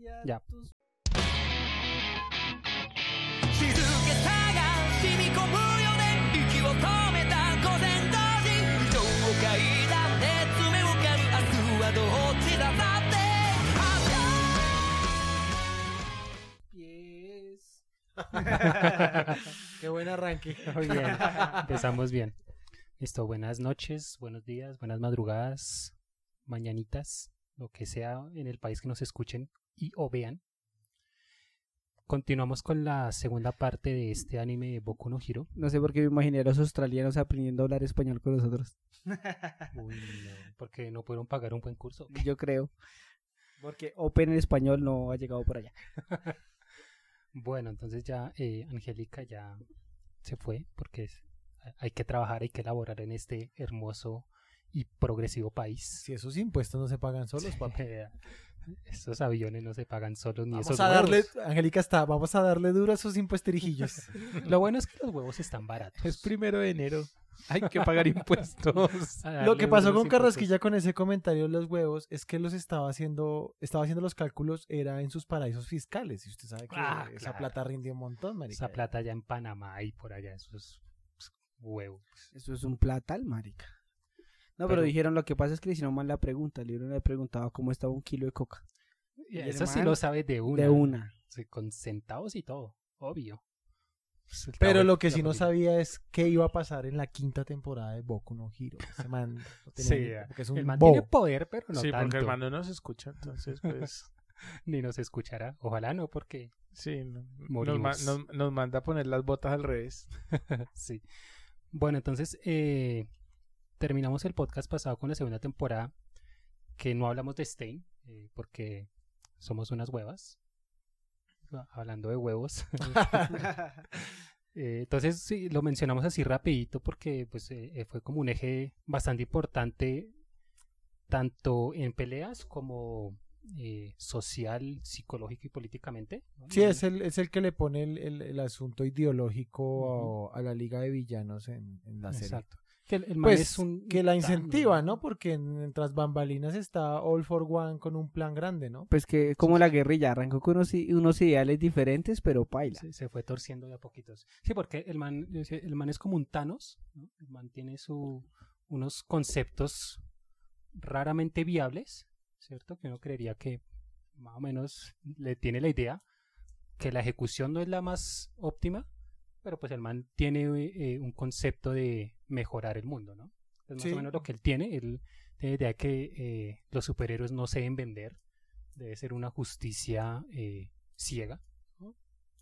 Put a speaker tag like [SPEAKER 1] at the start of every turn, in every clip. [SPEAKER 1] ya,
[SPEAKER 2] Ya.
[SPEAKER 1] tus-
[SPEAKER 3] 静けさが染み込むよね息を止めた午前同時情を嗅いだって爪を狩る明日はどっちだだって明日
[SPEAKER 1] pies. Qué buen arranque.
[SPEAKER 2] Muy bien, empezamos bien. Listo, buenas noches, buenos días, buenas madrugadas, mañanitas, lo que sea en el país que nos escuchen y o vean. Continuamos con la segunda parte de este anime de Boku no Hiro.
[SPEAKER 4] No sé por qué me imaginé a los australianos aprendiendo a hablar español con nosotros.
[SPEAKER 2] Uy, no, porque no pudieron pagar un buen curso.
[SPEAKER 4] Yo creo. Porque Open en español no ha llegado por allá.
[SPEAKER 2] Bueno, entonces ya eh, Angélica ya se fue porque es- hay que trabajar, hay que elaborar en este hermoso y progresivo país.
[SPEAKER 5] Si esos impuestos no se pagan solos, papá.
[SPEAKER 2] Eh, Estos aviones no se pagan solos ni
[SPEAKER 5] Vamos
[SPEAKER 2] esos
[SPEAKER 5] a darle,
[SPEAKER 2] huevos.
[SPEAKER 5] Angélica está, vamos a darle duro a esos impuesterijillos.
[SPEAKER 2] Lo bueno es que los huevos están baratos.
[SPEAKER 6] Es primero de enero. Hay que pagar impuestos.
[SPEAKER 2] A
[SPEAKER 5] Lo que
[SPEAKER 2] darle
[SPEAKER 5] pasó
[SPEAKER 2] unos
[SPEAKER 5] con
[SPEAKER 2] impuestos.
[SPEAKER 5] Carrasquilla con ese comentario de los huevos es que los estaba haciendo, estaba haciendo los cálculos, era en sus paraísos fiscales. Y usted sabe que
[SPEAKER 2] Ah,
[SPEAKER 5] esa
[SPEAKER 2] claro.
[SPEAKER 5] plata rinde un montón, marica.
[SPEAKER 2] Esa plata allá en Panamá y por allá, esos pues, huevos.
[SPEAKER 4] Eso es un platal, marica. No,
[SPEAKER 2] Pero-
[SPEAKER 4] pero, dijeron lo que pasa es que le hicieron mal la pregunta. Le hubieran preguntado cómo estaba un kilo de coca.
[SPEAKER 2] Y
[SPEAKER 4] el
[SPEAKER 2] eso sí
[SPEAKER 4] man-
[SPEAKER 2] lo sabes de una.
[SPEAKER 4] De una.
[SPEAKER 2] Sí, Con centavos y todo, obvio. Pues, el
[SPEAKER 5] Pero
[SPEAKER 2] trabajo
[SPEAKER 5] lo que
[SPEAKER 2] de la
[SPEAKER 5] sí no
[SPEAKER 2] familia.
[SPEAKER 5] sabía es qué iba a pasar en la quinta temporada de Boku no Hiro. Ese man no tenía
[SPEAKER 2] Sí,
[SPEAKER 5] ni-
[SPEAKER 2] ya.
[SPEAKER 5] porque es un
[SPEAKER 2] El man
[SPEAKER 5] bobo.
[SPEAKER 2] tiene poder, pero no
[SPEAKER 6] sí,
[SPEAKER 2] tanto.
[SPEAKER 6] porque el man no nos escucha, entonces pues...
[SPEAKER 2] Ni nos escuchará. Ojalá no, porque
[SPEAKER 6] Sí, no- nos, ma-
[SPEAKER 2] Morimos.
[SPEAKER 6] nos- nos manda a poner las botas al revés.
[SPEAKER 2] Sí. Bueno, entonces eh, terminamos el podcast pasado con la segunda temporada, que no hablamos de Stein, eh, porque somos unas huevas. Ah, Hablando de huevos. Eh, entonces, sí, lo mencionamos así rapidito porque pues, eh, eh, fue como un eje bastante importante, tanto en peleas como eh, social, psicológico y políticamente. ¿no?
[SPEAKER 5] Sí, es el, es el que le pone el, el- el asunto ideológico a, a la liga de villanos en, en la serie.
[SPEAKER 2] Exacto. Que el, el man
[SPEAKER 5] Pues
[SPEAKER 2] es un-
[SPEAKER 5] que la
[SPEAKER 2] tan-
[SPEAKER 5] incentiva, ¿no? Porque en, tras bambalinas está All for One con un plan grande, ¿no?
[SPEAKER 4] Pues que es como la guerrilla, arrancó con unos, i- unos ideales diferentes, pero paila.
[SPEAKER 2] Se, se fue torciendo de a poquitos. Sí, porque el man, el man es como un Thanos, ¿no? El man tiene su, unos conceptos raramente viables, ¿cierto? Que uno creería que más o menos le tiene la idea que la ejecución no es la más óptima, pero pues el man tiene eh, un concepto de mejorar el mundo, ¿no? Es más
[SPEAKER 5] Sí.
[SPEAKER 2] o menos lo que él tiene. Él tiene la idea que eh, los superhéroes no se deben vender, debe ser una justicia eh, ciega, ¿no?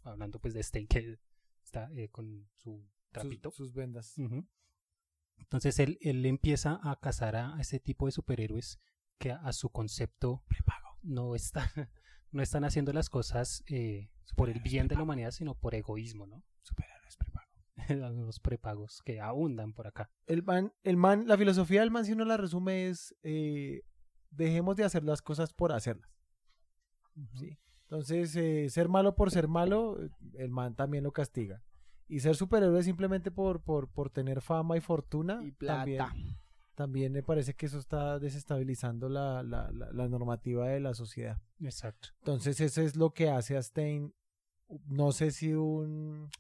[SPEAKER 2] Hablando pues de Stein que está eh, con su
[SPEAKER 5] Sus,
[SPEAKER 2] trapito. Mm.
[SPEAKER 5] sus vendas.
[SPEAKER 2] Ujú. Entonces él, él empieza a cazar a, a ese tipo de superhéroes que a, a su concepto no están, no están haciendo las cosas eh, por el bien de la humanidad, sino por egoísmo, ¿no? Superhéroes prepago. Los prepagos que abundan por acá.
[SPEAKER 5] El man, el man, la filosofía del man, si uno la resume, es eh, dejemos de hacer las cosas por hacerlas. Sí. Entonces, eh, ser malo por ser malo, eh, el man también lo castiga. Y ser superhéroe simplemente por, por, por tener fama y fortuna.
[SPEAKER 4] Y plata.
[SPEAKER 5] También, también me parece que eso está desestabilizando la, la- la- la normativa de la sociedad.
[SPEAKER 2] Exacto.
[SPEAKER 5] Entonces, eso es lo que hace a Stein. No sé si un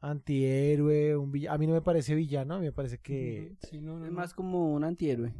[SPEAKER 5] antihéroe, un villano. A mí no me parece villano, a mí me parece que
[SPEAKER 2] Sí, no, no,
[SPEAKER 4] Es
[SPEAKER 2] no.
[SPEAKER 4] más como un antihéroe.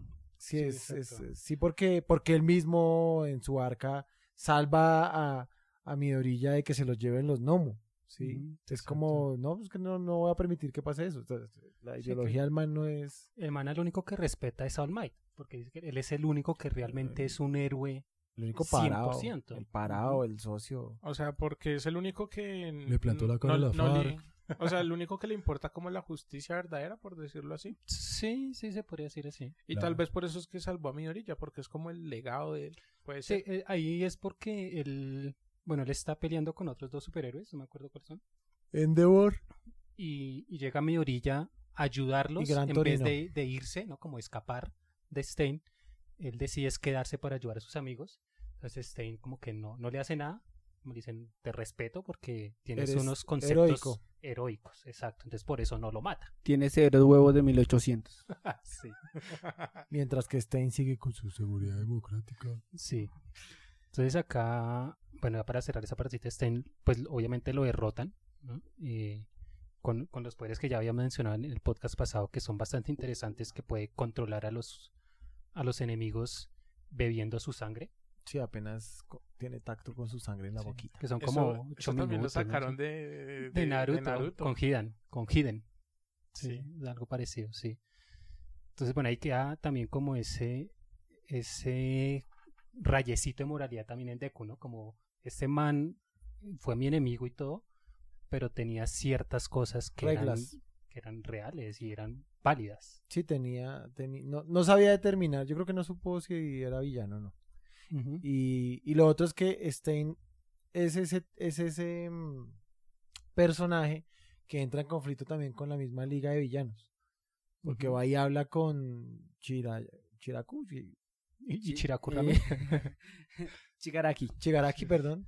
[SPEAKER 2] Sí,
[SPEAKER 5] Sí, es, es-
[SPEAKER 2] exacto.
[SPEAKER 5] es- sí porque, porque él mismo en su arca salva a, a mi orilla de que se los lleven los gnomos. Sí,
[SPEAKER 2] Ujú,
[SPEAKER 5] es como, no, pues que no, no voy a permitir que pase eso. O sea, La
[SPEAKER 2] Sí,
[SPEAKER 5] ideología del man no es.
[SPEAKER 2] El man el único que respeta es All Might, porque dice que él es el único que realmente es un héroe.
[SPEAKER 5] El único parado.
[SPEAKER 2] 100%.
[SPEAKER 5] El parado, el socio.
[SPEAKER 6] O sea, porque es el único que... n-
[SPEAKER 5] Le plantó la cara a la
[SPEAKER 6] le- o sea, el único que le importa como la justicia verdadera, por decirlo así.
[SPEAKER 2] Sí, sí, se podría decir así.
[SPEAKER 6] Y
[SPEAKER 5] Claro.
[SPEAKER 6] tal vez por eso es que salvó a mi orilla, porque es como el legado de él. Puede
[SPEAKER 2] Sí,
[SPEAKER 6] ser.
[SPEAKER 2] eh, ahí es porque él, bueno, él está peleando con otros dos superhéroes, no me acuerdo cuáles son,
[SPEAKER 5] Endeavor.
[SPEAKER 2] y, y llega a mi orilla a ayudarlos
[SPEAKER 5] Y Gran
[SPEAKER 2] en vez
[SPEAKER 5] Torino.
[SPEAKER 2] de, de irse, ¿no? Como escapar de Stein. Él decide es quedarse para ayudar a sus amigos. Entonces Stein como que no, no le hace nada, como le dicen, te respeto porque tienes
[SPEAKER 5] Eres
[SPEAKER 2] unos conceptos
[SPEAKER 5] heroico.
[SPEAKER 2] heroicos, exacto. Entonces por eso no lo mata.
[SPEAKER 4] Tiene ceros huevos de 1800.
[SPEAKER 2] sí. Ah.
[SPEAKER 5] Mientras que Stein sigue con su seguridad democrática.
[SPEAKER 2] Sí. Entonces acá, bueno, ya para cerrar esa partita, Sten, pues obviamente lo derrotan, ¿no? Eh, con, con los poderes que ya había mencionado en el podcast pasado, que son bastante interesantes, que puede controlar a los, a los enemigos bebiendo su sangre.
[SPEAKER 5] Sí, apenas co- tiene tacto con su sangre en la
[SPEAKER 2] Sí,
[SPEAKER 5] boquita.
[SPEAKER 2] Que son
[SPEAKER 6] Eso-
[SPEAKER 2] como
[SPEAKER 6] eso
[SPEAKER 2] ocho
[SPEAKER 6] también lo
[SPEAKER 2] minutos, ¿no?
[SPEAKER 6] sacaron
[SPEAKER 2] Sí.
[SPEAKER 6] de, de,
[SPEAKER 2] de,
[SPEAKER 6] de
[SPEAKER 2] Naruto,
[SPEAKER 6] Naruto.
[SPEAKER 2] con Hidan, con Hiden.
[SPEAKER 6] Sí.
[SPEAKER 2] Sí, algo parecido, sí. Entonces, bueno, ahí queda también como ese ese rayecito de moralidad también en Deku, ¿no? Como este man fue mi enemigo y todo, pero tenía ciertas cosas que eran,
[SPEAKER 5] Reglas.
[SPEAKER 2] que eran reales y eran válidas.
[SPEAKER 5] Sí, tenía, teni- no, no sabía determinar, yo creo que no supo si era villano o no.
[SPEAKER 2] Y-
[SPEAKER 5] Y, y lo otro es que Stein es ese, es ese mm, personaje que entra en conflicto también con la misma liga de villanos. Porque
[SPEAKER 2] Ujú.
[SPEAKER 5] va y habla con Chira, Chiraku, Chi-
[SPEAKER 2] y, y Chiraku
[SPEAKER 5] eh,
[SPEAKER 2] Ramen.
[SPEAKER 4] Eh, Chigaraki.
[SPEAKER 5] Chigaraki, perdón.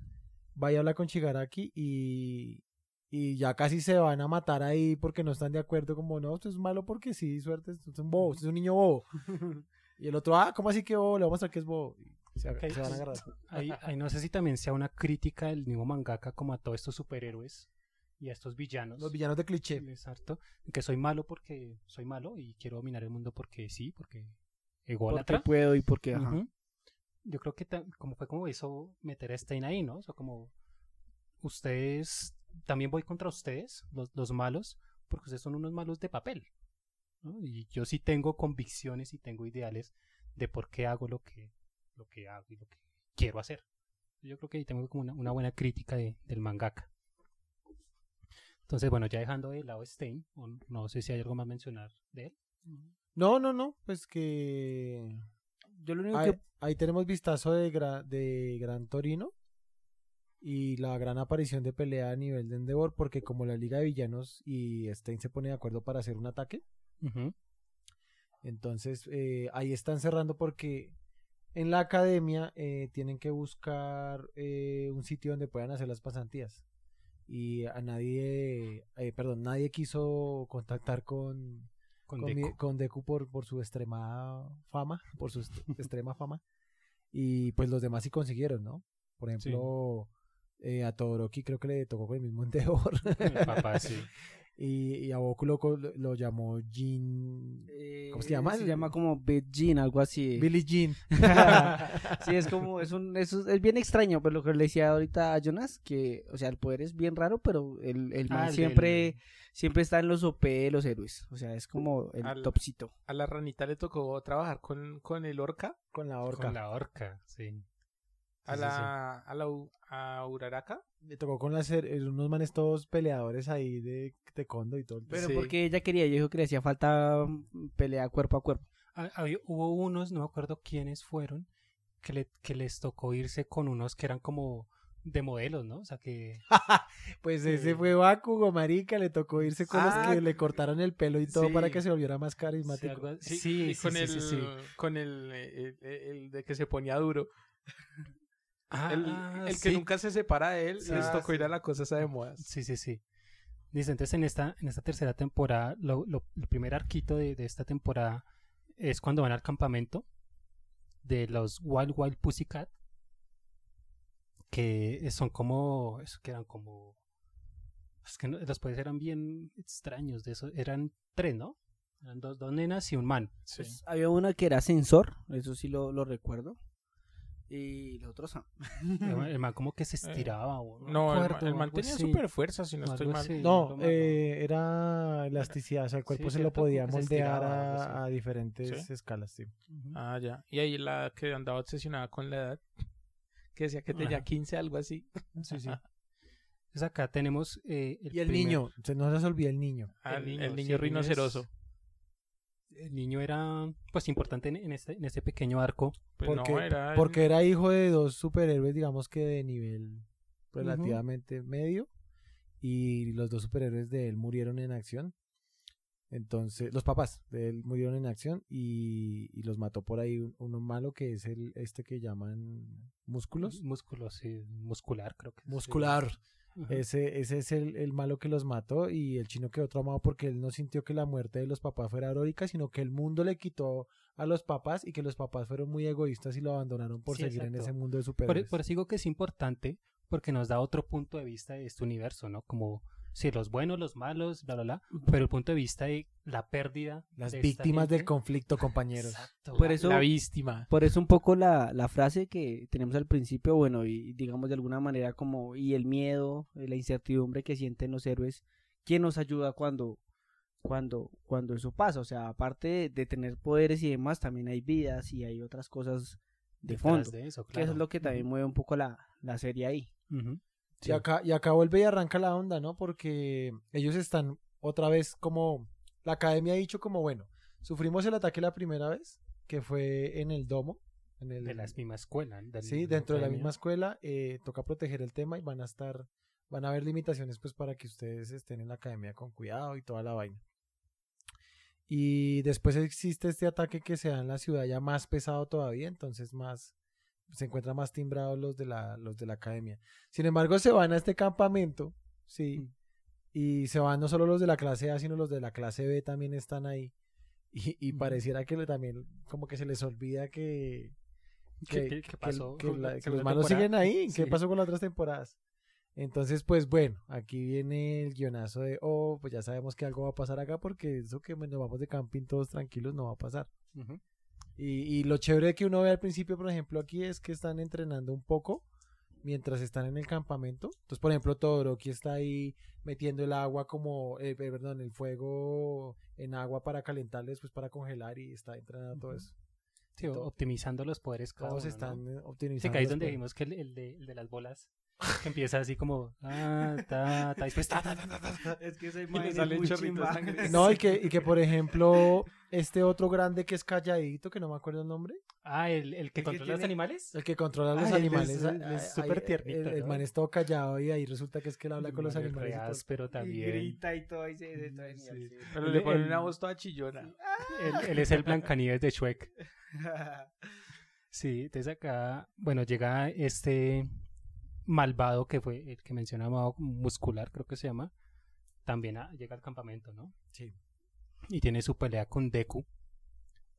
[SPEAKER 5] Va y habla con Chigaraki y, y ya casi se van a matar ahí porque no están de acuerdo. Como, no, usted es malo porque sí, suerte, usted es un bobo, usted es un niño bobo. Y el otro, ah, ¿cómo así que bobo? Le vamos a mostrar que es bobo. Y se,
[SPEAKER 2] Ok.
[SPEAKER 5] se van a agarrar.
[SPEAKER 2] Ahí, ahí no sé si también sea una crítica del mismo mangaka como a todos estos superhéroes y a estos villanos.
[SPEAKER 5] Los villanos de cliché.
[SPEAKER 2] Exacto. Que soy malo porque soy malo y quiero dominar el mundo porque sí, porque
[SPEAKER 4] Porque
[SPEAKER 2] ególatra.
[SPEAKER 4] puedo y porque ajá.
[SPEAKER 2] Ujú. Yo creo que ta- como fue como hizo meter a Stein ahí, ¿no? O sea, como ustedes, también voy contra ustedes, los, los malos, porque ustedes son unos malos de papel. ¿no? Y yo sí tengo convicciones y tengo ideales de por qué hago lo que, lo que hago y lo que quiero hacer. Yo creo que ahí tengo como una, una buena crítica de- del mangaka. Entonces, bueno, ya dejando de lado Stein, o no sé si hay algo más mencionar de él.
[SPEAKER 5] No, no, no, pues que...
[SPEAKER 4] Yo lo único
[SPEAKER 5] Ahí,
[SPEAKER 4] que
[SPEAKER 5] ahí tenemos vistazo de, Gra- de Gran Torino y la gran aparición de pelea a nivel de Endeavor, porque como la Liga de Villanos y Stein se pone de acuerdo para hacer un ataque, entonces eh, ahí están cerrando porque en la academia eh, tienen que buscar eh, un sitio donde puedan hacer las pasantías. Y a nadie, eh, perdón, nadie quiso contactar con,
[SPEAKER 2] Con
[SPEAKER 5] con, mi-
[SPEAKER 2] Deku.
[SPEAKER 5] con Deku por, por su extremada fama, por su est- extrema fama. Y pues los demás sí consiguieron, ¿no? Por ejemplo, eh, a Todoroki creo que le tocó con el mismo endeavor.
[SPEAKER 2] El papá, sí.
[SPEAKER 5] y, y a Boku lo, co- lo llamó Jin. ¿Cómo se llama?
[SPEAKER 4] Eh, Se llama como Beijing, algo así.
[SPEAKER 5] Billy Jin.
[SPEAKER 4] sí, es como, es un, es, un- es bien extraño, pero lo que le decía ahorita a Jonas, que, o sea, el poder es bien raro, pero el, el man
[SPEAKER 2] Ah, el
[SPEAKER 4] siempre,
[SPEAKER 2] del-
[SPEAKER 4] siempre está en los OP de los héroes. O sea, es como el
[SPEAKER 6] Al-
[SPEAKER 4] topcito.
[SPEAKER 6] A la ranita le tocó trabajar con, con el orca.
[SPEAKER 5] Con la orca.
[SPEAKER 2] Con la orca, sí. Sí,
[SPEAKER 6] A
[SPEAKER 2] sí,
[SPEAKER 6] la, a la u- a Uraraka.
[SPEAKER 5] Le tocó con las, er- unos manes todos peleadores ahí de taekwondo y todo. el-
[SPEAKER 4] Pero
[SPEAKER 6] Sí.
[SPEAKER 4] porque ella quería, ella dijo que le hacía falta mm, pelea cuerpo a cuerpo.
[SPEAKER 2] Ha- había- hubo unos, no me acuerdo quiénes fueron, que, le- que les tocó irse con unos que eran como de modelos, ¿no? O sea, que
[SPEAKER 5] Pues ese fue Bakugo, marica, le tocó irse con
[SPEAKER 6] Ah,
[SPEAKER 5] los que le cortaron el pelo y todo
[SPEAKER 6] sí.
[SPEAKER 5] para que se volviera más
[SPEAKER 2] sí,
[SPEAKER 5] carismático.
[SPEAKER 2] algo así.
[SPEAKER 6] Sí,
[SPEAKER 2] Sí,
[SPEAKER 6] y
[SPEAKER 2] sí,
[SPEAKER 6] con
[SPEAKER 2] sí,
[SPEAKER 6] el,
[SPEAKER 2] sí, sí.
[SPEAKER 6] con el, el- el- el de que se ponía duro.
[SPEAKER 2] Ah,
[SPEAKER 6] El, el que
[SPEAKER 2] sí.
[SPEAKER 6] nunca se separa de él,
[SPEAKER 2] Sí.
[SPEAKER 6] les
[SPEAKER 2] Ah,
[SPEAKER 6] tocó ir
[SPEAKER 2] sí.
[SPEAKER 6] a la cosa esa de modas.
[SPEAKER 2] Sí, sí, sí. Dice, entonces en esta, en esta tercera temporada, lo- lo- el primer arquito de, de esta temporada es cuando van al campamento de los Wild Wild Pussycat, que son como, eso que eran como, es que no- los poderes eran bien extraños de eso, eran tres, ¿no? Eran dos, dos nenas y un man.
[SPEAKER 4] Pues, había una que era sensor, eso sí lo, lo recuerdo. Y los otros
[SPEAKER 2] El, man- el man como que se estiraba. o me
[SPEAKER 6] Eh, No, el,
[SPEAKER 2] acuerdo,
[SPEAKER 6] ma- el man
[SPEAKER 2] algo
[SPEAKER 6] tenía
[SPEAKER 2] así.
[SPEAKER 6] super fuerza, si no
[SPEAKER 2] Algo
[SPEAKER 6] estoy mal.
[SPEAKER 2] así, algo
[SPEAKER 5] No,
[SPEAKER 2] malo.
[SPEAKER 5] eh, era elasticidad, o sea, el cuerpo
[SPEAKER 2] Sí,
[SPEAKER 5] se lo
[SPEAKER 2] cierto,
[SPEAKER 5] podía
[SPEAKER 2] como que se
[SPEAKER 5] moldear
[SPEAKER 2] estiraba,
[SPEAKER 5] a,
[SPEAKER 2] algo así.
[SPEAKER 5] a diferentes
[SPEAKER 6] Sí.
[SPEAKER 5] escalas, sí.
[SPEAKER 2] Ujú.
[SPEAKER 6] Ah, ya. Y ahí la que andaba obsesionada con la edad, que decía que tenía
[SPEAKER 2] Ajá.
[SPEAKER 6] 15, algo así.
[SPEAKER 5] Sí, sí.
[SPEAKER 2] Entonces acá tenemos eh,
[SPEAKER 5] Y el
[SPEAKER 2] primer-
[SPEAKER 5] niño, se nos olvida el niño.
[SPEAKER 6] Ah, El, el niño,
[SPEAKER 2] sí, es-
[SPEAKER 6] rinoceroso.
[SPEAKER 2] el niño era pues importante en, en este, en este pequeño arco.
[SPEAKER 6] Pues
[SPEAKER 5] porque,
[SPEAKER 6] no, era el-
[SPEAKER 5] porque era hijo de dos superhéroes, digamos que de nivel relativamente medio, y los dos superhéroes de él murieron en acción. Entonces, los papás de él murieron en acción y, y los mató por ahí un- uno malo que es el este que llaman músculos.
[SPEAKER 2] Músculos, sí, muscular creo que. es, sí.
[SPEAKER 5] Muscular.
[SPEAKER 2] Ajá.
[SPEAKER 5] Ese, ese es el, el malo que los mató y el chino quedó traumado porque él no sintió que la muerte de los papás fuera heroica, sino que el mundo le quitó a los papás y que los papás fueron muy egoístas y lo abandonaron por
[SPEAKER 2] Sí,
[SPEAKER 5] seguir en
[SPEAKER 2] exacto.
[SPEAKER 5] ese mundo
[SPEAKER 2] Por,
[SPEAKER 5] de
[SPEAKER 2] e,
[SPEAKER 5] superhéroes.
[SPEAKER 2] por eso digo que es importante porque nos da otro punto de vista de este universo, ¿no? Como si los buenos, los malos, bla, bla, bla, pero el punto de vista de la pérdida.
[SPEAKER 5] Las
[SPEAKER 2] de esta
[SPEAKER 5] víctimas del
[SPEAKER 2] gente.
[SPEAKER 5] conflicto, compañeros.
[SPEAKER 2] Exacto.
[SPEAKER 4] Por eso-
[SPEAKER 6] La víctima.
[SPEAKER 4] Por eso un poco la, la frase que tenemos al principio, bueno, y digamos de alguna manera como, y el miedo, eh, la incertidumbre que sienten los héroes, ¿quién nos ayuda cuando, cuando, cuando eso pasa? O sea, aparte de, de tener poderes y demás, también hay vidas y hay otras cosas de
[SPEAKER 2] detrás
[SPEAKER 4] fondo.
[SPEAKER 2] de eso,
[SPEAKER 4] Que eso es
[SPEAKER 2] claro.
[SPEAKER 4] lo que también mueve un poco la, la serie ahí.
[SPEAKER 2] Ujú.
[SPEAKER 5] Y, acá, y acá vuelve y arranca la onda, ¿no? Porque ellos están otra vez como... La academia ha dicho como, bueno, sufrimos el ataque la primera vez, que fue en el domo. En el,
[SPEAKER 2] De la misma escuela. del-
[SPEAKER 5] Sí, dentro de la
[SPEAKER 2] academia.
[SPEAKER 5] misma escuela eh, toca proteger el tema y van a estar, van a haber limitaciones pues para que ustedes estén en la academia con cuidado y toda la vaina. Y después existe este ataque que se da en la ciudad ya más pesado todavía, entonces más se encuentran más timbrados los de la, los de la academia. Sin embargo, se van a este campamento, sí,
[SPEAKER 2] Mm.
[SPEAKER 5] y se van no solo los de la clase A, sino los de la clase B también están ahí. Y,
[SPEAKER 2] Mm.
[SPEAKER 5] y pareciera que le- también como que se les olvida que,
[SPEAKER 2] ¿Qué- qué- qué pasó
[SPEAKER 5] que
[SPEAKER 2] con
[SPEAKER 5] la-
[SPEAKER 2] la
[SPEAKER 5] que los
[SPEAKER 2] segunda
[SPEAKER 5] malos
[SPEAKER 2] temporada?
[SPEAKER 5] siguen ahí. ¿Qué
[SPEAKER 2] Sí.
[SPEAKER 5] pasó con las otras temporadas? Entonces, pues bueno, aquí viene el guionazo de, oh, pues ya sabemos que algo va a pasar acá porque eso que nos vamos de camping todos tranquilos no va a pasar.
[SPEAKER 2] Ujú.
[SPEAKER 5] Y, y lo chévere que uno ve al principio, por ejemplo, aquí es que están entrenando un poco mientras están en el campamento. Entonces, por ejemplo, Todoroki está ahí metiendo el agua como, eh, pe- perdón, el fuego en agua para calentarlo, después para congelar y está entrenando todo eso.
[SPEAKER 2] Sí, o- optimizando los poderes cada
[SPEAKER 5] Todos
[SPEAKER 2] uno, ¿no?
[SPEAKER 5] están eh,
[SPEAKER 2] Sí,
[SPEAKER 5] optimizando.
[SPEAKER 2] que ahí es
[SPEAKER 5] los
[SPEAKER 2] donde
[SPEAKER 5] poderes.
[SPEAKER 2] vimos que el, el de, el de las bolas que empieza así como ah, ta, ta, y después ta, ta, ta, ta, ta.
[SPEAKER 4] Es que ese
[SPEAKER 6] le es salen muy chorritos de chimba. sangre.
[SPEAKER 5] No, y que, y que por ejemplo, este otro grande que es calladito, que no me acuerdo el nombre,
[SPEAKER 2] Ah, el, el que
[SPEAKER 1] que
[SPEAKER 2] controla los
[SPEAKER 1] tiene-
[SPEAKER 2] animales.
[SPEAKER 5] el que controla a los
[SPEAKER 2] Ay, él es-
[SPEAKER 5] animales.
[SPEAKER 2] él
[SPEAKER 5] ah,
[SPEAKER 2] es
[SPEAKER 5] ah,
[SPEAKER 2] súper
[SPEAKER 5] ahí,
[SPEAKER 2] tiernito,
[SPEAKER 5] El, el
[SPEAKER 2] ¿no?
[SPEAKER 5] man es todo callado y ahí resulta que es que él habla
[SPEAKER 2] El
[SPEAKER 5] con los
[SPEAKER 2] man es
[SPEAKER 5] animales. y
[SPEAKER 2] re
[SPEAKER 5] todo.
[SPEAKER 2] áspero
[SPEAKER 1] Y
[SPEAKER 2] también.
[SPEAKER 1] grita y todo, y se, se- todo
[SPEAKER 2] Sí.
[SPEAKER 1] sí.
[SPEAKER 6] Pero le ponen
[SPEAKER 2] el-
[SPEAKER 6] una voz toda chillona.
[SPEAKER 2] Él, él es el Blancanieves de Shrek. Sí, desde acá, bueno, llega este malvado que fue el que mencionaba muscular, creo que se llama. También ah, llega al campamento, ¿no?
[SPEAKER 5] Sí.
[SPEAKER 2] Y tiene su pelea con Deku.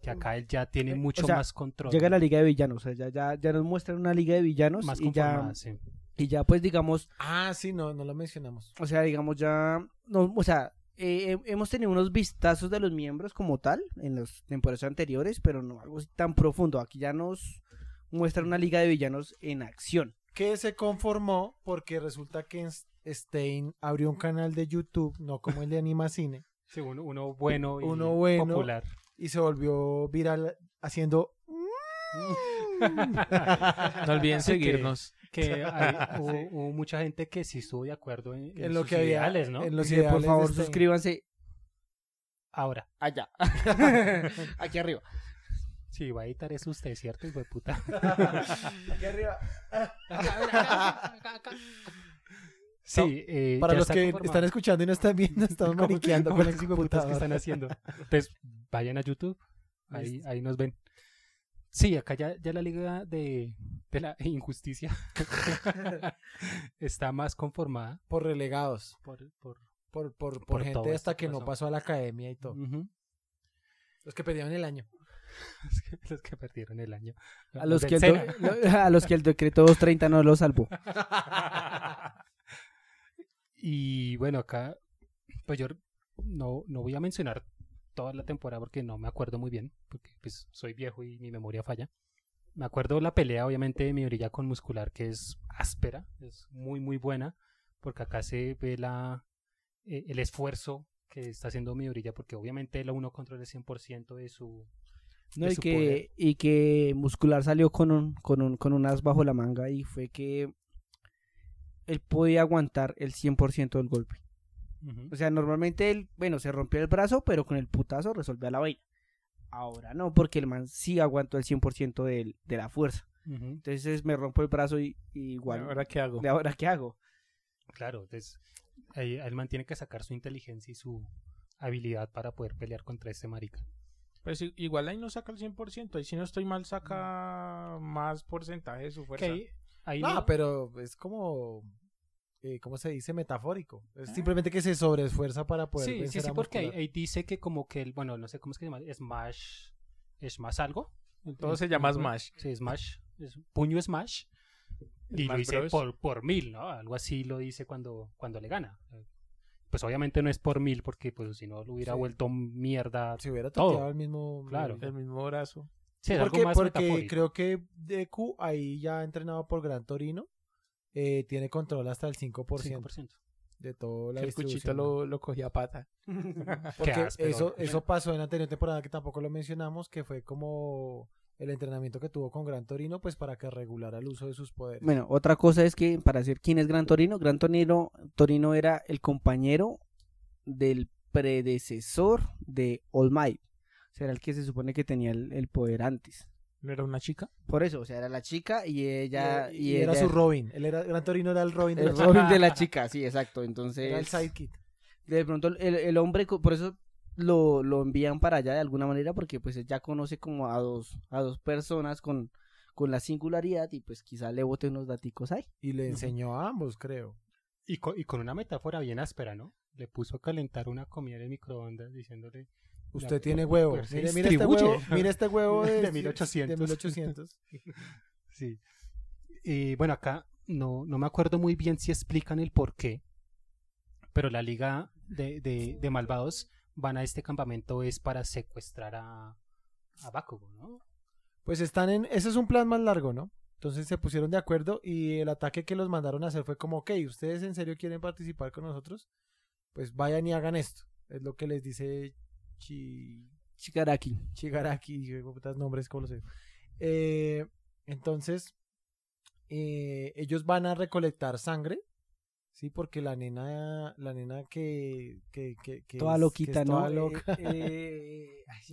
[SPEAKER 2] Que acá él ya tiene
[SPEAKER 4] Eh, o
[SPEAKER 2] mucho
[SPEAKER 4] sea,
[SPEAKER 2] más control.
[SPEAKER 4] Llega la Liga de Villanos, o sea, ya, ya, ya nos muestran una Liga de Villanos
[SPEAKER 2] más
[SPEAKER 4] y, ya,
[SPEAKER 2] conformada, sí.
[SPEAKER 4] y ya pues digamos
[SPEAKER 5] Ah, sí, no, no lo mencionamos.
[SPEAKER 4] O sea, digamos ya, no, o sea, eh, he- hemos tenido unos vistazos de los miembros como tal en las temporadas anteriores, pero no algo así tan profundo. Aquí ya nos muestran una liga de villanos en acción.
[SPEAKER 5] que se conformó porque resulta que S- Stein abrió un canal de YouTube, no como el de Animacine,
[SPEAKER 2] Sí, uno, uno bueno y
[SPEAKER 5] Uno bueno.
[SPEAKER 2] popular.
[SPEAKER 5] y se volvió viral haciendo...
[SPEAKER 6] No olviden
[SPEAKER 2] Sí, que-
[SPEAKER 6] seguirnos.
[SPEAKER 2] Que hay- hubo, hubo mucha gente que sí estuvo de acuerdo en, en
[SPEAKER 5] En lo
[SPEAKER 2] sus
[SPEAKER 5] que había-
[SPEAKER 2] ideales, ¿no?
[SPEAKER 5] en los
[SPEAKER 4] Así que,
[SPEAKER 5] ideales
[SPEAKER 4] por
[SPEAKER 5] de
[SPEAKER 4] favor,
[SPEAKER 2] este,
[SPEAKER 5] Stein.
[SPEAKER 4] suscríbanse
[SPEAKER 2] Ahora,
[SPEAKER 5] Ah,
[SPEAKER 4] allá. Aquí arriba.
[SPEAKER 2] sí, va a editar eso usted, ¿cierto? Hijo de puta. Sí, eh,
[SPEAKER 5] Para
[SPEAKER 2] ya
[SPEAKER 5] los
[SPEAKER 2] está
[SPEAKER 5] que
[SPEAKER 2] conformado.
[SPEAKER 5] están escuchando y no están viendo, estamos
[SPEAKER 2] Como-
[SPEAKER 5] mariqueando
[SPEAKER 2] como
[SPEAKER 5] con el
[SPEAKER 2] los putas que están
[SPEAKER 5] computador.
[SPEAKER 2] haciendo. Entonces, vayan a YouTube, ahí, ahí nos ven. Sí, acá ya, ya la liga de, de la injusticia está más conformada
[SPEAKER 5] Por relegados,
[SPEAKER 2] por... por-
[SPEAKER 5] por, por, por,
[SPEAKER 2] Por todo
[SPEAKER 5] gente hasta
[SPEAKER 2] esto
[SPEAKER 5] que
[SPEAKER 2] que
[SPEAKER 5] no
[SPEAKER 2] pasó. Mm.
[SPEAKER 5] pasó a la academia y todo.
[SPEAKER 2] Ujú.
[SPEAKER 5] Los que perdieron el año.
[SPEAKER 2] los, que, los que perdieron el año.
[SPEAKER 4] A los,
[SPEAKER 2] del
[SPEAKER 4] que el
[SPEAKER 2] Sena.
[SPEAKER 4] do- a los que el decreto 230 no los salvó.
[SPEAKER 2] Y bueno, acá, pues yo no, no voy a mencionar toda la temporada porque no me acuerdo muy bien, porque pues soy viejo y mi memoria falla. Me acuerdo la pelea, obviamente, de mi orilla con muscular, que es áspera, es muy, muy buena, porque acá se ve la, eh, el esfuerzo que está haciendo mi orilla, porque obviamente él aún no controla el 100% de su...
[SPEAKER 4] No,
[SPEAKER 2] de
[SPEAKER 4] y,
[SPEAKER 2] su poder.
[SPEAKER 4] que, y que Muscular salió con un, con, un, con un as bajo la manga y fue que él podía aguantar el 100% del golpe.
[SPEAKER 2] Ujú.
[SPEAKER 4] O sea, normalmente él, bueno, se rompió el brazo, pero con el putazo resolvía la vaina. Ahora no, porque el man sí aguantó el 100% del- de la fuerza.
[SPEAKER 2] Ujú.
[SPEAKER 4] Entonces me rompo el brazo y, y igual.
[SPEAKER 6] ¿Ahora qué hago?
[SPEAKER 4] ¿De ahora qué hago?
[SPEAKER 2] Claro, entonces ahí él mantiene que sacar su inteligencia y su habilidad para poder pelear contra este marica.
[SPEAKER 6] Pues i- igual ahí no saca el 100%. Ahí si no estoy mal saca más porcentaje de su
[SPEAKER 2] Que
[SPEAKER 6] fuerza.
[SPEAKER 2] ahí, ahí
[SPEAKER 5] No,
[SPEAKER 2] no-
[SPEAKER 5] pero es como eh, ¿cómo se dice? Metafórico. Es simplemente que se sobreesfuerza para
[SPEAKER 2] Ah.
[SPEAKER 5] poder
[SPEAKER 2] Sí, sí,
[SPEAKER 5] vencer
[SPEAKER 2] sí,
[SPEAKER 5] a
[SPEAKER 2] porque ahí,
[SPEAKER 5] Muscular.
[SPEAKER 2] ahí dice que como que el, bueno, no sé cómo es que se llama, Smash, Smash algo.
[SPEAKER 6] Todo se llama
[SPEAKER 2] el-
[SPEAKER 6] Smash.
[SPEAKER 2] Sí, Smash, es- puño Smash. Y
[SPEAKER 6] Smash
[SPEAKER 2] lo dice
[SPEAKER 6] Bros.
[SPEAKER 2] por, por mil, ¿no? Algo así lo dice cuando, cuando le gana. Eh, Pues obviamente no es por mil, porque pues si no lo hubiera
[SPEAKER 5] Sí.
[SPEAKER 2] vuelto mierda. Sí,
[SPEAKER 5] Si hubiera
[SPEAKER 2] Todo.
[SPEAKER 5] toqueado el mismo...
[SPEAKER 2] Claro.
[SPEAKER 6] El mismo brazo.
[SPEAKER 2] es
[SPEAKER 5] porque,
[SPEAKER 2] algo más
[SPEAKER 5] porque
[SPEAKER 2] metafórico.
[SPEAKER 5] creo que Deku ahí ya entrenado por Gran Torino eh, tiene control hasta el 5%,
[SPEAKER 2] 5%.
[SPEAKER 5] de todo la
[SPEAKER 6] que el cuchito
[SPEAKER 5] distribución.
[SPEAKER 6] lo, lo cogía a pata.
[SPEAKER 5] Ah, Porque
[SPEAKER 2] Qué áspero.
[SPEAKER 5] eso, eso pasó en la anterior temporada que tampoco lo mencionamos, que fue como el entrenamiento que tuvo con Gran Torino pues para que regulara el uso de sus poderes.
[SPEAKER 4] Bueno, otra cosa es que para decir quién es Gran Torino, Gran Torino, Torino era el compañero del predecesor de All Might. O sea, era el que se supone que tenía el, el poder antes.
[SPEAKER 6] ¿No era una chica?
[SPEAKER 4] Por eso, o sea, era la chica y ella.
[SPEAKER 5] y,
[SPEAKER 4] Y,
[SPEAKER 5] era
[SPEAKER 4] ella-
[SPEAKER 5] su Robin. Él era, Gran Torino era el Robin de
[SPEAKER 4] el
[SPEAKER 5] la chica.
[SPEAKER 4] Robin de la chica, sí, exacto. Entonces.
[SPEAKER 5] Era el sidekick.
[SPEAKER 4] de pronto el, el hombre, co- por eso lo, lo envían para allá de alguna manera, porque pues ya conoce como a dos, a dos personas con, con la singularidad y pues quizá le bote unos daticos ahí.
[SPEAKER 5] Y le enseñó a ambos, creo.
[SPEAKER 2] Y co- y con, una metáfora bien áspera, ¿no? Le puso a calentar una comida en el microondas diciéndole...
[SPEAKER 5] Usted
[SPEAKER 2] la-
[SPEAKER 5] tiene huevo.
[SPEAKER 2] Pues se
[SPEAKER 5] Mire, mire este
[SPEAKER 2] distribuye.
[SPEAKER 5] huevo, mire este huevo de,
[SPEAKER 2] De 1800.
[SPEAKER 5] de 1800.
[SPEAKER 2] Sí. Y bueno, acá no, no me acuerdo muy bien si explican el por qué, pero la liga de, de- de malvados van a este campamento es para secuestrar a, a Bakugo, ¿no?
[SPEAKER 5] Pues están en. Ese es un plan más largo, ¿no? Entonces se pusieron de acuerdo y el ataque que los mandaron a hacer fue como, ok, ¿ustedes en serio quieren participar con nosotros? Pues vayan y hagan esto. Es lo que les dice Chi-
[SPEAKER 4] Chikaraki.
[SPEAKER 5] Chigaraki, yo digo putas nombres, ¿cómo los digo? Eh, entonces, eh, ellos van a recolectar sangre, ¿sí? Porque la nena, la nena que... que, que, que
[SPEAKER 4] Toda
[SPEAKER 5] es- que
[SPEAKER 4] loquita,
[SPEAKER 5] es
[SPEAKER 4] ¿no? Eh,
[SPEAKER 5] toda loca.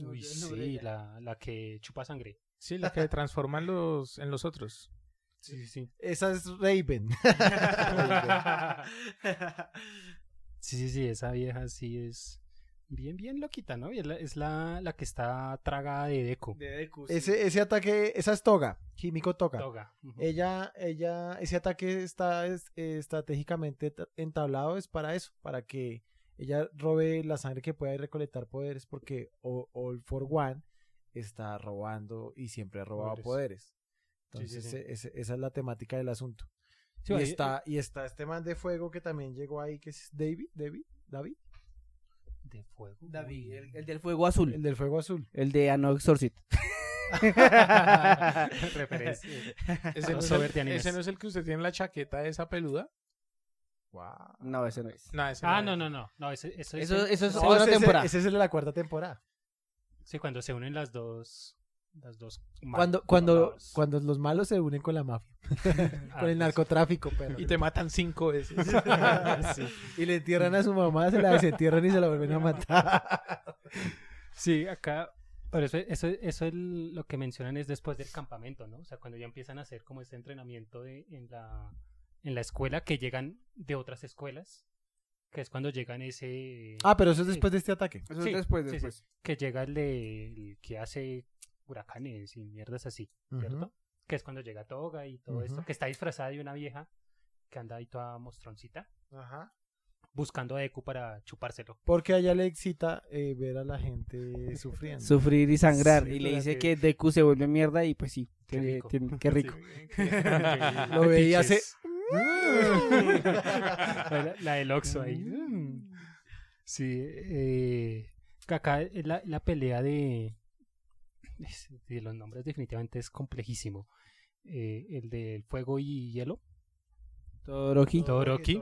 [SPEAKER 2] Uy, sí, la, la que chupa sangre.
[SPEAKER 6] Sí, la que transforman los, en los otros.
[SPEAKER 2] Sí, sí, sí.
[SPEAKER 5] Esa es Raven.
[SPEAKER 2] Sí, sí, sí, esa vieja sí es bien, bien loquita, ¿no? Y es la, es la, la que está tragada de Deku.
[SPEAKER 1] De Deku. sí.
[SPEAKER 5] ese, ese ataque, esa es Toga, Himiko Toga.
[SPEAKER 2] Toga. Ujú.
[SPEAKER 5] Ella, ella, ese ataque está es- eh, estratégicamente ta- entablado, es para eso, para que ella robe la sangre que pueda y recolectar poderes, porque O- All for One está robando y siempre ha robado poderes.
[SPEAKER 2] Sí, sí,
[SPEAKER 5] Entonces,
[SPEAKER 2] sí.
[SPEAKER 5] e- ese- esa es la temática del asunto.
[SPEAKER 2] Sí,
[SPEAKER 5] y,
[SPEAKER 2] ahí-
[SPEAKER 5] está, y está este man de fuego que también llegó ahí, que es David, David, David,
[SPEAKER 2] De fuego.
[SPEAKER 4] David,
[SPEAKER 2] uy.
[SPEAKER 4] el, el del fuego azul.
[SPEAKER 5] el
[SPEAKER 4] El,
[SPEAKER 5] del fuego azul.
[SPEAKER 4] de Ano Exorcit.
[SPEAKER 2] Referencia.
[SPEAKER 6] Ese no, es
[SPEAKER 2] Crossover
[SPEAKER 6] el,
[SPEAKER 2] de animes.
[SPEAKER 6] ese no es el que usted tiene en la chaqueta esa peluda.
[SPEAKER 4] No, ese no es.
[SPEAKER 6] No, ese
[SPEAKER 2] Ah,
[SPEAKER 6] es.
[SPEAKER 2] no, no, no. no ese- eso, es
[SPEAKER 4] Eso-
[SPEAKER 2] el-
[SPEAKER 4] eso es
[SPEAKER 2] sí,
[SPEAKER 5] No,
[SPEAKER 4] otra
[SPEAKER 5] ese es el-
[SPEAKER 4] temporada.
[SPEAKER 5] ese es el de la cuarta temporada.
[SPEAKER 2] Sí, cuando se unen las dos. Las dos. mal-
[SPEAKER 5] Cuando, cuando,
[SPEAKER 2] malvados.
[SPEAKER 5] cuando los malos se unen con la mafia,
[SPEAKER 2] Ah,
[SPEAKER 5] con
[SPEAKER 2] pues.
[SPEAKER 5] el narcotráfico, pero.
[SPEAKER 6] Y te matan cinco veces.
[SPEAKER 2] sí.
[SPEAKER 5] Y le entierran a su mamá, se la desentierran y se la vuelven a matar.
[SPEAKER 2] Sí, acá. Pero eso, eso, eso es lo que mencionan es después del campamento, ¿no? O sea, cuando ya empiezan a hacer como este entrenamiento de, en, la, en la escuela, que llegan de otras escuelas, que es cuando llegan ese...
[SPEAKER 5] Ah, pero eso es después de este ataque.
[SPEAKER 4] Eso
[SPEAKER 2] Sí,
[SPEAKER 4] es después,
[SPEAKER 2] sí, sí.
[SPEAKER 4] después.
[SPEAKER 2] que llega el, de- el que hace huracanes y mierdas así, ¿cierto?
[SPEAKER 5] Ujú.
[SPEAKER 2] Que es cuando llega Toga y todo esto,
[SPEAKER 5] Ujú.
[SPEAKER 2] que está disfrazada de una vieja que anda ahí toda mostroncita, buscando a Deku para chupárselo.
[SPEAKER 5] Porque a ella le excita eh, ver a la gente sufriendo.
[SPEAKER 4] Sufrir y sangrar.
[SPEAKER 2] Sí,
[SPEAKER 4] y le dice que
[SPEAKER 2] durante-
[SPEAKER 4] Deku se vuelve mierda y pues sí. tiene-
[SPEAKER 2] rico.
[SPEAKER 4] tiene- qué rico.
[SPEAKER 5] Lo veía hace-
[SPEAKER 2] la, la del Oxxo ahí. Mm. Sí, eh, que acá es la, la pelea de, es- de los nombres definitivamente es complejísimo. Eh, el del fuego y hielo,
[SPEAKER 4] Todoroki.
[SPEAKER 2] Todoroki,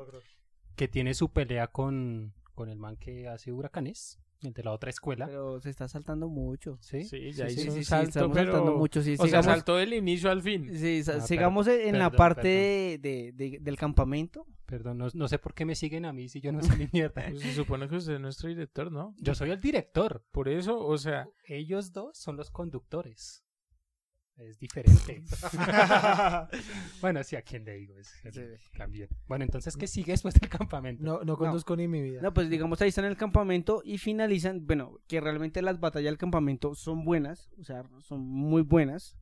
[SPEAKER 2] que tiene su pelea con, con el man que hace huracanes, el de la otra escuela.
[SPEAKER 4] Pero se está saltando mucho.
[SPEAKER 2] ¿sí?
[SPEAKER 6] Sí, ya
[SPEAKER 4] Sí,
[SPEAKER 6] hizo
[SPEAKER 4] sí,
[SPEAKER 6] un
[SPEAKER 4] sí, sí,
[SPEAKER 6] salto,
[SPEAKER 4] estamos
[SPEAKER 6] pero...
[SPEAKER 4] saltando mucho. Sí,
[SPEAKER 6] O sea,
[SPEAKER 4] sigamos-
[SPEAKER 6] saltó del inicio al fin.
[SPEAKER 4] sí, sa-
[SPEAKER 2] Ah,
[SPEAKER 4] sigamos en la
[SPEAKER 2] perdón,
[SPEAKER 4] parte
[SPEAKER 2] perdón.
[SPEAKER 4] de- de- de- del campamento.
[SPEAKER 2] Perdón, no, no sé por qué me siguen a mí si yo no soy ni mierda.
[SPEAKER 6] Pues se supone que usted es nuestro director, ¿no?
[SPEAKER 2] Yo soy el director.
[SPEAKER 6] Por eso, o sea,
[SPEAKER 2] Ellos dos son los conductores. Es diferente. bueno, sí, a quién le digo es el- también. Bueno, entonces, ¿qué sigue después del campamento?
[SPEAKER 5] No, no conduzco ni mi vida.
[SPEAKER 4] No, pues digamos ahí están en el campamento y finalizan, bueno, que realmente las batallas del campamento son buenas, o sea, son muy buenas.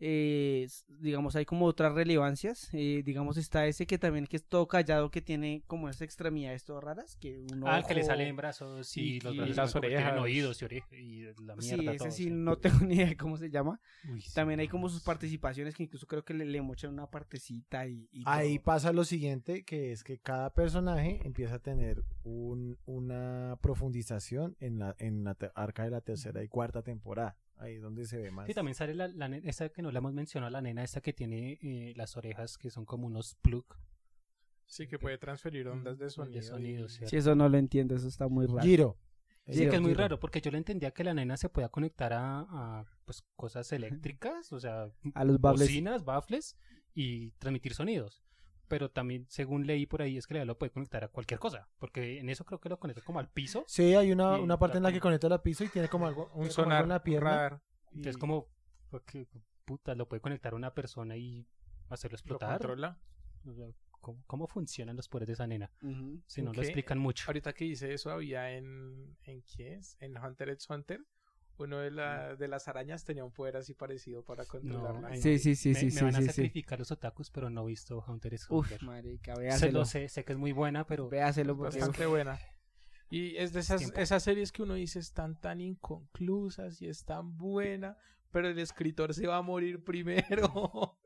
[SPEAKER 4] eh, s- digamos, hay como otras relevancias. eh, digamos, está ese que también que es todo callado, que tiene como esas extremidades todas raras, que uno...
[SPEAKER 2] Ah, el que le salen brazos y,
[SPEAKER 4] y-
[SPEAKER 2] los
[SPEAKER 4] y
[SPEAKER 2] brazos
[SPEAKER 6] las
[SPEAKER 2] como que tienen
[SPEAKER 6] orejas.
[SPEAKER 2] oídos y, orejas y la mierda.
[SPEAKER 4] Sí, ese
[SPEAKER 2] todo,
[SPEAKER 4] sí, no tengo ni idea de cómo se llama.
[SPEAKER 2] Uy, sí.
[SPEAKER 4] También hay como sus participaciones que incluso creo que le, le mochan una partecita y... y
[SPEAKER 5] Ahí
[SPEAKER 4] todo.
[SPEAKER 5] pasa lo siguiente, que es que cada personaje empieza a tener un- una profundización en la, en la te- arca de la tercera y cuarta temporada. Ahí es donde se ve más.
[SPEAKER 2] Sí, también sale la, la ne- esa que no la hemos mencionado, la nena esta que tiene eh, las orejas que son como unos plug.
[SPEAKER 6] Sí, que puede transferir ondas de
[SPEAKER 2] Mm, De
[SPEAKER 6] sonido.
[SPEAKER 2] sonido,
[SPEAKER 6] y-
[SPEAKER 2] sí.
[SPEAKER 4] Sí, eso no lo entiendo, eso está muy raro.
[SPEAKER 5] Giro.
[SPEAKER 2] Sí, que es muy
[SPEAKER 5] Giro.
[SPEAKER 2] raro, porque yo le entendía que la nena se podía conectar a, a, pues, cosas eléctricas, o sea,
[SPEAKER 4] A los bables.
[SPEAKER 2] bocinas, baffles y transmitir sonidos. Pero también, según leí por ahí, es que la lo puede conectar a cualquier cosa, porque en eso creo que lo conecta como al piso.
[SPEAKER 5] Sí, hay una,
[SPEAKER 2] Y
[SPEAKER 5] una parte en la
[SPEAKER 2] la-
[SPEAKER 5] que conecta la piso y tiene como algo,
[SPEAKER 6] Un
[SPEAKER 5] tiene como algo
[SPEAKER 6] sonar,
[SPEAKER 5] en la
[SPEAKER 6] un
[SPEAKER 5] pierna.
[SPEAKER 6] radar.
[SPEAKER 5] y-
[SPEAKER 2] Es como, porque, puta, lo puede conectar a una persona y hacerlo
[SPEAKER 6] Lo
[SPEAKER 2] explotar.
[SPEAKER 6] controla.
[SPEAKER 2] O sea, ¿Cómo, cómo funcionan los poderes de esa nena?
[SPEAKER 4] Ujú.
[SPEAKER 2] Si no lo
[SPEAKER 6] Ok.
[SPEAKER 2] explican mucho.
[SPEAKER 6] Ahorita que hice eso, había en. ¿En qué es? En Hunter x Hunter. Uno de, la, de las arañas tenía un poder así parecido para controlar la
[SPEAKER 2] ay,
[SPEAKER 6] gente.
[SPEAKER 4] Sí, sí, sí,
[SPEAKER 2] me,
[SPEAKER 4] sí,
[SPEAKER 2] me
[SPEAKER 4] sí,
[SPEAKER 2] van a
[SPEAKER 4] sí, sí.
[SPEAKER 2] sacrificar los otakus, pero no he visto Hunter x Hunter.
[SPEAKER 4] Uf, marica,
[SPEAKER 2] Se lo
[SPEAKER 4] véaselo.
[SPEAKER 2] sé, sé que es muy buena, pero
[SPEAKER 4] Véaselo porque... uf.
[SPEAKER 6] Bastante buena. Y es de esas,
[SPEAKER 2] Tiempo.
[SPEAKER 6] esas series que uno dice están tan inconclusas y es tan buena, pero el escritor se va a morir primero.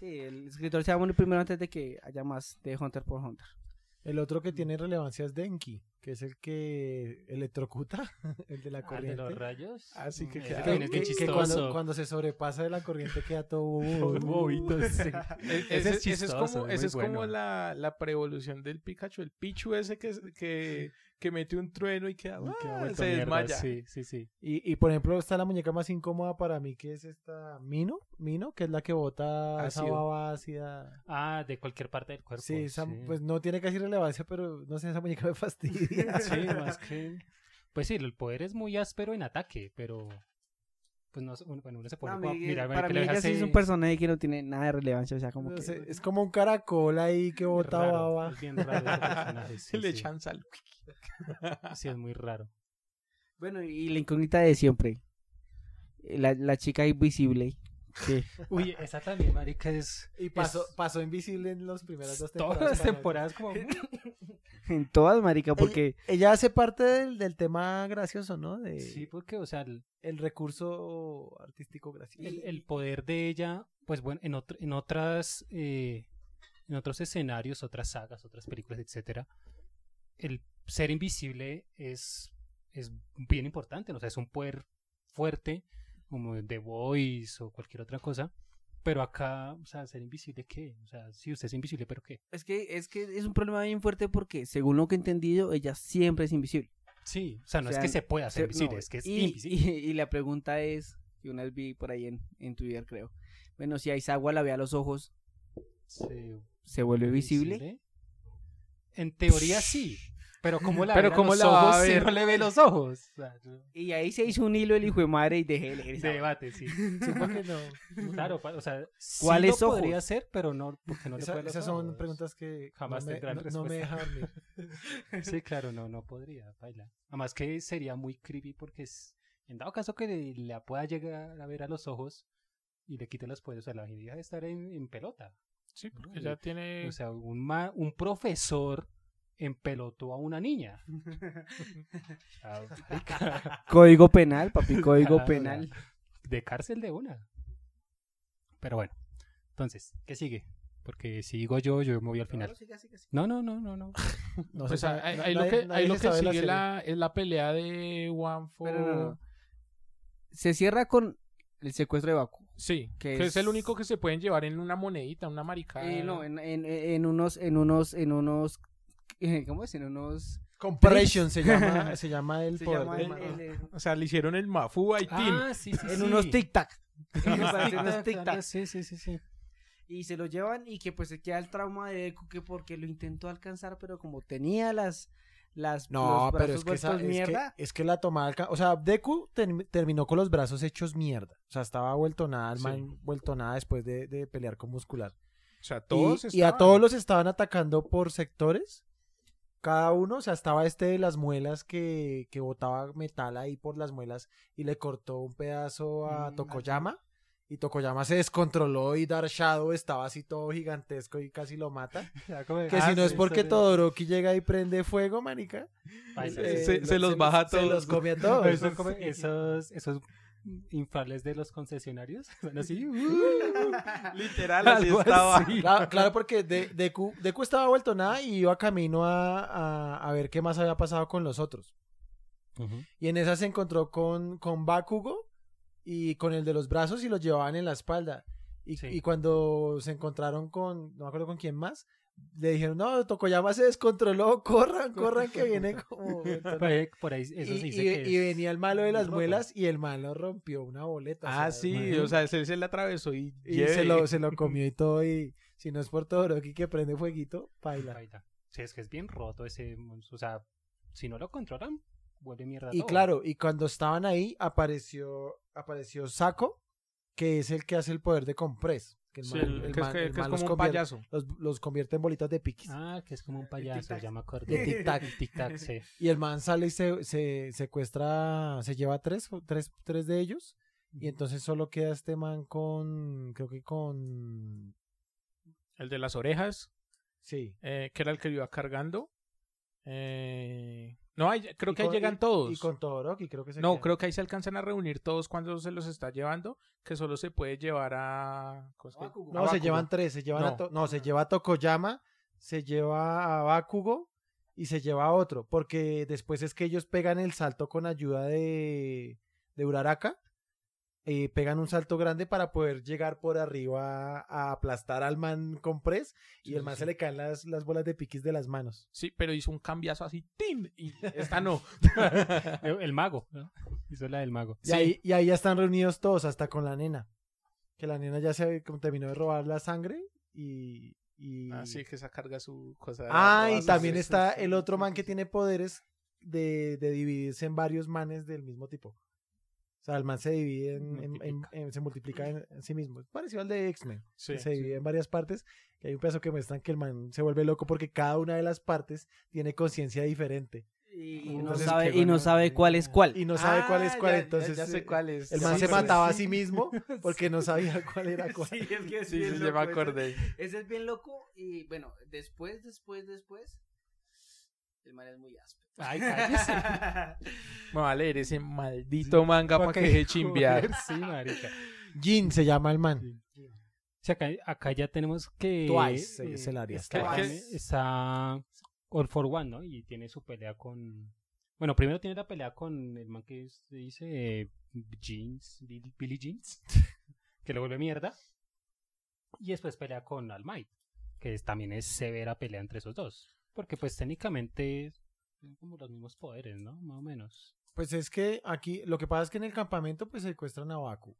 [SPEAKER 4] Sí, el escritor se llama primero antes de que haya más de Hunter por Hunter.
[SPEAKER 5] El otro que tiene relevancia es Denki, que es el que electrocuta, el de la
[SPEAKER 2] Ah, de
[SPEAKER 5] corriente.
[SPEAKER 2] los rayos. mm,
[SPEAKER 6] Así que
[SPEAKER 2] Ese
[SPEAKER 6] claro.
[SPEAKER 2] también es bien
[SPEAKER 5] que- que
[SPEAKER 2] chistoso.
[SPEAKER 5] cuando, cuando se sobrepasa de la corriente queda todo
[SPEAKER 6] E-
[SPEAKER 2] Ese
[SPEAKER 6] Ese,
[SPEAKER 2] es
[SPEAKER 6] ese es
[SPEAKER 2] chistoso,
[SPEAKER 6] como,
[SPEAKER 2] es muy
[SPEAKER 6] ese es como
[SPEAKER 2] bueno.
[SPEAKER 6] la, la preevolución del Pikachu, el Pichu ese que, que, que mete un trueno y queda,
[SPEAKER 2] Que ha
[SPEAKER 6] "Ah",
[SPEAKER 2] vuelto
[SPEAKER 6] se
[SPEAKER 2] mierda,
[SPEAKER 6] desmaya.
[SPEAKER 2] Sí, sí, sí.
[SPEAKER 5] Y, y, por ejemplo está la muñeca más incómoda para mí que es esa Mino, Mino, que es la que bota esa
[SPEAKER 6] Ácido.
[SPEAKER 5] baba ácida.
[SPEAKER 2] Ah, de cualquier parte del cuerpo.
[SPEAKER 5] Sí, esa-
[SPEAKER 2] sí.
[SPEAKER 5] pues no tiene casi relevancia, pero no sé, esa muñeca me fastidia.
[SPEAKER 2] Sí, más que... Pues sí, el poder es muy áspero en ataque, pero... Pues no, sé, uno- bueno, uno se pone
[SPEAKER 4] No,
[SPEAKER 2] como a
[SPEAKER 4] Miguel,
[SPEAKER 2] mirar,
[SPEAKER 4] para
[SPEAKER 2] que
[SPEAKER 4] mí
[SPEAKER 2] le
[SPEAKER 4] ella sí
[SPEAKER 2] hace
[SPEAKER 4] es un personaje que no tiene nada de relevancia, o sea, como
[SPEAKER 5] No
[SPEAKER 4] que...
[SPEAKER 5] sé, es como un caracol ahí que bota
[SPEAKER 2] raro,
[SPEAKER 5] baba.
[SPEAKER 2] Es bien raro ese personaje, sí,
[SPEAKER 6] Le
[SPEAKER 2] sí.
[SPEAKER 6] echan sal.
[SPEAKER 2] Sí, es muy raro.
[SPEAKER 4] Bueno, y la incógnita de siempre. La, la chica invisible. que-
[SPEAKER 2] Uy, esa también, marica, es...
[SPEAKER 5] Y pasó, pasó invisible en las primeras dos temporadas.
[SPEAKER 2] Todas las
[SPEAKER 5] para
[SPEAKER 2] temporadas
[SPEAKER 5] nosotros.
[SPEAKER 2] como...
[SPEAKER 4] en todas, marica, porque...
[SPEAKER 5] Ella hace parte del, del tema gracioso, ¿no? De
[SPEAKER 2] Sí, porque, o sea, el,
[SPEAKER 5] el recurso artístico gracioso.
[SPEAKER 2] el- el poder de ella, pues bueno, en, otro- en otras, eh, en otros escenarios, otras sagas, otras películas, etcétera, el ser invisible es, es bien importante, ¿no? o sea, es un poder fuerte, como The Voice o cualquier otra cosa. Pero acá, o sea, ser invisible, ¿qué? O sea, sí, usted es invisible, pero ¿qué?
[SPEAKER 4] Es que, es que es un problema bien fuerte porque, según lo que he entendido, ella siempre es invisible.
[SPEAKER 2] Sí, o sea, no
[SPEAKER 4] O sea,
[SPEAKER 2] es que se pueda ser
[SPEAKER 4] Se-
[SPEAKER 2] invisible,
[SPEAKER 4] no,
[SPEAKER 2] es que es
[SPEAKER 4] y,
[SPEAKER 2] invisible.
[SPEAKER 4] Y, y la pregunta es, que una vez vi por ahí en, en Twitter, creo. Bueno, si Aizawa la ve a los ojos,
[SPEAKER 2] Se-
[SPEAKER 4] ¿se vuelve visible?
[SPEAKER 2] En teoría sí, pero ¿cómo la
[SPEAKER 6] Pero
[SPEAKER 2] ven a
[SPEAKER 6] ¿cómo
[SPEAKER 2] los
[SPEAKER 6] la va a
[SPEAKER 2] ojos si
[SPEAKER 6] ver?
[SPEAKER 2] no le ve los ojos? O sea, yo-
[SPEAKER 4] Y ahí se hizo un hilo el hijo de madre y dejé de leer esa
[SPEAKER 2] De debate, sí.
[SPEAKER 5] Sí, porque no.
[SPEAKER 2] Claro, pa- o sea, sí
[SPEAKER 4] ¿Cuáles
[SPEAKER 2] lo
[SPEAKER 4] ojos?
[SPEAKER 2] podría hacer, pero no, porque no le
[SPEAKER 5] Esa-
[SPEAKER 2] puede a los
[SPEAKER 5] esas son
[SPEAKER 2] ojos.
[SPEAKER 5] preguntas que
[SPEAKER 2] Jamás
[SPEAKER 5] no me,
[SPEAKER 2] tendrán
[SPEAKER 5] no- no me
[SPEAKER 2] respuesta.
[SPEAKER 5] dejan dormir.
[SPEAKER 2] Sí, claro, no, no podría, baila. Además que sería muy creepy porque es- en dado caso que le, la pueda llegar a ver a los ojos y le quite los poderes, o sea, la gente de estar en, en pelota.
[SPEAKER 6] Sí, porque
[SPEAKER 2] Uy.
[SPEAKER 6] ya tiene.
[SPEAKER 2] O sea, un, ma- un profesor empelotó a una niña. Ah, marica.
[SPEAKER 4] Código penal, papi, código
[SPEAKER 2] Claro,
[SPEAKER 4] penal.
[SPEAKER 2] De cárcel de una. Pero bueno, entonces, ¿qué sigue? Porque si digo yo, yo me voy al final. No, no, no, no, no.
[SPEAKER 5] No
[SPEAKER 6] Pues
[SPEAKER 5] se
[SPEAKER 6] ahí-
[SPEAKER 5] sabe,
[SPEAKER 6] ahí
[SPEAKER 5] na-
[SPEAKER 6] ahí lo
[SPEAKER 5] nadie-
[SPEAKER 6] que,
[SPEAKER 5] nadie
[SPEAKER 6] ahí lo
[SPEAKER 5] se
[SPEAKER 6] que
[SPEAKER 5] sabe
[SPEAKER 6] sigue
[SPEAKER 5] serie.
[SPEAKER 6] la, es la pelea de Wanfo.
[SPEAKER 4] Pero no,
[SPEAKER 2] Oh.
[SPEAKER 4] no. Se cierra con el secuestro de Baku. Eh,
[SPEAKER 6] Sí,
[SPEAKER 4] Que
[SPEAKER 6] que es... el
[SPEAKER 4] es-
[SPEAKER 6] único que se pueden llevar en una monedita, una maricada.
[SPEAKER 4] Eh, no, en, en- en unos, en unos, en unos, eh, ¿cómo es? En unos...
[SPEAKER 5] Compression se llama, se llama el
[SPEAKER 4] se
[SPEAKER 5] poder.
[SPEAKER 4] llama
[SPEAKER 5] del
[SPEAKER 4] el-
[SPEAKER 5] mano.
[SPEAKER 4] el- el-
[SPEAKER 6] O sea, le hicieron el mafú a Itin.
[SPEAKER 2] sí, sí,
[SPEAKER 4] en unos tic-tac. Parece unos
[SPEAKER 2] tic-tac.
[SPEAKER 4] tic-tac.
[SPEAKER 2] Sí, sí, sí, sí.
[SPEAKER 4] Y se lo llevan y que pues se queda el trauma de Deku que porque lo intentó alcanzar, pero como tenía las, las,
[SPEAKER 5] No,
[SPEAKER 4] los brazos
[SPEAKER 5] pero es que, esa-
[SPEAKER 4] vueltos
[SPEAKER 5] es, que,
[SPEAKER 4] mierda.
[SPEAKER 5] es que la tomada. alca- O sea, Deku term- terminó con los brazos hechos mierda. O sea, estaba vuelto nada, el
[SPEAKER 6] Sí.
[SPEAKER 5] man vuelto nada después de, de pelear con muscular.
[SPEAKER 6] O sea,
[SPEAKER 5] Y,
[SPEAKER 6] todos
[SPEAKER 5] y a
[SPEAKER 6] estaban.
[SPEAKER 5] todos los estaban atacando por sectores. Cada uno, o sea, estaba este de las muelas que, que botaba metal ahí por las muelas y le cortó un pedazo a
[SPEAKER 2] Mm,
[SPEAKER 5] Tokoyama. Y Y Tokoyama se descontroló y Dark Shadow estaba así todo gigantesco y casi lo mata. Que
[SPEAKER 2] ah,
[SPEAKER 5] si
[SPEAKER 6] Ah,
[SPEAKER 5] no es porque Todoroki llega y prende fuego, manica.
[SPEAKER 6] Ah,
[SPEAKER 2] Paila.
[SPEAKER 5] eh,
[SPEAKER 6] Se-
[SPEAKER 5] lo-
[SPEAKER 6] se los baja a
[SPEAKER 5] Se
[SPEAKER 6] todos.
[SPEAKER 5] los come a todos.
[SPEAKER 2] Esos, esos, esos inflables de los concesionarios. Son así. uh,
[SPEAKER 6] Literal, así
[SPEAKER 2] algo
[SPEAKER 6] estaba.
[SPEAKER 2] así.
[SPEAKER 5] Claro, claro, porque de, Deku, Deku estaba vuelto nada y iba camino a, a- a ver qué más había pasado con los otros.
[SPEAKER 2] Ujú.
[SPEAKER 5] Y en esa se encontró con, con Bakugo y con el de los brazos y los llevaban en la espalda. Y,
[SPEAKER 2] Sí.
[SPEAKER 5] y cuando se encontraron con, no me acuerdo con quién más, le dijeron, no, Tokoyama se descontroló, corran, corran, que viene como...
[SPEAKER 2] Por ahí- por ahí, Pues, eso
[SPEAKER 5] y,
[SPEAKER 2] se dice
[SPEAKER 5] y-
[SPEAKER 2] que
[SPEAKER 5] y
[SPEAKER 2] es-
[SPEAKER 5] venía el malo de las
[SPEAKER 2] ropa.
[SPEAKER 5] muelas y el malo rompió una boleta. o
[SPEAKER 6] Ah,
[SPEAKER 5] sea,
[SPEAKER 6] sí,
[SPEAKER 5] imagínate.
[SPEAKER 6] o sea, se, se le atravesó y,
[SPEAKER 5] Y
[SPEAKER 6] lleve.
[SPEAKER 5] se lo, se lo comió y todo. Y si no es por Todoroki que prende fueguito, baila.
[SPEAKER 2] Paila. Sí, es que es bien roto ese monstruo. O sea, si no lo controlan, vuelve mierda.
[SPEAKER 5] Y
[SPEAKER 2] todo.
[SPEAKER 5] claro, y cuando estaban ahí apareció apareció Saco, que es el que hace el poder de compress. Que el
[SPEAKER 6] Sí,
[SPEAKER 5] man-
[SPEAKER 6] el-
[SPEAKER 5] el
[SPEAKER 6] que es,
[SPEAKER 5] man-
[SPEAKER 6] que-
[SPEAKER 5] el
[SPEAKER 6] que es
[SPEAKER 5] man los
[SPEAKER 6] como un
[SPEAKER 5] convier-
[SPEAKER 6] payaso.
[SPEAKER 5] Los, los convierte en bolitas de piquis.
[SPEAKER 2] Ah, que es como un payaso,
[SPEAKER 6] tic-tac.
[SPEAKER 2] ya me acordé.
[SPEAKER 5] De tic-tac.
[SPEAKER 2] El tic-tac, sí.
[SPEAKER 5] Y el man sale y se, se secuestra, se lleva tres, tres, tres de ellos. Y entonces solo queda este man con, creo que con...
[SPEAKER 6] El de las orejas,
[SPEAKER 5] Sí.
[SPEAKER 6] eh, que era el que iba cargando. Eh, No, ahí- creo
[SPEAKER 5] Y
[SPEAKER 6] que ahí
[SPEAKER 5] con-
[SPEAKER 6] llegan
[SPEAKER 5] y-
[SPEAKER 6] todos.
[SPEAKER 5] Y con Todoroki, creo que se
[SPEAKER 6] No,
[SPEAKER 5] queda.
[SPEAKER 6] creo que ahí se alcanzan a reunir todos cuando se los está llevando, que solo se puede llevar a... ¿cómo es que-
[SPEAKER 5] No,
[SPEAKER 6] a
[SPEAKER 5] se
[SPEAKER 6] Bakugo.
[SPEAKER 5] llevan tres, se llevan a
[SPEAKER 6] No.
[SPEAKER 5] To- no, se lleva a Tokoyama, se lleva a Bakugo y se lleva a otro, porque después es que ellos pegan el salto con ayuda de, de Uraraka, eh, pegan un salto grande para poder llegar por arriba a aplastar al man con press y
[SPEAKER 6] Sí,
[SPEAKER 5] el
[SPEAKER 6] sí,
[SPEAKER 5] man
[SPEAKER 6] sí.
[SPEAKER 5] se le caen las, las bolas de piquis de las manos.
[SPEAKER 6] Sí, pero hizo un cambiazo así, ¡tim! Y esta no.
[SPEAKER 2] Eh, El el mago, ¿no? Hizo la del mago.
[SPEAKER 5] Y, ahí, y ahí ya están reunidos todos, hasta con la nena, que la nena ya se como terminó de robar la sangre y... y...
[SPEAKER 6] Así que esa carga su cosa.
[SPEAKER 5] Ah,
[SPEAKER 6] todas
[SPEAKER 5] y
[SPEAKER 6] sus-
[SPEAKER 5] también
[SPEAKER 6] sus-
[SPEAKER 5] está
[SPEAKER 6] sus-
[SPEAKER 5] el otro man que
[SPEAKER 6] sus-
[SPEAKER 5] tiene poderes de, de dividirse en varios manes del mismo tipo. O sea, el man se divide en, en- en- en- se multiplica en, en sí mismo. Es parecido al de X-Men.
[SPEAKER 6] Sí,
[SPEAKER 5] se divide en varias partes. Y hay un pedazo que muestran que el man se vuelve loco porque cada una de las partes tiene conciencia diferente.
[SPEAKER 4] Y,
[SPEAKER 5] no
[SPEAKER 4] no
[SPEAKER 5] Entonces,
[SPEAKER 4] sabe,
[SPEAKER 5] qué
[SPEAKER 4] y no sabe cuál es cuál.
[SPEAKER 5] Y no sabe cuál es
[SPEAKER 6] Ah,
[SPEAKER 5] cuál.
[SPEAKER 6] ya- ya-
[SPEAKER 5] entonces,
[SPEAKER 6] ya sé
[SPEAKER 5] eh,
[SPEAKER 6] cuál es.
[SPEAKER 5] el
[SPEAKER 6] Ya
[SPEAKER 5] man
[SPEAKER 6] me
[SPEAKER 5] se
[SPEAKER 6] acordé.
[SPEAKER 5] mataba a sí mismo porque no sabía cuál era cuál.
[SPEAKER 4] Sí, es que es
[SPEAKER 6] Sí,
[SPEAKER 4] bien
[SPEAKER 6] sí, ya
[SPEAKER 4] loco
[SPEAKER 6] me
[SPEAKER 4] eso.
[SPEAKER 6] acordé.
[SPEAKER 4] Ese es bien loco y bueno, después, después, después, el man es muy áspero.
[SPEAKER 2] Ay, cállese.
[SPEAKER 6] Me va a leer ese maldito manga para que deje de chimbear.
[SPEAKER 2] Joder, Sí, marica.
[SPEAKER 5] Jin se llama el man.
[SPEAKER 2] O sea, acá, acá ya tenemos que.
[SPEAKER 6] eh,
[SPEAKER 2] eh,
[SPEAKER 5] Twice, es el área.
[SPEAKER 2] Está,
[SPEAKER 6] Twice.
[SPEAKER 2] está All for One, ¿no? Y tiene su pelea con. Bueno, primero tiene la pelea con el man que es- se dice eh, Jeans, Billy, Billy Jeans, que lo vuelve mierda. Y después pelea con All Might, que es- también es severa pelea entre esos dos. Porque, pues, técnicamente tienen como los mismos poderes, ¿no? Más o menos.
[SPEAKER 5] Pues es que aquí, lo que pasa es que en el campamento pues secuestran a Baku.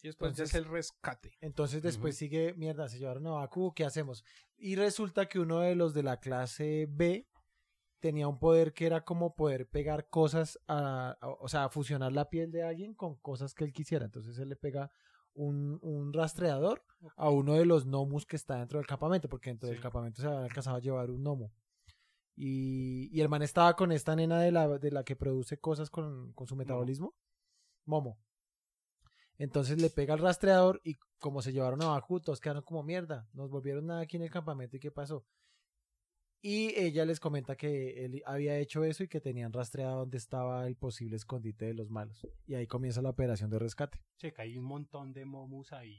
[SPEAKER 6] Y después ya es el rescate.
[SPEAKER 5] Entonces después
[SPEAKER 2] Ujú.
[SPEAKER 5] sigue, mierda, se llevaron a Bakugo, ¿qué hacemos? Y resulta que uno de los de la clase B tenía un poder que era como poder pegar cosas, a, a- o sea, fusionar la piel de alguien con cosas que él quisiera. Entonces él le pega un, un rastreador a uno de los gnomus que está dentro del campamento, porque dentro del
[SPEAKER 6] Sí.
[SPEAKER 5] campamento se había alcanzado a llevar un gnomo. Y, y el man estaba con esta nena de la, de la que produce cosas con, con su metabolismo, Momo. Entonces le pega el rastreador y como se llevaron a Baku, todos quedaron como mierda. Nos volvieron nada aquí en el campamento y qué pasó. Y ella les comenta que él había hecho eso y que tenían rastreado dónde estaba el posible escondite de los malos. Y ahí comienza la operación de rescate.
[SPEAKER 2] Che, que hay un montón de momus ahí.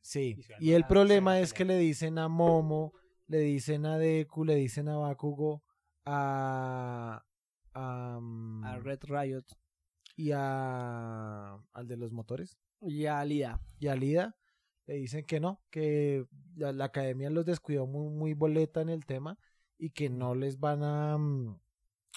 [SPEAKER 5] Sí.
[SPEAKER 2] Y se
[SPEAKER 5] Y
[SPEAKER 2] arma
[SPEAKER 5] el
[SPEAKER 2] la-
[SPEAKER 5] problema
[SPEAKER 2] se
[SPEAKER 5] es que
[SPEAKER 2] pelea.
[SPEAKER 5] le dicen a Momo, le dicen a Deku, le dicen a Bakugo, a. a, mm,
[SPEAKER 4] A Red Riot
[SPEAKER 5] y a. al de los motores.
[SPEAKER 4] y a Lida.
[SPEAKER 5] y a Lida le dicen que no, que la, la academia los descuidó muy, muy boleta en el tema y que no les van a mm,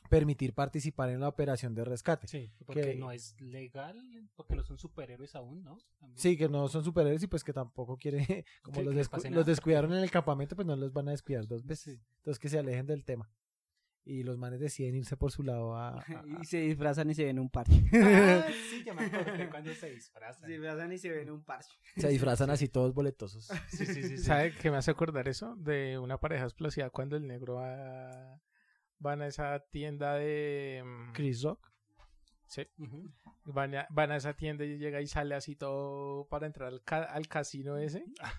[SPEAKER 5] permitir participar en la operación de rescate. Sí.
[SPEAKER 2] Sí, porque
[SPEAKER 5] Pues que-
[SPEAKER 2] no es legal, porque no son superhéroes aún, ¿no? También.
[SPEAKER 5] que no son superhéroes y pues que tampoco quieren, como
[SPEAKER 2] Sí,
[SPEAKER 5] los,
[SPEAKER 2] que les
[SPEAKER 5] descu-
[SPEAKER 2] pase
[SPEAKER 5] los
[SPEAKER 2] nada.
[SPEAKER 5] descuidaron en el campamento, pues no los van a descuidar dos veces.
[SPEAKER 2] Sí.
[SPEAKER 5] Entonces que se alejen del tema. Y los manes deciden irse por su lado a... a- a-
[SPEAKER 4] Y se disfrazan y se ven un parche.
[SPEAKER 2] Ah, sí, ya me acordé cuando se disfrazan.
[SPEAKER 4] se disfrazan y se ven un parche.
[SPEAKER 5] se disfrazan así todos boletosos.
[SPEAKER 2] Sí, sí, sí. sí.
[SPEAKER 6] ¿Sabe qué me hace acordar eso? De una pareja explosiva cuando el negro va, van a esa tienda de... mm,
[SPEAKER 5] Chris Rock.
[SPEAKER 2] Ujú.
[SPEAKER 6] Van a, van a esa tienda y llega y sale así todo para entrar al, ca- al casino ese.
[SPEAKER 5] Ah,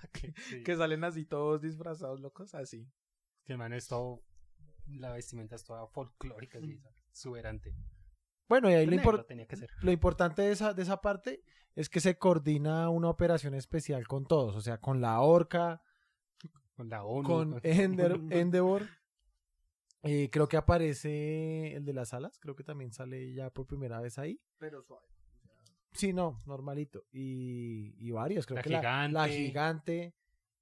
[SPEAKER 6] Que salen así todos disfrazados locos, así.
[SPEAKER 2] Que el man es todo. La vestimenta es toda folclórica, así, exuberante.
[SPEAKER 5] Bueno, y ahí lo,
[SPEAKER 2] Negro
[SPEAKER 5] impor-
[SPEAKER 2] Mm. tenía que ser.
[SPEAKER 5] lo importante de esa, de esa parte es que se coordina una operación especial con todos, o sea, con la orca,
[SPEAKER 2] Con la ONU.
[SPEAKER 5] con Ender- Endeavor. Eh, creo que aparece el de las alas, creo que también sale ya por primera vez ahí.
[SPEAKER 4] Pero suave.
[SPEAKER 5] Sí, no, normalito. Y, y varios, creo
[SPEAKER 2] La
[SPEAKER 5] que
[SPEAKER 2] gigante.
[SPEAKER 5] la, la gigante.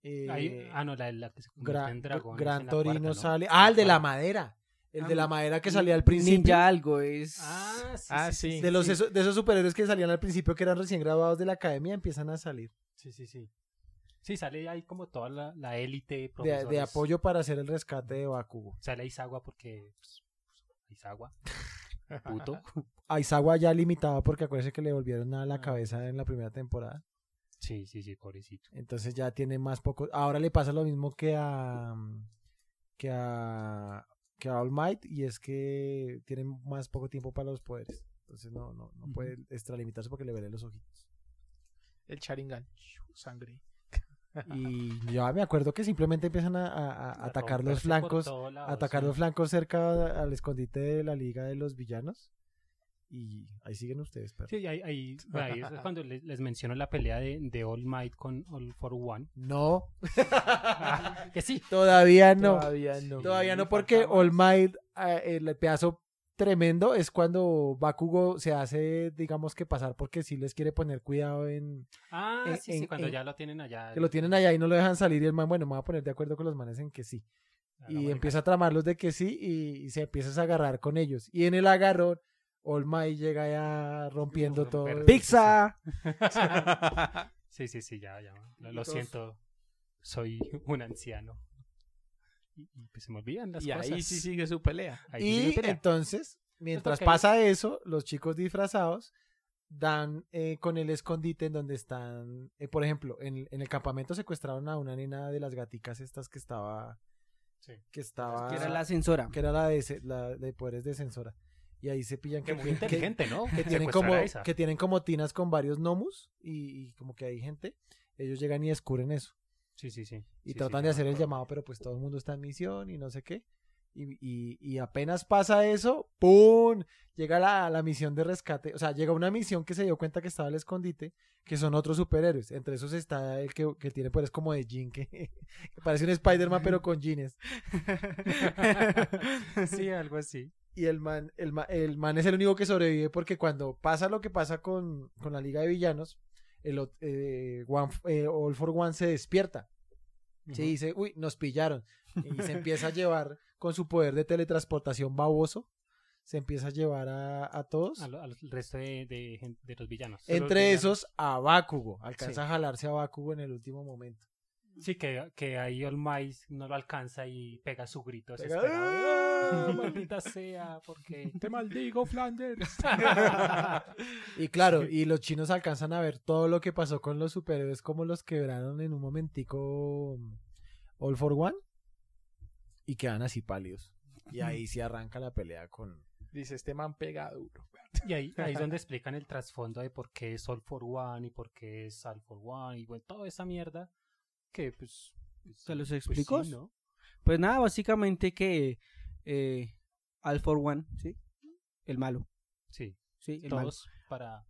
[SPEAKER 5] eh,
[SPEAKER 2] Ahí- ah, no, la, la que se convierte
[SPEAKER 5] Gran,
[SPEAKER 2] en dragón.
[SPEAKER 5] Gran
[SPEAKER 2] es en la
[SPEAKER 5] Torino
[SPEAKER 2] cuarta, ¿no?
[SPEAKER 5] sale. Ah, el de
[SPEAKER 2] Ah.
[SPEAKER 5] la madera. El
[SPEAKER 4] Ah,
[SPEAKER 5] de la
[SPEAKER 4] no.
[SPEAKER 5] madera que salía al principio.
[SPEAKER 4] Ninja algo, es.
[SPEAKER 2] Ah, sí.
[SPEAKER 6] Ah,
[SPEAKER 2] sí,
[SPEAKER 6] sí.
[SPEAKER 5] de, los, esos- de esos superhéroes que salían al principio, que eran recién grabados de la academia, empiezan a salir.
[SPEAKER 2] Sí, sí, sí. Sí, sale ahí como toda la, la élite.
[SPEAKER 5] De, de
[SPEAKER 2] profesores.
[SPEAKER 5] apoyo para hacer el rescate de Bakugo.
[SPEAKER 2] Sale Aizawa porque. pues, Aizawa. Puto.
[SPEAKER 5] Aizawa ya limitado porque acuérdense que le volvieron a
[SPEAKER 2] Ah.
[SPEAKER 5] la cabeza en la primera temporada.
[SPEAKER 2] Sí, sí, sí, pobrecito.
[SPEAKER 5] Entonces ya tiene más poco. Ahora le pasa lo mismo que a. mm, que a. que a All Might. Y es que tiene más poco tiempo para los poderes. Entonces no, no, no puede extralimitarse porque le veré los ojitos.
[SPEAKER 6] El Sharingan. Sangre.
[SPEAKER 5] Y yo me acuerdo que simplemente empiezan a, a- a atacar los
[SPEAKER 2] Romperse por
[SPEAKER 5] flancos.
[SPEAKER 2] todos lados,
[SPEAKER 5] Atacar
[SPEAKER 2] sí.
[SPEAKER 5] los flancos cerca al escondite de la liga de los villanos. Y ahí siguen ustedes, perro.
[SPEAKER 2] Sí, ahí, ahí, ahí es cuando les, les menciono la pelea de, de All Might con All For One.
[SPEAKER 5] No,
[SPEAKER 2] que sí.
[SPEAKER 5] todavía no.
[SPEAKER 6] Todavía no.
[SPEAKER 5] Todavía no, porque
[SPEAKER 6] Faltaba-
[SPEAKER 5] All Might, eh, el pedazo tremendo es cuando Bakugo se hace, digamos que pasar, porque si les quiere poner cuidado en
[SPEAKER 2] Ah,
[SPEAKER 5] En-
[SPEAKER 2] sí, sí,
[SPEAKER 5] en-
[SPEAKER 2] cuando
[SPEAKER 5] en-
[SPEAKER 2] ya lo tienen allá.
[SPEAKER 5] que lo tienen allá y no lo dejan salir. Y el man, bueno, me voy a poner de acuerdo con los manes en que sí. Y empieza a tramarlos de que sí y, y se empieza a agarrar con ellos. Y en el agarrón, All Might llega ya rompiendo
[SPEAKER 2] Romper.
[SPEAKER 5] todo.
[SPEAKER 4] ¡Pizza!
[SPEAKER 2] Sí, sí, sí, ya, ya. Lo,
[SPEAKER 4] Y
[SPEAKER 2] lo
[SPEAKER 4] todos-
[SPEAKER 2] siento. Soy un anciano. Y, y, pues se me olvidan las
[SPEAKER 6] Y
[SPEAKER 2] cosas.
[SPEAKER 6] ahí sí sigue su pelea.
[SPEAKER 2] Ahí sí me
[SPEAKER 5] Y
[SPEAKER 2] pelea. Pues
[SPEAKER 5] entonces, mientras
[SPEAKER 2] porque ahí-
[SPEAKER 5] pasa eso, los chicos disfrazados dan eh, con el escondite en donde están, eh, por ejemplo, en, en el campamento secuestraron a una nena de las gaticas estas que estaba,
[SPEAKER 2] Sí.
[SPEAKER 5] que estaba,
[SPEAKER 4] Que era la ascensora.
[SPEAKER 5] que era la de, se- la de poderes de censora. Y ahí se pillan
[SPEAKER 2] Que
[SPEAKER 5] que,
[SPEAKER 2] muy
[SPEAKER 5] que-
[SPEAKER 2] inteligente, ¿no?
[SPEAKER 5] que tienen
[SPEAKER 2] Secuestrar
[SPEAKER 5] como,
[SPEAKER 2] a esa.
[SPEAKER 5] que tienen como tinas con varios gnomus y, y como que hay gente, ellos llegan y descubren eso
[SPEAKER 2] Sí, sí, sí.
[SPEAKER 5] y
[SPEAKER 2] Sí, sí,
[SPEAKER 5] tratan
[SPEAKER 2] ya
[SPEAKER 5] de hacer
[SPEAKER 2] me
[SPEAKER 5] el
[SPEAKER 2] acuerdo.
[SPEAKER 5] llamado, pero pues todo el mundo está en misión y no sé qué. Y, y- y apenas pasa eso, ¡pum! Llega la, la misión de rescate. O sea, llega una misión que se dio cuenta que estaba el escondite, que son otros superhéroes. Entre esos está el que, que tiene poderes como de Jean, que, que parece un Spider-Man, pero con jeans.
[SPEAKER 2] sí, algo así.
[SPEAKER 5] Y el man, el, ma- el man es el único que sobrevive porque cuando pasa lo que pasa con, con la Liga de Villanos, el, ot- eh, One- eh, All for One se despierta. Sí,
[SPEAKER 2] Ujú.
[SPEAKER 5] dice, uy, nos pillaron. Y se empieza a llevar con su poder de teletransportación baboso. Se empieza a llevar a, a todos.
[SPEAKER 2] A lo- Al, resto de, de gen- de los villanos.
[SPEAKER 5] Entre esos, a Bakugo. Alcanza a jalarse a Bakugo en el último momento.
[SPEAKER 2] Sí, que, que ahí All Might no lo alcanza y pega su grito
[SPEAKER 5] Pega,
[SPEAKER 2] desesperado.
[SPEAKER 5] "¡Ah!".
[SPEAKER 2] Maldita sea, porque.
[SPEAKER 6] Te maldigo, Flanders.
[SPEAKER 5] Y claro, y los chinos alcanzan a ver todo lo que pasó con los superhéroes, como los quebraron en un momentico mm, All for One. Y quedan así pálidos. Y ahí sí arranca la pelea con...
[SPEAKER 6] Dice, este man pega duro.
[SPEAKER 2] Y ahí, ahí es donde explican el trasfondo de por qué es All for One y por qué es All for One y bueno, toda esa mierda que pues...
[SPEAKER 4] ¿Se los
[SPEAKER 2] pues
[SPEAKER 4] explicó?
[SPEAKER 2] sí, ¿no?
[SPEAKER 4] Pues nada, básicamente que eh, All for One, ¿sí? El malo,
[SPEAKER 2] Sí,
[SPEAKER 4] ¿sí? El malo.
[SPEAKER 2] todos para...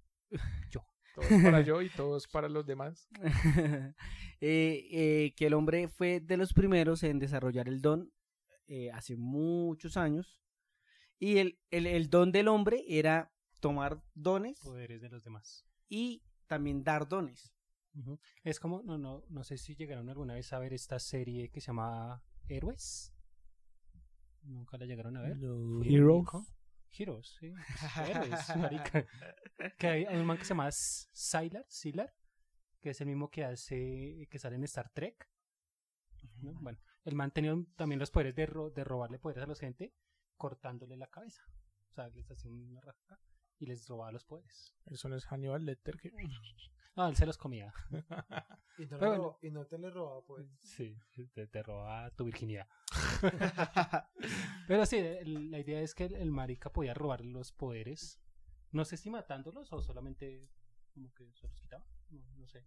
[SPEAKER 6] Todos para yo y todos para los demás.
[SPEAKER 4] Eh, eh, que el hombre fue de los primeros en desarrollar el don eh, hace muchos años. Y el, el- el don del hombre era tomar dones
[SPEAKER 2] Poderes de los demás.
[SPEAKER 4] y también dar dones.
[SPEAKER 2] Ujú. Es como, no, no, no sé si llegaron alguna vez a ver esta serie que se llama Héroes. Nunca la llegaron a ver.
[SPEAKER 5] Heroes.
[SPEAKER 2] Heroes, sí. pues, Héroes, marica. Que hay hay un man que se llama S- Sylar, Sylar, que es el mismo que hace, que sale en Star Trek. ¿no? Bueno, el man tenía un- también los poderes de, ro- de robarle poderes a la gente cortándole la cabeza. O sea, les hacía una raja y les robaba los poderes.
[SPEAKER 6] Eso no es Hannibal Lecter. que-
[SPEAKER 2] Ah, él se los comía.
[SPEAKER 5] Y no,
[SPEAKER 2] Pero
[SPEAKER 5] le
[SPEAKER 2] bueno.
[SPEAKER 5] ro- y no te le
[SPEAKER 2] Ah,
[SPEAKER 5] robaba, pues.
[SPEAKER 2] Sí, te, te roba tu virginidad. Pero sí, el- la idea es que el, el marica podía robar los poderes. No sé si matándolos o solamente como que se los quitaba. No, no sé.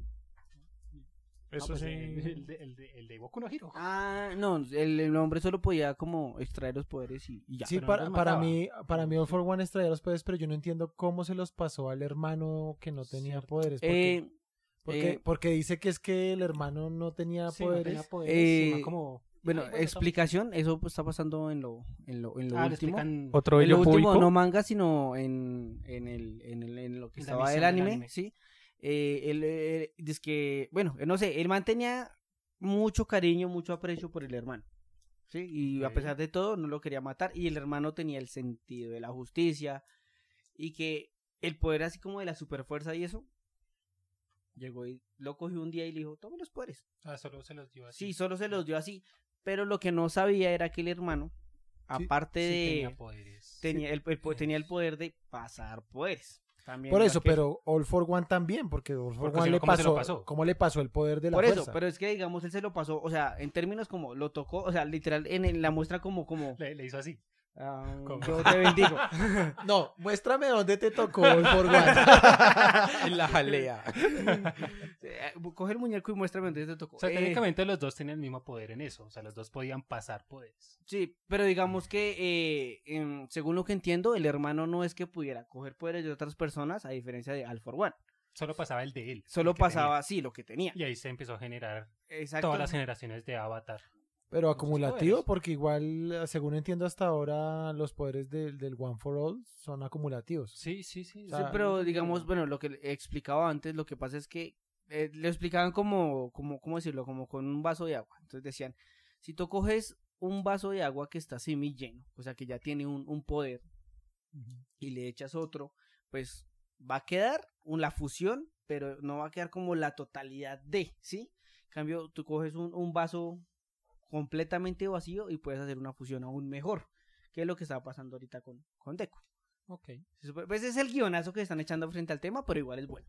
[SPEAKER 6] Eso
[SPEAKER 2] Ah, pues,
[SPEAKER 6] sí.
[SPEAKER 2] El, el de, el de- el de Boku no Hero.
[SPEAKER 4] Ah, no, el, el hombre solo podía como extraer los poderes y, y ya.
[SPEAKER 5] sí,
[SPEAKER 2] pero no
[SPEAKER 5] para,
[SPEAKER 2] los
[SPEAKER 5] para
[SPEAKER 2] mataba.
[SPEAKER 5] mí, para mí All for One extraía los poderes, pero yo no entiendo cómo se los pasó al hermano que no tenía
[SPEAKER 2] Cierto.
[SPEAKER 5] poderes. Porque,
[SPEAKER 4] Eh,
[SPEAKER 5] porque,
[SPEAKER 4] eh,
[SPEAKER 5] porque dice que es que el hermano no tenía
[SPEAKER 2] Sí, no
[SPEAKER 5] poderes.
[SPEAKER 2] tenía poderes,
[SPEAKER 4] Eh,
[SPEAKER 2] sino como...
[SPEAKER 4] bueno,
[SPEAKER 2] Ay, estamos-
[SPEAKER 4] explicación, eso pues, está pasando en lo, en lo, en lo
[SPEAKER 2] Ah, le
[SPEAKER 4] último.
[SPEAKER 2] explican...
[SPEAKER 6] Otro
[SPEAKER 4] en lo
[SPEAKER 6] ello
[SPEAKER 4] último,
[SPEAKER 6] público.
[SPEAKER 4] no manga, sino en, en, el, en, el- en lo que
[SPEAKER 2] En la
[SPEAKER 4] estaba
[SPEAKER 2] misión
[SPEAKER 4] el
[SPEAKER 2] del
[SPEAKER 4] anime,
[SPEAKER 2] anime.
[SPEAKER 4] sí. Eh, él, eh, dice que, bueno, no sé, el man tenía mucho cariño, mucho aprecio por el hermano, sí, y a
[SPEAKER 2] Ok.
[SPEAKER 4] pesar de todo no lo quería matar y el hermano tenía el sentido de la justicia y que el poder así como de la superfuerza y eso, llegó y lo cogió un día y le dijo, tome los poderes.
[SPEAKER 2] Ah, solo se los dio así.
[SPEAKER 4] Sí, solo se los dio así, pero lo que no sabía era que el hermano, aparte
[SPEAKER 2] Sí
[SPEAKER 4] de
[SPEAKER 2] tenía poderes.
[SPEAKER 4] tenía el, el po- tenía el poder de pasar poderes. También
[SPEAKER 5] Por
[SPEAKER 4] igual
[SPEAKER 5] eso,
[SPEAKER 4] que-
[SPEAKER 5] pero All for One también, porque All for
[SPEAKER 2] Porque
[SPEAKER 5] One
[SPEAKER 2] si no,
[SPEAKER 5] le
[SPEAKER 2] ¿cómo se
[SPEAKER 5] pasó,
[SPEAKER 2] lo pasó?
[SPEAKER 5] ¿Cómo le pasó el poder de la
[SPEAKER 4] Por
[SPEAKER 5] fuerza?
[SPEAKER 4] eso, pero es que digamos, él se lo pasó, o sea, en términos como lo tocó, o sea, literal, en, en la muestra como, como,
[SPEAKER 2] Le, le hizo así.
[SPEAKER 4] ah,
[SPEAKER 2] como-
[SPEAKER 4] yo te bendigo.
[SPEAKER 5] No, muéstrame dónde te tocó All for One.
[SPEAKER 6] en la jalea.
[SPEAKER 4] Eh, Coge el muñeco y muéstrame dónde te tocó.
[SPEAKER 2] O sea,
[SPEAKER 4] Eh,
[SPEAKER 2] técnicamente los dos tenían el mismo poder en eso. O sea, los dos podían pasar poderes.
[SPEAKER 4] sí, pero digamos que, eh, em, según lo que entiendo, el hermano no es que pudiera coger poderes de otras personas, a diferencia de Alfor One.
[SPEAKER 2] Solo pasaba el de él.
[SPEAKER 4] Solo
[SPEAKER 2] el que tenía.
[SPEAKER 4] pasaba así lo que tenía.
[SPEAKER 2] Y ahí se empezó a generar
[SPEAKER 4] Exacto.
[SPEAKER 2] todas las generaciones de Avatar.
[SPEAKER 5] Pero
[SPEAKER 2] Muchos
[SPEAKER 5] acumulativo,
[SPEAKER 2] poderes.
[SPEAKER 5] porque igual, eh, según entiendo hasta ahora, los poderes del, del One for All son acumulativos.
[SPEAKER 2] Sí, sí, sí.
[SPEAKER 5] O
[SPEAKER 4] Sí,
[SPEAKER 5] sea,
[SPEAKER 4] pero digamos, bueno, lo que explicaba antes, lo que pasa es que eh, lo explicaban como, como, ¿cómo decirlo? Como con un vaso de agua. Entonces decían, si tú coges un vaso de agua que está semi lleno, o sea, que ya tiene un, un poder, y le echas otro, pues va a quedar un- la fusión, pero no va a quedar como la totalidad de, ¿sí? En cambio, tú coges un, un vaso completamente vacío y puedes hacer una fusión aún mejor, que es lo que estaba pasando ahorita con, con Deku.
[SPEAKER 2] Ok.
[SPEAKER 4] Se supo- Pues es el guionazo que están echando frente al tema, pero igual es bueno.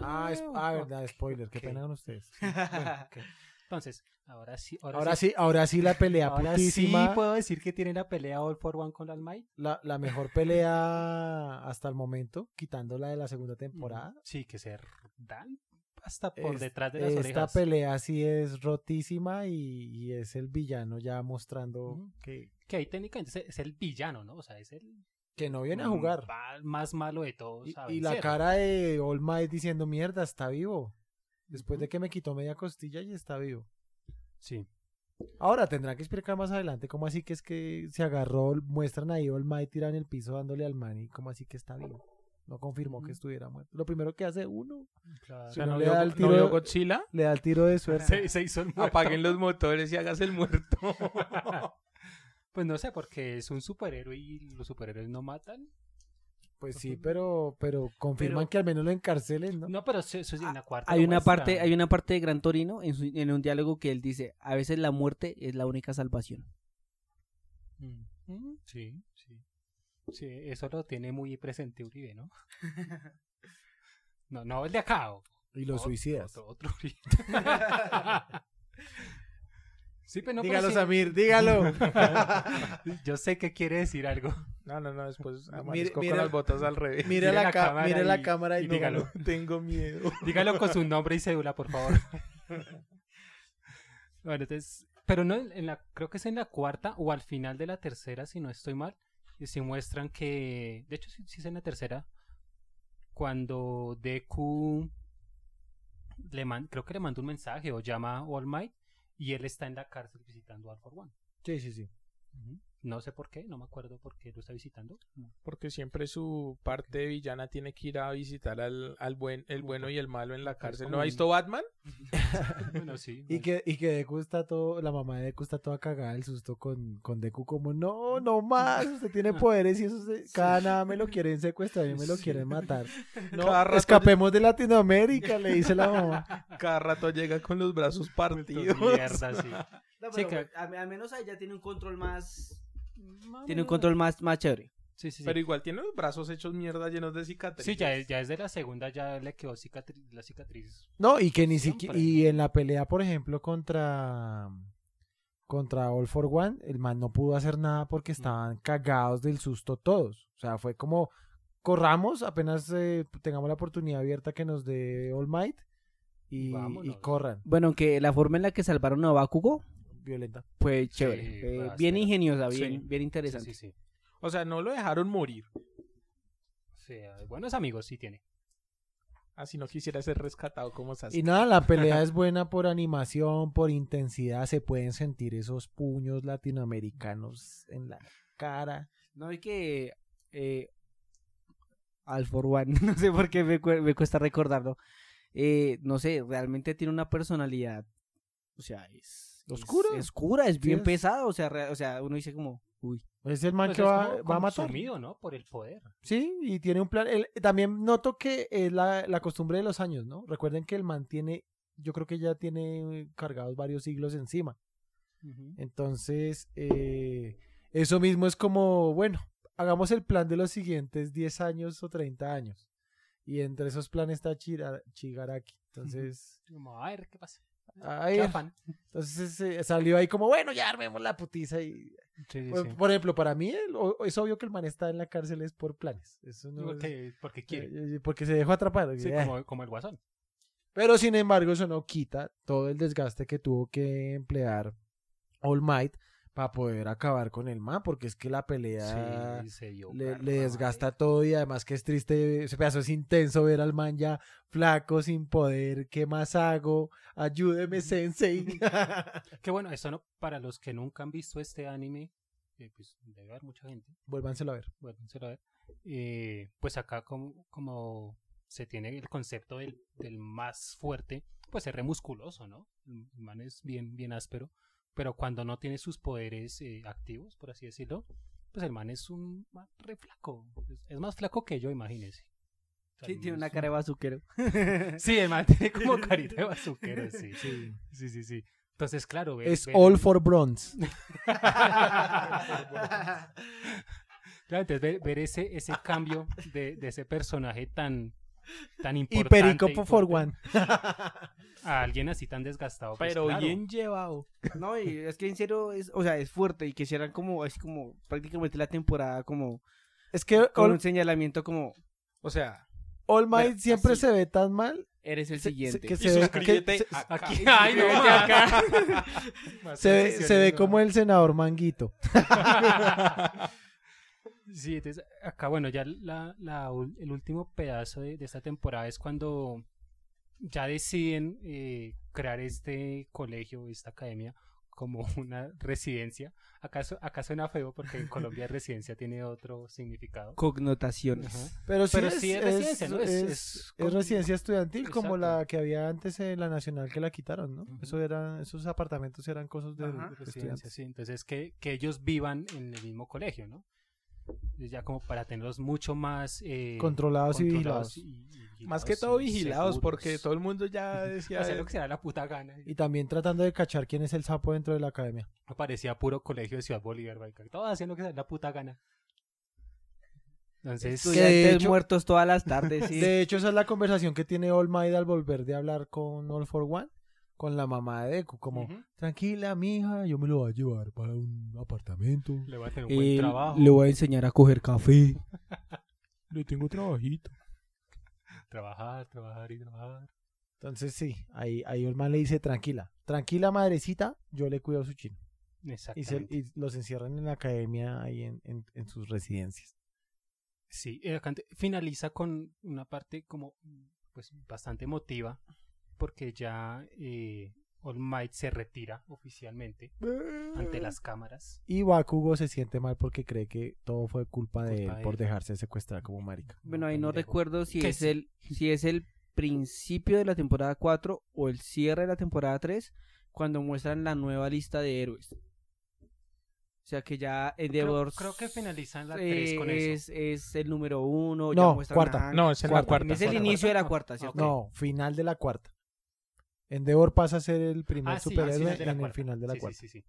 [SPEAKER 5] Ah, es, ah, verdad, spoiler, qué
[SPEAKER 2] ok.
[SPEAKER 5] pena con ustedes.
[SPEAKER 2] Entonces, ahora sí. Ahora,
[SPEAKER 5] Ahora
[SPEAKER 2] sí.
[SPEAKER 5] sí, ahora sí la pelea
[SPEAKER 2] ahora sí
[SPEAKER 5] putísima,
[SPEAKER 2] puedo decir que tiene la pelea All for One con All Might.
[SPEAKER 5] la, la mejor pelea hasta el momento, quitando la de la segunda temporada.
[SPEAKER 2] Sí, que se dan hasta por
[SPEAKER 5] Es-
[SPEAKER 2] detrás de las
[SPEAKER 5] Esta
[SPEAKER 2] orejas.
[SPEAKER 5] pelea sí es rotísima y, y es el villano ya mostrando
[SPEAKER 2] Ujú.
[SPEAKER 5] que,
[SPEAKER 2] Que ahí técnicamente es- es el villano, ¿no? O sea, es el
[SPEAKER 5] que no viene a jugar.
[SPEAKER 2] ma- más malo de todos.
[SPEAKER 5] Y,
[SPEAKER 2] a
[SPEAKER 5] y la
[SPEAKER 2] vencer.
[SPEAKER 5] cara de All Might diciendo, mierda, está vivo. Después de que me quitó media costilla y está vivo.
[SPEAKER 2] Sí.
[SPEAKER 5] Ahora tendrán que explicar más adelante cómo así que es que se agarró, muestran ahí All Might tirado en el piso dándole al man y cómo así que está vivo. No confirmó que estuviera muerto. Lo primero que hace uno,
[SPEAKER 2] Claro.
[SPEAKER 6] O sea,
[SPEAKER 5] no
[SPEAKER 6] no
[SPEAKER 5] le
[SPEAKER 6] vio-
[SPEAKER 5] da el
[SPEAKER 6] no
[SPEAKER 5] tiro-
[SPEAKER 6] vio Godzilla.
[SPEAKER 5] le da el tiro de suerte.
[SPEAKER 2] Se, se hizo el muerto.
[SPEAKER 6] Apaguen los motores y hagas el muerto.
[SPEAKER 2] Pues no sé, porque es un superhéroe y los superhéroes no matan.
[SPEAKER 5] Pues sí, pero, pero confirman que al menos lo encarcelen, ¿no?
[SPEAKER 2] No, pero eso, eso sí, en la cuarta.
[SPEAKER 4] Hay
[SPEAKER 2] lo
[SPEAKER 4] una
[SPEAKER 2] muestran.
[SPEAKER 4] parte, hay una parte de Gran Torino en, su- en un diálogo que él dice, a veces la muerte es la única salvación.
[SPEAKER 2] Mm, mm, Sí, sí. Sí, eso lo tiene muy presente Uribe, ¿no? No, no, el de acá. o-
[SPEAKER 5] Y los
[SPEAKER 2] o-
[SPEAKER 5] suicidas.
[SPEAKER 2] Otro, otro Uribe. sí, pero no pero
[SPEAKER 5] dígalo,
[SPEAKER 2] sí.
[SPEAKER 5] Samir, dígalo.
[SPEAKER 2] Yo sé que quiere decir algo.
[SPEAKER 6] No, no, no, después amanezco
[SPEAKER 5] Ah, mira-
[SPEAKER 6] con las botas al revés.
[SPEAKER 5] Mira la,
[SPEAKER 2] la
[SPEAKER 5] ca-
[SPEAKER 2] cámara
[SPEAKER 5] mira
[SPEAKER 2] y-
[SPEAKER 5] la cámara y,
[SPEAKER 2] y
[SPEAKER 5] no,
[SPEAKER 2] dígalo.
[SPEAKER 5] Tengo miedo.
[SPEAKER 2] Dígalo con su nombre y cédula, por favor. bueno, entonces, pero no, en la, creo que es en la cuarta o al final de la tercera, si no estoy mal, y si muestran que, de hecho, sí, sí es en la tercera, cuando Deku le man, creo que le manda un mensaje o llama a All Might y él está en la cárcel visitando a All for One.
[SPEAKER 5] Sí, sí, sí.
[SPEAKER 2] No sé por qué, no me acuerdo por qué lo está visitando.
[SPEAKER 6] Porque siempre su parte villana tiene que ir a visitar al, al buen, el bueno y el malo en la cárcel. ¿No ha visto Batman?
[SPEAKER 2] bueno, sí.
[SPEAKER 5] Y
[SPEAKER 2] bueno.
[SPEAKER 5] que, y que Deku está todo, la mamá de Deku está toda cagada del susto con, con Deku, como no, no más, usted tiene poderes y eso se- cada nada me lo quieren secuestrar y me lo quieren matar. No,
[SPEAKER 6] Cada rato-
[SPEAKER 5] escapemos de Latinoamérica, le dice la mamá.
[SPEAKER 6] Cada rato llega con los brazos partidos.
[SPEAKER 2] Mierda, sí. Sí, pero, que-
[SPEAKER 4] al menos ahí ya tiene un control más...
[SPEAKER 3] Ah,
[SPEAKER 4] Tiene un control más, más chévere.
[SPEAKER 2] Sí, sí, sí.
[SPEAKER 6] Pero igual tiene los brazos hechos mierda llenos de cicatrices.
[SPEAKER 2] Sí, ya es, ya es de la segunda, ya le quedó cicatri- la cicatriz.
[SPEAKER 5] No, y que ni
[SPEAKER 2] Siempre,
[SPEAKER 5] siquiera, y en la pelea, por ejemplo, contra contra All for One, el man no pudo hacer nada porque estaban cagados del susto todos. O sea, fue como corramos apenas eh, tengamos la oportunidad abierta que nos dé All Might y, y
[SPEAKER 2] Vámonos.
[SPEAKER 5] corran.
[SPEAKER 4] Bueno, que la forma en la que salvaron a Bakugo
[SPEAKER 5] Violenta.
[SPEAKER 4] fue chévere.
[SPEAKER 2] Sí,
[SPEAKER 4] fue
[SPEAKER 2] bastante.
[SPEAKER 4] bien ingeniosa, bien,
[SPEAKER 6] Sí.
[SPEAKER 4] bien
[SPEAKER 2] Sí,
[SPEAKER 4] interesante.
[SPEAKER 2] sí, sí.
[SPEAKER 6] O sea, no lo dejaron morir.
[SPEAKER 2] Sí, buenos amigos sí tiene.
[SPEAKER 6] Así no quisiera ser rescatado como Sasuke.
[SPEAKER 5] Y nada, la pelea es buena por animación, por intensidad. Se pueden sentir esos puños latinoamericanos en la cara.
[SPEAKER 4] No, es que. Eh, All for One, no sé por qué me, cue- me cuesta recordarlo. Eh, no sé, realmente tiene una personalidad. O sea, es. es
[SPEAKER 5] Oscura.
[SPEAKER 4] oscura, es bien
[SPEAKER 5] es.
[SPEAKER 4] pesado. O sea, re- o sea, uno dice como. Uy.
[SPEAKER 5] Es el man
[SPEAKER 2] Pues
[SPEAKER 5] que
[SPEAKER 2] es
[SPEAKER 5] va,
[SPEAKER 2] como
[SPEAKER 5] va a matar.
[SPEAKER 2] consumido, ¿no? Por el poder.
[SPEAKER 5] Sí, y tiene un plan. él- también noto que es la, la costumbre de los años, ¿no? Recuerden que el man tiene, yo creo que ya tiene cargados varios siglos encima. Entonces, eh, eso mismo es como, bueno, hagamos el plan de los siguientes 10 años o 30 años. Y entre esos planes está Chira- Chigaraki. Entonces,
[SPEAKER 2] Como, a ver, ¿qué pasa?
[SPEAKER 5] ahí-
[SPEAKER 2] Chafan.
[SPEAKER 5] entonces eh, salió ahí como, bueno, ya armemos la putiza. Y,
[SPEAKER 2] Sí, sí,
[SPEAKER 5] por,
[SPEAKER 2] sí.
[SPEAKER 5] por ejemplo, para mí el- o- es obvio que el man está en la cárcel es por planes. Eso no es-
[SPEAKER 2] Porque, porque quiere.
[SPEAKER 5] Eh, eh, Porque se dejó atrapar.
[SPEAKER 2] Sí,
[SPEAKER 5] Eh.
[SPEAKER 2] como, como el guasón.
[SPEAKER 5] Pero sin embargo, eso no quita todo el desgaste que tuvo que emplear All Might para poder acabar con el man, porque es que la pelea
[SPEAKER 2] Sí, se dio.
[SPEAKER 5] le,
[SPEAKER 2] carro,
[SPEAKER 5] le
[SPEAKER 2] madre.
[SPEAKER 5] desgasta todo y además que es triste, ese pedazo es intenso ver al man ya flaco, sin poder, ¿qué más hago? Ayúdeme, sensei.
[SPEAKER 2] Que bueno, eso no, para los que nunca han visto este anime, eh, pues debe haber mucha gente.
[SPEAKER 5] Vuélvanselo a ver.
[SPEAKER 2] vuélvanselo a ver. Eh, pues acá como, como se tiene el concepto del, del más fuerte, pues es remusculoso, ¿no? El man es bien, bien áspero, pero cuando no tiene sus poderes eh, activos, por así decirlo, pues el man es un man re flaco. Es, es más flaco que yo, imagínese. O sea,
[SPEAKER 4] Sí,
[SPEAKER 2] el
[SPEAKER 4] tiene
[SPEAKER 2] man
[SPEAKER 4] una
[SPEAKER 2] es
[SPEAKER 4] cara de bazuquero.
[SPEAKER 2] un- Sí, el man tiene como carita de bazuquero, sí. Sí, sí, sí. sí. Entonces, claro, ve-
[SPEAKER 5] Es
[SPEAKER 2] ve-
[SPEAKER 5] All for Bronze.
[SPEAKER 2] Claro, entonces ver, ver ese, ese cambio de, de ese personaje tan, tan
[SPEAKER 5] Y
[SPEAKER 2] importante.
[SPEAKER 5] Pericopo for
[SPEAKER 2] importante,
[SPEAKER 5] One.
[SPEAKER 2] A alguien así tan desgastado. pues,
[SPEAKER 6] Pero
[SPEAKER 2] claro.
[SPEAKER 6] bien llevado.
[SPEAKER 4] No, y es que en serio, es, o sea, es fuerte. Y que hicieran como. Es como prácticamente la temporada como.
[SPEAKER 5] Es que
[SPEAKER 4] Con un
[SPEAKER 5] All,
[SPEAKER 4] señalamiento como.
[SPEAKER 6] O sea,
[SPEAKER 5] All Might
[SPEAKER 4] Bueno,
[SPEAKER 5] siempre
[SPEAKER 4] así.
[SPEAKER 5] se ve tan mal
[SPEAKER 4] Eres el
[SPEAKER 5] se- se-
[SPEAKER 4] siguiente.
[SPEAKER 5] que
[SPEAKER 6] y
[SPEAKER 5] se ve- que-
[SPEAKER 6] suscríbete
[SPEAKER 5] se-
[SPEAKER 6] acá.
[SPEAKER 2] Aquí, ay, no, acá.
[SPEAKER 5] Se ve, se ve como el senador Manguito.
[SPEAKER 2] Sí, entonces acá, bueno, ya la, la ul- el último pedazo de, de esta temporada es cuando ya deciden eh, crear este colegio, esta academia, como una residencia. Acá, su- acá suena feo porque en Colombia residencia tiene otro significado.
[SPEAKER 4] Cognotaciones.
[SPEAKER 5] Pero sí,
[SPEAKER 2] Pero
[SPEAKER 5] es,
[SPEAKER 2] sí es residencia, ¿no?
[SPEAKER 5] Es,
[SPEAKER 2] Es-
[SPEAKER 5] es-
[SPEAKER 2] es
[SPEAKER 5] es residencia estudiantil como
[SPEAKER 2] Exacto.
[SPEAKER 5] la que había antes en la nacional que la quitaron, ¿no?
[SPEAKER 2] Ujú.
[SPEAKER 5] Eso eran, esos apartamentos eran cosas de
[SPEAKER 4] Ajá.
[SPEAKER 5] de
[SPEAKER 2] residencia,
[SPEAKER 5] estudiantes.
[SPEAKER 2] sí. Entonces, que, que ellos vivan en el mismo colegio, ¿no? Y Ya como para tenerlos mucho más... eh,
[SPEAKER 5] Controlados, y vigilados.
[SPEAKER 2] controlados y- y vigilados
[SPEAKER 6] Más que todo
[SPEAKER 2] y
[SPEAKER 6] vigilados,
[SPEAKER 2] seguros.
[SPEAKER 6] porque todo el mundo ya decía.
[SPEAKER 2] Hacer lo que se da la puta gana.
[SPEAKER 5] Y también tratando de cachar quién es el sapo dentro de la academia.
[SPEAKER 2] Parecía puro colegio de Ciudad Bolívar, marica. Todos haciendo lo que se da la puta gana. Entonces,
[SPEAKER 5] Que de
[SPEAKER 4] Estudiantes
[SPEAKER 5] hecho-
[SPEAKER 4] muertos todas las tardes. sí.
[SPEAKER 5] De hecho, esa es la conversación que tiene All Might al volver de hablar con All for One, con la mamá de Deku, como,
[SPEAKER 2] ujú,
[SPEAKER 5] tranquila, mija, yo me lo voy a llevar para un apartamento.
[SPEAKER 2] le va a tener un buen
[SPEAKER 4] Eh,
[SPEAKER 2] trabajo.
[SPEAKER 4] le voy a enseñar a coger café.
[SPEAKER 5] Le tengo trabajito.
[SPEAKER 2] Trabajar, trabajar y trabajar.
[SPEAKER 5] Entonces sí, ahí, ahí All Might le dice, tranquila, tranquila madrecita, yo le cuido a su chino. Y, se-
[SPEAKER 2] Exactamente.
[SPEAKER 5] y los encierran en la academia ahí en, en- en sus residencias.
[SPEAKER 2] Sí, eh, acá ante- finaliza con una parte como pues bastante emotiva porque ya eh, All Might se retira oficialmente
[SPEAKER 5] Mm.
[SPEAKER 2] ante las cámaras.
[SPEAKER 5] Y Bakugo se siente mal porque cree que todo fue culpa de
[SPEAKER 2] Culpa
[SPEAKER 5] él
[SPEAKER 2] de
[SPEAKER 5] por
[SPEAKER 2] él.
[SPEAKER 5] dejarse secuestrar como marica.
[SPEAKER 4] Bueno, ahí no
[SPEAKER 2] Pendejo.
[SPEAKER 4] recuerdo si
[SPEAKER 2] Que
[SPEAKER 4] es
[SPEAKER 2] sí.
[SPEAKER 4] el si es el principio de la temporada 4 o el cierre de la temporada 3 cuando muestran la nueva lista de héroes. O sea que ya Endeavor
[SPEAKER 2] Creo, creo que finaliza en la
[SPEAKER 4] eh,
[SPEAKER 2] 3 con eso.
[SPEAKER 4] es, es el número 1,
[SPEAKER 5] No,
[SPEAKER 4] ya muestran a
[SPEAKER 5] cuarta.
[SPEAKER 4] Hank.
[SPEAKER 6] No, es en la
[SPEAKER 5] Cuarta.
[SPEAKER 6] cuarta.
[SPEAKER 4] Es el
[SPEAKER 2] cuarta,
[SPEAKER 4] inicio de la
[SPEAKER 2] cuarta.
[SPEAKER 4] cuarta, ¿cierto?
[SPEAKER 5] No, final de la cuarta. Endeavor pasa a ser el primer
[SPEAKER 2] Ah, sí, al
[SPEAKER 5] superhéroe
[SPEAKER 2] final de la
[SPEAKER 5] en el
[SPEAKER 2] cuarta.
[SPEAKER 5] final de la
[SPEAKER 2] Sí, sí,
[SPEAKER 5] cuarta.
[SPEAKER 2] Sí, sí,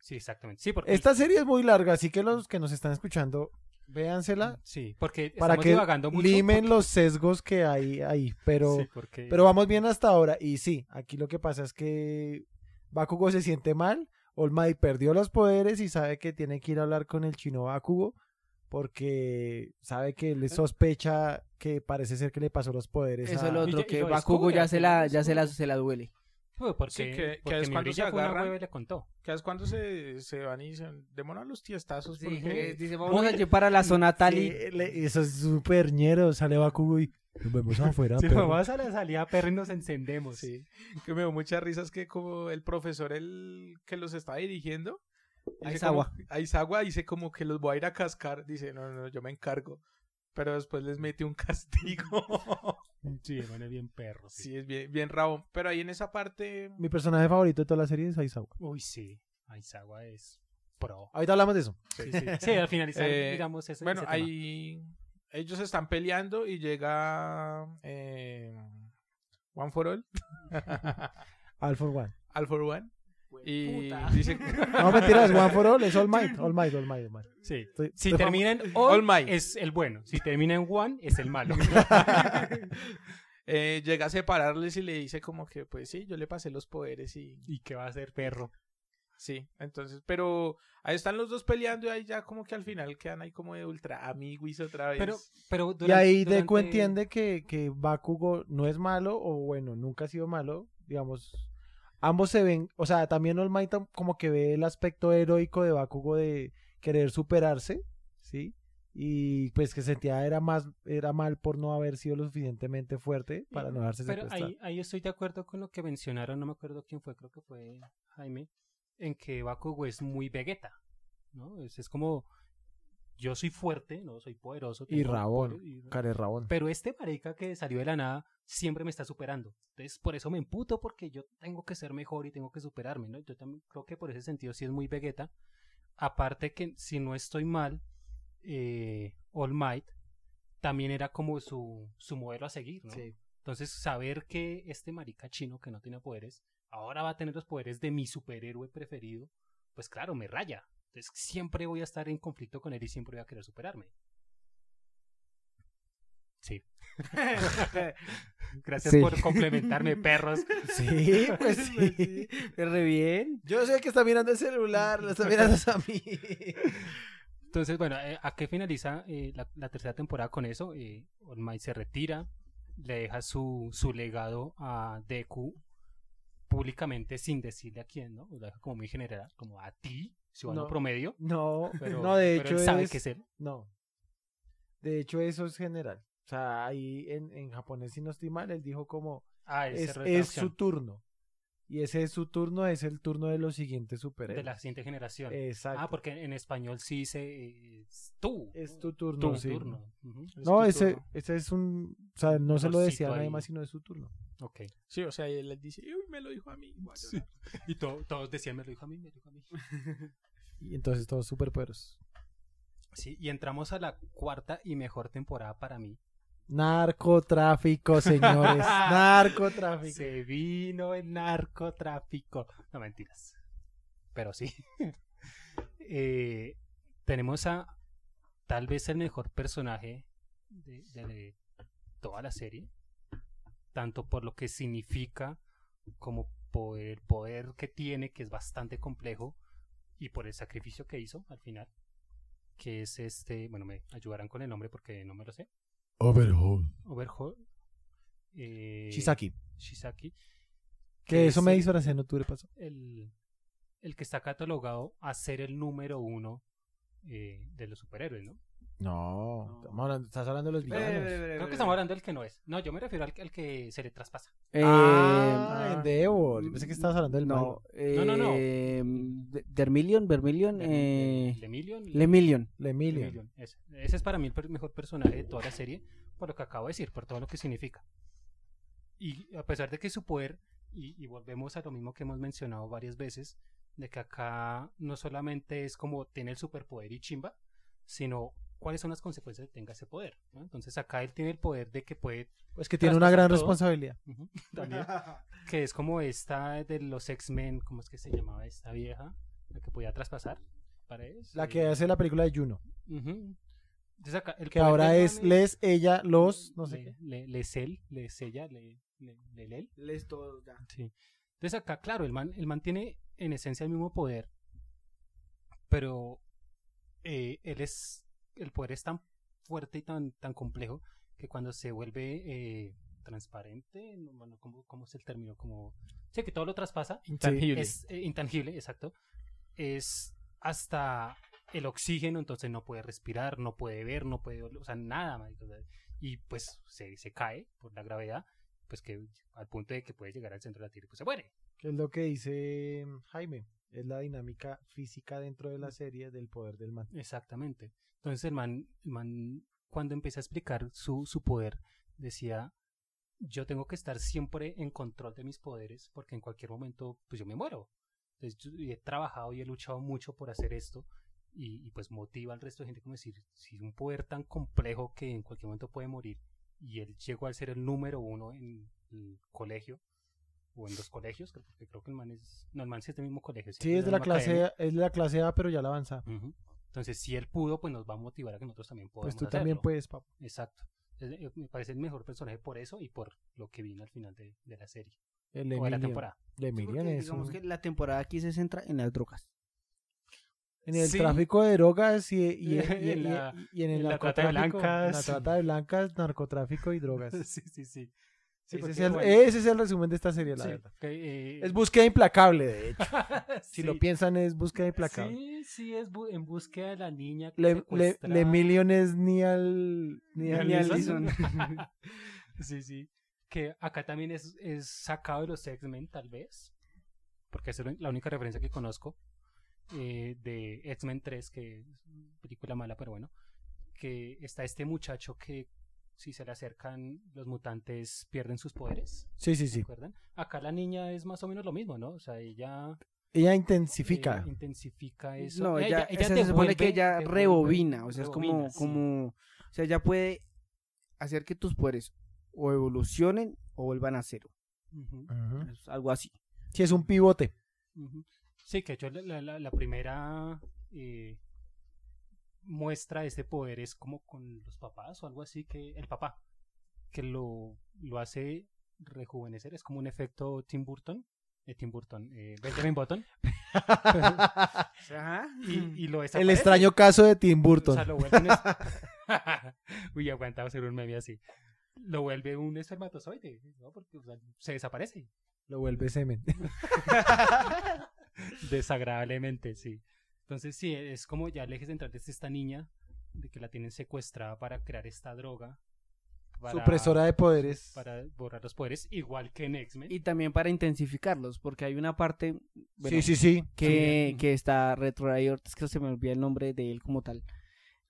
[SPEAKER 2] Sí, exactamente. Sí, porque
[SPEAKER 5] Esta serie es muy larga, así que los que nos están escuchando, véansela
[SPEAKER 2] Mm, Sí, porque
[SPEAKER 5] para
[SPEAKER 2] estamos
[SPEAKER 5] que
[SPEAKER 2] divagando mucho.
[SPEAKER 5] limen los sesgos que hay ahí. Pero,
[SPEAKER 2] Sí, porque-
[SPEAKER 5] pero vamos bien hasta ahora. Y sí, aquí lo que pasa es que Bakugo se siente mal. All Might perdió los poderes y sabe que tiene que ir a hablar con el chino Bakugo porque sabe que le sospecha que parece ser que le pasó los poderes.
[SPEAKER 4] Eso
[SPEAKER 5] a-
[SPEAKER 4] es lo
[SPEAKER 2] Y ya-
[SPEAKER 4] otro,
[SPEAKER 2] y
[SPEAKER 4] que
[SPEAKER 2] lo
[SPEAKER 4] Bakugo
[SPEAKER 2] descubre,
[SPEAKER 4] ya se
[SPEAKER 2] lo
[SPEAKER 4] la, ya se
[SPEAKER 2] descubre.
[SPEAKER 4] la, se la duele.
[SPEAKER 2] Fue porque,
[SPEAKER 6] Sí, que- que
[SPEAKER 2] porque
[SPEAKER 6] es cuando
[SPEAKER 2] Miurilla
[SPEAKER 6] se
[SPEAKER 2] fue una
[SPEAKER 6] agarran.
[SPEAKER 2] hueva y le contó.
[SPEAKER 6] Que es cuando se, se van y se demoran los tiestazos.
[SPEAKER 4] Sí, que
[SPEAKER 6] porque
[SPEAKER 4] dice, vamos a llevar a la zona tal y...
[SPEAKER 5] Sí, le- eso es súper ñero, sale Bakugo y nos vemos afuera,
[SPEAKER 2] Si
[SPEAKER 5] perro".
[SPEAKER 2] vamos a la salida, perro, y nos encendemos.
[SPEAKER 6] Sí, que me dio muchas risas que como el profesor el que los está dirigiendo. dice
[SPEAKER 4] Aizawa.
[SPEAKER 6] como- Aizawa dice como que los voy a ir a cascar. Dice, no, no, yo me encargo. Pero después les mete un castigo.
[SPEAKER 2] Sí, bueno, bien perro. sí.
[SPEAKER 6] sí, es bien, bien rabón. Pero ahí en esa parte...
[SPEAKER 5] Mi personaje favorito de toda la serie es Aizawa.
[SPEAKER 2] Uy, sí. Aizawa es pro.
[SPEAKER 5] Ahorita hablamos de eso.
[SPEAKER 2] Sí, sí. Sí, al finalizar,
[SPEAKER 6] Eh,
[SPEAKER 2] digamos, ese,
[SPEAKER 6] bueno,
[SPEAKER 2] ese tema.
[SPEAKER 6] ahí ellos están peleando y llega... eh, One for All.
[SPEAKER 5] All for One.
[SPEAKER 6] All for One. Y
[SPEAKER 2] puta.
[SPEAKER 6] dice...
[SPEAKER 5] No, mentiras, One for All es All Might, All Might, All Might, All Might.
[SPEAKER 2] Sí.
[SPEAKER 5] Estoy-
[SPEAKER 2] Si
[SPEAKER 5] estoy
[SPEAKER 2] termina en
[SPEAKER 6] All
[SPEAKER 2] all,
[SPEAKER 6] Might.
[SPEAKER 2] es el bueno. Si termina en one, es el malo.
[SPEAKER 6] Eh, llega a separarles y le dice como que pues sí, yo le pasé los poderes y
[SPEAKER 2] ¿Y qué va a hacer, perro?
[SPEAKER 6] sí, entonces, pero ahí están los dos peleando y ahí ya como que al final quedan ahí como de ultra amiguis otra vez.
[SPEAKER 2] Pero, pero
[SPEAKER 5] Y ahí
[SPEAKER 2] durante-
[SPEAKER 5] Deku
[SPEAKER 2] durante-
[SPEAKER 5] entiende que, que Bakugo no es malo, o bueno, nunca ha sido malo, digamos. Ambos se ven, o sea, también All Might tam- como que ve el aspecto heroico de Bakugo de querer superarse, ¿sí? Y pues que sentía era más, era mal por no haber sido lo suficientemente fuerte para no darse
[SPEAKER 2] Pero
[SPEAKER 5] secuestrar.
[SPEAKER 2] ahí, ahí estoy de acuerdo con lo que mencionaron, no me acuerdo quién fue, creo que fue Jaime, en que Bakugo es muy Vegeta, ¿no? Es, es como, yo soy fuerte, ¿no? Soy poderoso.
[SPEAKER 5] Y
[SPEAKER 2] tengo
[SPEAKER 5] rabón,
[SPEAKER 2] poder- y-
[SPEAKER 5] Care Rabón.
[SPEAKER 2] Pero este marica que salió de la nada siempre me está superando. Entonces, por eso me emputo, porque yo tengo que ser mejor y tengo que superarme, ¿no? Yo también creo que por ese sentido sí es muy Vegeta. Aparte que, si no estoy mal, eh, All Might también era como su, su modelo a seguir, ¿no? Entonces, saber que este marica chino que no tiene poderes, ahora va a tener los poderes de mi superhéroe preferido, pues claro, me raya. Entonces, siempre voy a estar en conflicto con él y siempre voy a querer superarme. Sí. Gracias
[SPEAKER 4] Sí.
[SPEAKER 2] por complementarme, perros.
[SPEAKER 5] Sí, pues sí.
[SPEAKER 4] Re bien.
[SPEAKER 5] Yo sé que está mirando el celular, lo está mirando a mí.
[SPEAKER 2] Entonces, bueno, eh, ¿a qué finaliza eh, la, la tercera temporada con eso? Eh, All Might se retira, le deja su, su legado a Deku públicamente sin decirle a quién, ¿no? Lo deja como muy general, como a ti, ciudadano
[SPEAKER 5] No.
[SPEAKER 2] promedio.
[SPEAKER 5] No,
[SPEAKER 2] Pero,
[SPEAKER 5] no, de
[SPEAKER 2] pero
[SPEAKER 5] hecho
[SPEAKER 2] él sabe
[SPEAKER 5] es-
[SPEAKER 2] que es él.
[SPEAKER 5] No. De hecho, eso es general. O sea, ahí en, en japonés, si no estoy mal, él dijo como,
[SPEAKER 2] Ah, es,
[SPEAKER 5] es, es su turno. Y ese es su turno, es el turno de los siguientes
[SPEAKER 2] de
[SPEAKER 5] superhéroes.
[SPEAKER 2] la siguiente generación.
[SPEAKER 5] Exacto.
[SPEAKER 2] Ah, porque en español sí dice eh, es tú.
[SPEAKER 5] Es tu turno,
[SPEAKER 2] Tu
[SPEAKER 5] sí.
[SPEAKER 2] turno. Ujú.
[SPEAKER 5] No,
[SPEAKER 6] tu
[SPEAKER 5] ese,
[SPEAKER 6] turno.
[SPEAKER 5] ese es un... O sea, no se lo
[SPEAKER 2] Trocito
[SPEAKER 5] decía a nadie
[SPEAKER 2] ahí.
[SPEAKER 5] más, sino es su turno.
[SPEAKER 2] Ok.
[SPEAKER 6] Sí, o sea, y él les dice, uy, me lo dijo a mí. voy a llorar".
[SPEAKER 2] Y to- todos decían, me lo dijo a mí, me lo dijo a mí.
[SPEAKER 5] Y entonces todos superpoderosos.
[SPEAKER 2] Sí, y entramos a la cuarta y mejor temporada para mí.
[SPEAKER 5] Narcotráfico, señores. Narcotráfico.
[SPEAKER 2] Se vino el narcotráfico. No mentiras. Pero sí. Eh, tenemos a tal vez el mejor personaje de, de- de toda la serie. Tanto por lo que significa como por el poder que tiene, que es bastante complejo, y por el sacrificio que hizo al final. Que es este, bueno, me ayudarán con el nombre porque no me lo sé.
[SPEAKER 5] Overhaul.
[SPEAKER 2] Overhaul. eh,
[SPEAKER 5] Shisaki.
[SPEAKER 2] Shisaki,
[SPEAKER 5] Que eso
[SPEAKER 2] es
[SPEAKER 5] me
[SPEAKER 2] el-
[SPEAKER 5] disfracé en octubre pasado.
[SPEAKER 2] el, el que está catalogado a ser el número uno eh, de los superhéroes, ¿no?
[SPEAKER 5] No, estamos hablando- estás hablando de los
[SPEAKER 4] Ve, ve, ve,
[SPEAKER 5] villanos.
[SPEAKER 4] ve,
[SPEAKER 2] Creo
[SPEAKER 4] ve.
[SPEAKER 2] que
[SPEAKER 3] Eh.
[SPEAKER 2] estamos hablando del que no es. No, yo me refiero al, al que se le traspasa.
[SPEAKER 4] Eh,
[SPEAKER 5] ah,
[SPEAKER 6] ah.
[SPEAKER 5] Endeavor. Yo Pensé que estabas hablando del
[SPEAKER 4] Em, no,
[SPEAKER 5] malo.
[SPEAKER 2] No, no, no.
[SPEAKER 4] eh, de- Dermillion, Vermillion, eh,
[SPEAKER 2] Lemillion.
[SPEAKER 4] Lemillion.
[SPEAKER 5] Lemillion.
[SPEAKER 2] Lemillion, Ese. Ese es para mí el per- mejor personaje de toda la serie, por lo que acabo de decir, por todo lo que significa. Y a pesar de que su poder, y, y volvemos a lo mismo que hemos mencionado varias veces, de que acá no solamente es como tiene el superpoder y chimba, sino cuáles son las consecuencias que tenga ese poder. ¿no? Entonces acá él tiene el poder de que puede
[SPEAKER 5] Pues que tiene una gran
[SPEAKER 2] Traspasar todo.
[SPEAKER 5] responsabilidad.
[SPEAKER 2] Ujú, también. que es como esta de los X-Men, ¿cómo es que se llamaba esta vieja? La que podía traspasar paredes.
[SPEAKER 5] La
[SPEAKER 2] eh,
[SPEAKER 5] que hace la película de Juno.
[SPEAKER 2] ujú. Entonces acá el
[SPEAKER 5] Que
[SPEAKER 2] poder
[SPEAKER 5] ahora
[SPEAKER 2] del
[SPEAKER 5] es
[SPEAKER 2] man
[SPEAKER 5] les, ella, los, no sé
[SPEAKER 2] le,
[SPEAKER 5] qué.
[SPEAKER 2] Le, le sel, le sella, le, le, le lel.
[SPEAKER 4] Les todo ya.
[SPEAKER 2] Sí. Entonces acá, claro, el man, el man tiene en esencia el mismo poder, pero eh, él es el poder es tan fuerte y tan, tan complejo que cuando se vuelve eh, transparente, no, bueno, ¿cómo, ¿cómo es el término? Como, sé que todo lo traspasa,
[SPEAKER 6] Intangible.
[SPEAKER 2] es eh, intangible, exacto. Es hasta el oxígeno, entonces no puede respirar, no puede ver, no puede, ol- o sea, nada, marica, o sea, y pues se, se cae por la gravedad, pues que al punto de que puede llegar al centro de la Tierra y pues se muere.
[SPEAKER 5] Que es lo que dice Jaime. Es la dinámica física dentro
[SPEAKER 2] Mm.
[SPEAKER 5] de la serie del poder del man.
[SPEAKER 2] Exactamente. Entonces el man, el man, cuando empecé a explicar su, su poder, decía, yo tengo que estar siempre en control de mis poderes porque en cualquier momento, pues yo me muero. Entonces yo he trabajado y he luchado mucho por hacer esto y, y, pues motiva al resto de gente como decir, si es un poder tan complejo que en cualquier momento puede morir y él llegó al ser el número uno en el colegio o en los colegios, creo- porque creo que el man es, no, el man sí es del mismo colegio.
[SPEAKER 5] Sí, es de la
[SPEAKER 2] misma academia.
[SPEAKER 5] clase A, es de la clase A, pero ya la avanza.
[SPEAKER 2] Ujú. Entonces, si él pudo, pues nos va a motivar a que nosotros también podamos
[SPEAKER 5] Pues tú
[SPEAKER 2] hacerlo.
[SPEAKER 5] también puedes, papá.
[SPEAKER 2] Exacto. Entonces, eh, me parece el mejor personaje por eso y por lo que vino al final de, de la serie
[SPEAKER 5] El
[SPEAKER 2] o de la
[SPEAKER 5] Emilian.
[SPEAKER 2] temporada.
[SPEAKER 5] El Emilian
[SPEAKER 4] Porque
[SPEAKER 5] es
[SPEAKER 4] digamos
[SPEAKER 5] un-
[SPEAKER 4] que la temporada aquí se centra en las drogas.
[SPEAKER 5] En el
[SPEAKER 6] Sí.
[SPEAKER 5] tráfico de drogas y, y- y-
[SPEAKER 2] En
[SPEAKER 5] y- y-
[SPEAKER 2] la-
[SPEAKER 5] y en el
[SPEAKER 2] en la trata de
[SPEAKER 5] narcotráfico. En la
[SPEAKER 2] blancas.
[SPEAKER 5] trata de blancas, narcotráfico y drogas.
[SPEAKER 2] sí, sí, sí.
[SPEAKER 5] ese,
[SPEAKER 2] porque,
[SPEAKER 5] pues, es el,
[SPEAKER 2] bueno,
[SPEAKER 5] ese es el resumen de esta serie, la
[SPEAKER 2] sí,
[SPEAKER 5] verdad.
[SPEAKER 2] que, eh,
[SPEAKER 5] Es búsqueda implacable, de hecho. Si
[SPEAKER 2] sí.
[SPEAKER 5] lo piensan, es búsqueda implacable.
[SPEAKER 2] Sí, sí, es bu- en búsqueda de la niña que
[SPEAKER 5] Le, le,
[SPEAKER 2] secuestrada.
[SPEAKER 5] le Million es ni al. Ni al,
[SPEAKER 2] Ni al
[SPEAKER 5] Lison.
[SPEAKER 2] sí, sí. Que acá también es, es sacado de los X-Men, tal vez. Porque esa es la única referencia que conozco eh, de X-Men 3, que es una película mala, pero bueno. Que está este muchacho que si se le acercan los mutantes pierden sus poderes.
[SPEAKER 5] Sí, sí,
[SPEAKER 2] ¿Se
[SPEAKER 5] sí.
[SPEAKER 2] acuerdan? Acá la niña es más o menos lo mismo, ¿no? O sea, ella
[SPEAKER 5] Ella
[SPEAKER 2] eh,
[SPEAKER 5] intensifica.
[SPEAKER 2] intensifica eso.
[SPEAKER 4] No, ella, esa se supone
[SPEAKER 2] devuelve-
[SPEAKER 4] que ella
[SPEAKER 2] devuelve-
[SPEAKER 4] rebobina, o sea,
[SPEAKER 2] rebobina,
[SPEAKER 4] es
[SPEAKER 2] sí.
[SPEAKER 4] como, como, o sea, ella puede hacer que tus poderes o evolucionen o vuelvan a cero,
[SPEAKER 2] Ujú.
[SPEAKER 5] Ujú.
[SPEAKER 4] es algo así.
[SPEAKER 5] Sí, es un pivote.
[SPEAKER 2] Ujú. Sí, que de hecho la, la- la- la primera eh, muestra de este poder es como con los papás o algo así, que el papá, que lo, lo hace rejuvenecer, es como un efecto Tim Burton, eh, Tim Burton, eh, Benjamin Button,
[SPEAKER 4] Ajá.
[SPEAKER 2] y, y lo
[SPEAKER 5] El
[SPEAKER 2] desaparece.
[SPEAKER 5] extraño caso de Tim
[SPEAKER 2] O sea,
[SPEAKER 5] Burton.
[SPEAKER 2] lo vuelve un es- Uy, aguanta hacer un meme así. Lo vuelve un espermatozoide, ¿no? Porque o sea, se desaparece.
[SPEAKER 5] Lo vuelve semen.
[SPEAKER 2] Desagradablemente, sí. Entonces, sí, es como ya el eje central es esta niña, de que la tienen secuestrada para crear esta droga. para-
[SPEAKER 5] Supresora de poderes.
[SPEAKER 2] Para borrar los poderes, igual que en X-Men.
[SPEAKER 4] Y también para intensificarlos, porque hay una parte bueno,
[SPEAKER 5] sí, sí, sí.
[SPEAKER 2] Ah,
[SPEAKER 4] que, que está retroayor, es que se me olvida el nombre de él como tal.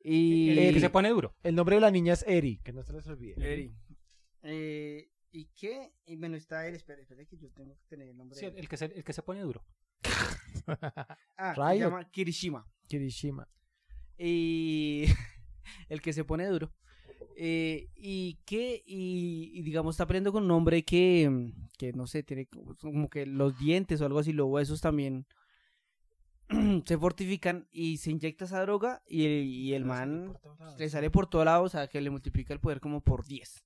[SPEAKER 4] Y
[SPEAKER 2] El Eh, que se pone duro.
[SPEAKER 5] El nombre de la niña es Eri, que no se les olvide.
[SPEAKER 4] Eri. Eh, ¿Y qué? Y bueno, está él, espera, espera que yo tengo que tener el nombre.
[SPEAKER 2] Sí,
[SPEAKER 4] de
[SPEAKER 2] el,
[SPEAKER 4] él.
[SPEAKER 2] el que se, el que se pone duro.
[SPEAKER 4] Ah, se
[SPEAKER 5] Riot.
[SPEAKER 4] llama Kirishima.
[SPEAKER 5] Kirishima.
[SPEAKER 4] y el que se pone duro. Eh, y que, y, y digamos, está peleando con un hombre que, mm, que no sé, tiene como, como que los dientes o algo así, los huesos también se fortifican y se inyecta esa droga y el, y el man le sale por todos lados, o sea, que le multiplica el poder como por 10.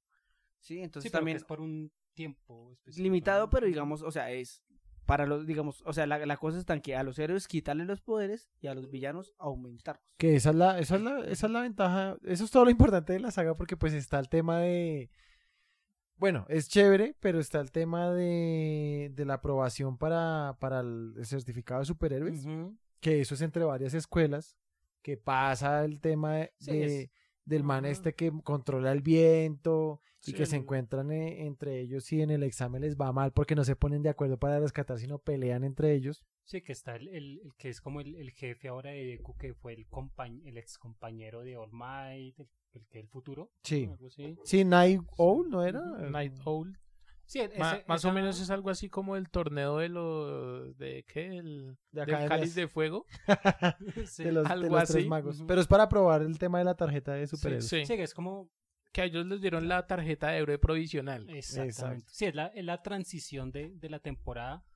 [SPEAKER 4] Sí, entonces
[SPEAKER 2] Sí, pero que
[SPEAKER 4] también
[SPEAKER 2] es por un tiempo específico,
[SPEAKER 4] limitado,
[SPEAKER 2] ¿no?
[SPEAKER 4] pero digamos, o sea, es para los, digamos, o sea, la, la cosa es tan que a los héroes quitarle los poderes y a los villanos aumentarlos.
[SPEAKER 5] Que esa es, la, esa, es la, esa es la ventaja. Eso es todo lo importante de la saga porque pues está el tema de... Bueno, es chévere, pero está el tema de, de la aprobación para, para el certificado de superhéroes.
[SPEAKER 2] Ujú.
[SPEAKER 5] que eso es entre varias escuelas, que pasa el tema de,
[SPEAKER 2] Sí, es-
[SPEAKER 5] de- del man
[SPEAKER 2] Ajá.
[SPEAKER 5] este que controla el viento y
[SPEAKER 2] Sí,
[SPEAKER 5] que se
[SPEAKER 2] el-
[SPEAKER 5] encuentran eh, entre ellos y en el examen les va mal porque no se ponen de acuerdo para rescatar, sino pelean entre ellos.
[SPEAKER 2] Sí, que está el, el- el que es como el, el jefe ahora de Deku, que fue el, compañ- el ex compañero de All Might, el, el que el futuro.
[SPEAKER 5] Sí.
[SPEAKER 2] algo así.
[SPEAKER 5] Sí, Night Owl, ¿no era?
[SPEAKER 6] Night Owl.
[SPEAKER 2] Sí, e- ese-
[SPEAKER 6] Ma- más o
[SPEAKER 2] esa-
[SPEAKER 6] menos es algo así como el torneo de los. ¿De qué? El,
[SPEAKER 5] De
[SPEAKER 6] del
[SPEAKER 5] academias.
[SPEAKER 6] cáliz de fuego.
[SPEAKER 2] sí.
[SPEAKER 5] De los, de
[SPEAKER 6] algo
[SPEAKER 5] los tres
[SPEAKER 6] así.
[SPEAKER 5] magos.
[SPEAKER 2] Ujú.
[SPEAKER 5] Pero es para probar el tema de la tarjeta de superhéroes.
[SPEAKER 6] Sí,
[SPEAKER 2] Sí, que es como
[SPEAKER 6] Que a ellos les dieron la tarjeta de héroe provisional.
[SPEAKER 2] Exactamente.
[SPEAKER 5] Exacto.
[SPEAKER 2] Sí, es la, es la transición de, de la temporada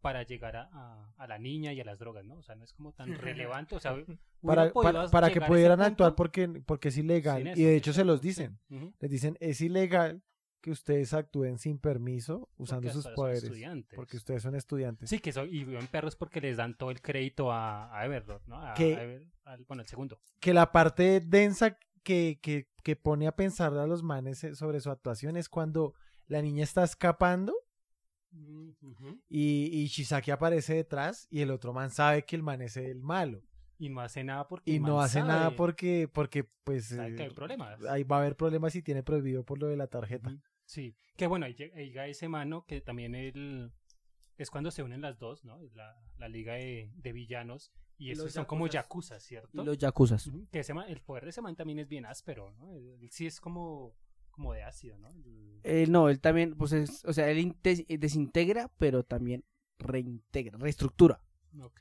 [SPEAKER 2] para llegar a, a- a la niña y a las drogas, ¿no? O sea, no es como tan relevante. O sea, hubiera
[SPEAKER 5] Para,
[SPEAKER 2] podido
[SPEAKER 5] para- para que
[SPEAKER 2] llegar a ese
[SPEAKER 5] pudieran
[SPEAKER 2] punto.
[SPEAKER 5] actuar porque, porque es ilegal.
[SPEAKER 2] Sin
[SPEAKER 5] y
[SPEAKER 2] eso,
[SPEAKER 5] de hecho se los
[SPEAKER 2] sí.
[SPEAKER 5] dicen.
[SPEAKER 2] Ujú.
[SPEAKER 5] Les dicen, es ilegal que ustedes actúen sin permiso usando sus
[SPEAKER 2] hasta son
[SPEAKER 5] poderes.
[SPEAKER 2] estudiantes.
[SPEAKER 5] Porque ustedes son estudiantes.
[SPEAKER 2] Sí, que son, y viven perros porque les dan todo el crédito a, a Everdor, ¿no? A,
[SPEAKER 5] Que-
[SPEAKER 2] a Ever- al- bueno, el segundo.
[SPEAKER 5] Que la parte densa que, que, que pone a pensar a los manes eh, sobre su actuación es cuando la niña está escapando y, y Shisaki aparece detrás y el otro man sabe que el man es el malo.
[SPEAKER 2] Y no hace nada porque.
[SPEAKER 5] Y
[SPEAKER 2] el
[SPEAKER 5] no
[SPEAKER 2] man
[SPEAKER 5] hace
[SPEAKER 2] sabe-
[SPEAKER 5] nada porque, porque pues...
[SPEAKER 2] sabe que
[SPEAKER 5] eh,
[SPEAKER 2] hay problemas.
[SPEAKER 5] Ahí va a haber problemas si tiene prohibido por lo de la tarjeta.
[SPEAKER 2] Ujú. Sí, que bueno, ahí lle- ahí llega ese mano que también el, es cuando se unen las dos, ¿no? La, la liga de, de villanos y esos
[SPEAKER 1] los
[SPEAKER 2] son como
[SPEAKER 1] yakuzas.
[SPEAKER 2] yakuza, ¿cierto?
[SPEAKER 4] Y los yakuzas.
[SPEAKER 2] Ujú, Que ese man- el poder de ese man también es bien áspero, ¿no? Él- él sí es como, como de ácido, ¿no? El-
[SPEAKER 4] Eh, no, él también, pues es, o sea, él inte- desintegra, pero también reintegra, reestructura.
[SPEAKER 2] ok.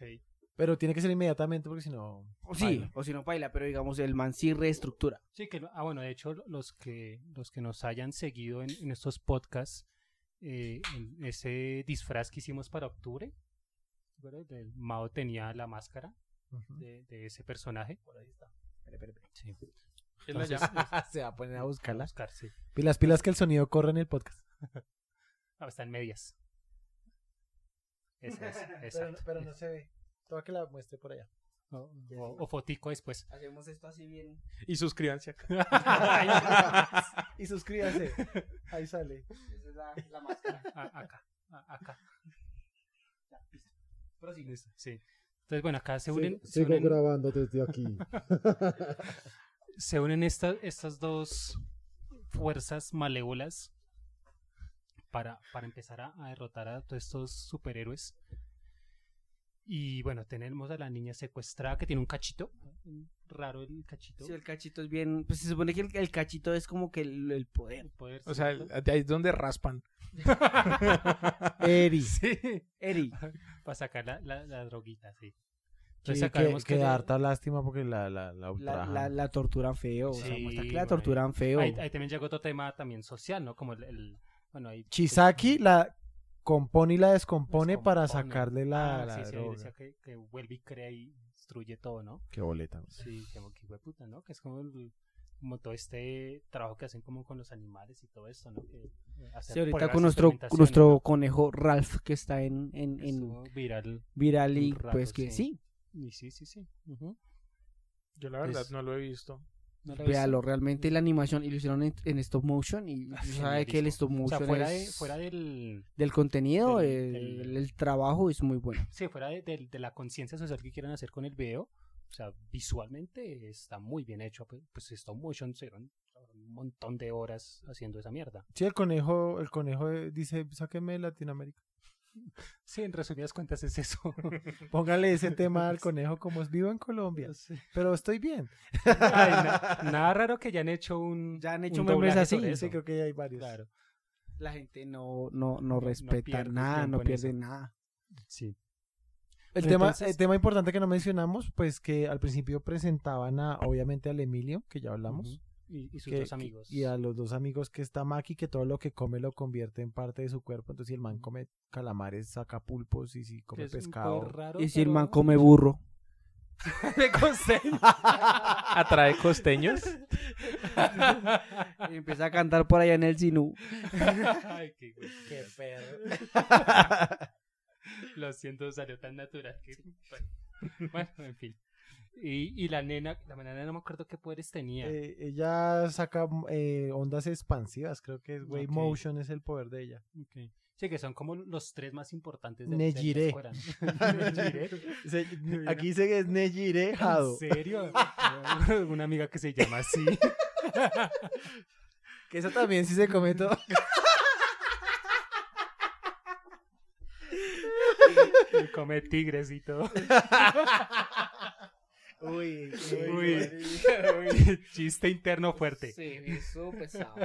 [SPEAKER 5] Pero tiene que ser inmediatamente porque si no...
[SPEAKER 4] O sí,
[SPEAKER 5] baila.
[SPEAKER 4] o si no baila, pero digamos, el man sí reestructura.
[SPEAKER 2] Sí, que, no- ah, bueno, de hecho, lo- los que, los que nos hayan seguido en, en estos podcasts, eh, en ese disfraz que hicimos para octubre, ¿te acuerdas? Del Mao tenía la máscara
[SPEAKER 5] Ujú.
[SPEAKER 2] de, de ese personaje. Por ahí está. Sí.
[SPEAKER 6] Es la
[SPEAKER 2] Entonces,
[SPEAKER 6] llama.
[SPEAKER 5] Se va a poner a buscarla.
[SPEAKER 2] Oscar, sí.
[SPEAKER 5] Pilas, pilas que el sonido corre en el podcast.
[SPEAKER 2] Ah, está en medias. Esa es,
[SPEAKER 5] Pero,
[SPEAKER 2] exacto.
[SPEAKER 5] pero no se ve. Toda que la muestre por allá.
[SPEAKER 2] O, o- o fotico pues. Ah, después.
[SPEAKER 4] Hacemos esto así bien.
[SPEAKER 6] Y suscríbanse acá.
[SPEAKER 2] Ay,
[SPEAKER 5] Y suscríbase. Ahí sale.
[SPEAKER 4] Esa es la, máscara.
[SPEAKER 2] a- ah, acá, a- acá. Listo, Sí. Entonces, bueno, acá se unen, se
[SPEAKER 7] Sigo
[SPEAKER 2] unen,
[SPEAKER 7] grabando desde aquí.
[SPEAKER 2] se unen esta- estas dos fuerzas malévolas para, para empezar a, a derrotar a todos estos superhéroes. Y bueno, tenemos a la niña secuestrada que tiene un cachito. Raro el cachito.
[SPEAKER 4] Sí, el cachito es bien. Pues se supone que el, el cachito es como que el, el poder.
[SPEAKER 2] el poder,
[SPEAKER 6] O sea,
[SPEAKER 2] ¿cierto?
[SPEAKER 6] de ahí es donde raspan.
[SPEAKER 5] Eri.
[SPEAKER 2] Sí.
[SPEAKER 4] Eri.
[SPEAKER 2] Para sacar la, la, la droguita, sí.
[SPEAKER 5] Sí,
[SPEAKER 2] Entonces
[SPEAKER 5] que,
[SPEAKER 2] acabemos
[SPEAKER 5] que
[SPEAKER 2] que-
[SPEAKER 5] harta lástima porque la, la, la
[SPEAKER 4] La,
[SPEAKER 5] ultrajan.
[SPEAKER 4] la, la torturan feo. o sea,
[SPEAKER 2] Sí,
[SPEAKER 4] muestra que la
[SPEAKER 2] marica.
[SPEAKER 4] torturan feo.
[SPEAKER 2] ahí, ahí también llegó otro tema también social, ¿no? Como el... el- bueno, ahí...
[SPEAKER 5] Chisaki la compone y la descompone,
[SPEAKER 2] descompone.
[SPEAKER 5] para sacarle la,
[SPEAKER 2] Ah,
[SPEAKER 5] la
[SPEAKER 2] sí, sí, ahí
[SPEAKER 5] droga.
[SPEAKER 2] decía que, que vuelve y crea y destruye todo, ¿no?
[SPEAKER 7] Qué boleta.
[SPEAKER 2] Sí, como que hueputa, ¿no? Que es como, el- como todo este trabajo que hacen como con los animales y todo esto, ¿no? Que eh, hacer
[SPEAKER 4] Sí, ahorita
[SPEAKER 2] pruebas,
[SPEAKER 4] con nuestro,
[SPEAKER 2] experimentaciones,
[SPEAKER 4] nuestro
[SPEAKER 2] ¿no?
[SPEAKER 4] conejo Ralph que está en, en,
[SPEAKER 2] Que
[SPEAKER 4] en
[SPEAKER 2] estuvo viral.
[SPEAKER 4] viral y
[SPEAKER 2] un rato,
[SPEAKER 4] pues que
[SPEAKER 2] sí.
[SPEAKER 4] sí,
[SPEAKER 2] Y sí, sí, sí. ujú.
[SPEAKER 6] Yo la verdad
[SPEAKER 2] Es-
[SPEAKER 6] no lo he visto.
[SPEAKER 2] ¿No lo viste?
[SPEAKER 4] véalo, realmente la animación y lo hicieron en, en stop motion y tú sabes que el
[SPEAKER 2] Genialísimo. Ah,
[SPEAKER 4] stop
[SPEAKER 2] O sea,
[SPEAKER 4] motion
[SPEAKER 2] fuera, de,
[SPEAKER 4] es-
[SPEAKER 2] fuera del...
[SPEAKER 4] del contenido,
[SPEAKER 2] del-
[SPEAKER 4] el,
[SPEAKER 2] del-
[SPEAKER 4] el trabajo es muy bueno.
[SPEAKER 2] Sí, fuera de, del- de la conciencia social que quieran hacer con el video, o sea, visualmente está muy bien hecho. Pues, pues stop motion se van un montón de horas haciendo esa mierda.
[SPEAKER 5] Sí, el conejo, el conejo eh, dice, sáqueme de Latinoamérica.
[SPEAKER 2] Sí, en resumidas cuentas es eso.
[SPEAKER 5] Póngale ese tema al conejo como es vivo en Colombia.
[SPEAKER 2] Sí.
[SPEAKER 5] Pero estoy bien.
[SPEAKER 2] Ay, na- nada raro que ya han hecho un.
[SPEAKER 4] Mm, Ya han
[SPEAKER 2] un
[SPEAKER 4] hecho memes
[SPEAKER 2] doblaje
[SPEAKER 4] así.
[SPEAKER 2] sobre
[SPEAKER 5] Sí,
[SPEAKER 2] eso.
[SPEAKER 5] creo que hay varios.
[SPEAKER 2] Claro.
[SPEAKER 4] La gente no, no, no respeta
[SPEAKER 2] pierde
[SPEAKER 4] nada,
[SPEAKER 2] tiempo
[SPEAKER 4] no
[SPEAKER 2] en
[SPEAKER 4] pierde
[SPEAKER 2] eso.
[SPEAKER 4] nada.
[SPEAKER 2] Sí.
[SPEAKER 5] El tema,
[SPEAKER 2] Entonces-
[SPEAKER 5] el tema importante que no mencionamos, pues que al principio presentaban a, obviamente al Emilio, que ya hablamos,
[SPEAKER 2] Ujú. Y, y sus
[SPEAKER 5] que-
[SPEAKER 2] dos
[SPEAKER 5] que-
[SPEAKER 2] amigos.
[SPEAKER 5] y a los dos amigos que está Maki, que todo lo que come lo convierte en parte de su cuerpo. Entonces, si el man come calamares, saca pulpos, y si come
[SPEAKER 2] Es un
[SPEAKER 5] pescado.
[SPEAKER 2] poder raro,
[SPEAKER 4] Y si el
[SPEAKER 2] pero-
[SPEAKER 4] man come burro,
[SPEAKER 2] de costeño.
[SPEAKER 6] ¿Atrae costeños?
[SPEAKER 4] y empieza a cantar por allá en el sinú.
[SPEAKER 2] Ay, qué, güey. Lo siento, salió tan natural que. pues, Bueno, Bueno, en fin. Y, y la nena, la nena no me acuerdo qué poderes tenía.
[SPEAKER 5] Eh, ella saca eh, ondas expansivas, creo que es Wave
[SPEAKER 2] Ok.
[SPEAKER 5] Motion, es el poder de ella.
[SPEAKER 2] Ok. Sí, que son como los tres más importantes de,
[SPEAKER 5] Nejire.
[SPEAKER 2] de la escuela. ¿no? Nejire.
[SPEAKER 5] aquí dice que es Nejire
[SPEAKER 2] ¿En serio? Una amiga que se llama así.
[SPEAKER 5] Que eso también sí se come todo.
[SPEAKER 2] que Come tigres y todo.
[SPEAKER 5] Uy,
[SPEAKER 2] Uy. Chiste interno fuerte.
[SPEAKER 4] eso pesado.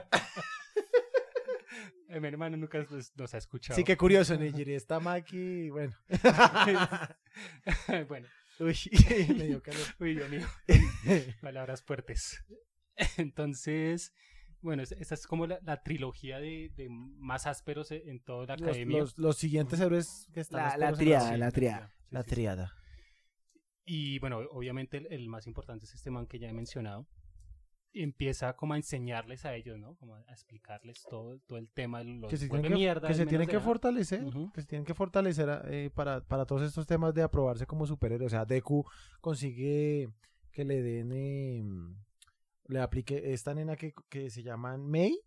[SPEAKER 2] Eh, mi hermano nunca nos, nos ha escuchado.
[SPEAKER 5] Sí, que curioso, Nejire. Está Maki, bueno.
[SPEAKER 2] bueno,
[SPEAKER 5] Uy, me dio calor.
[SPEAKER 2] uy, Dios mío. Palabras fuertes. Entonces, bueno, es- esta es como la, la trilogía de, de más ásperos e- en toda la
[SPEAKER 5] Los,
[SPEAKER 2] academia.
[SPEAKER 5] los- los siguientes héroes que están.
[SPEAKER 4] La-
[SPEAKER 5] los
[SPEAKER 4] la
[SPEAKER 5] polos en
[SPEAKER 4] triada,
[SPEAKER 5] sí.
[SPEAKER 4] la triada.
[SPEAKER 2] Sí,
[SPEAKER 5] La
[SPEAKER 2] sí, sí.
[SPEAKER 5] triada.
[SPEAKER 2] Y bueno, obviamente el, el más importante es este man que ya he mencionado. empieza como a enseñarles a ellos, ¿no? Como a explicarles todo, todo el tema, los
[SPEAKER 5] que se
[SPEAKER 2] vuelve
[SPEAKER 5] tienen que,
[SPEAKER 2] mierda,
[SPEAKER 5] que
[SPEAKER 2] al
[SPEAKER 5] se
[SPEAKER 2] menos
[SPEAKER 5] tienen
[SPEAKER 2] de Ah,
[SPEAKER 5] que
[SPEAKER 2] edad.
[SPEAKER 5] fortalecer,
[SPEAKER 2] Ujú.
[SPEAKER 5] que se tienen que fortalecer eh, para, para todos estos temas de aprobarse como superhéroe. O sea, Deku consigue que le den, eh, le aplique esta nena que, que se llaman May,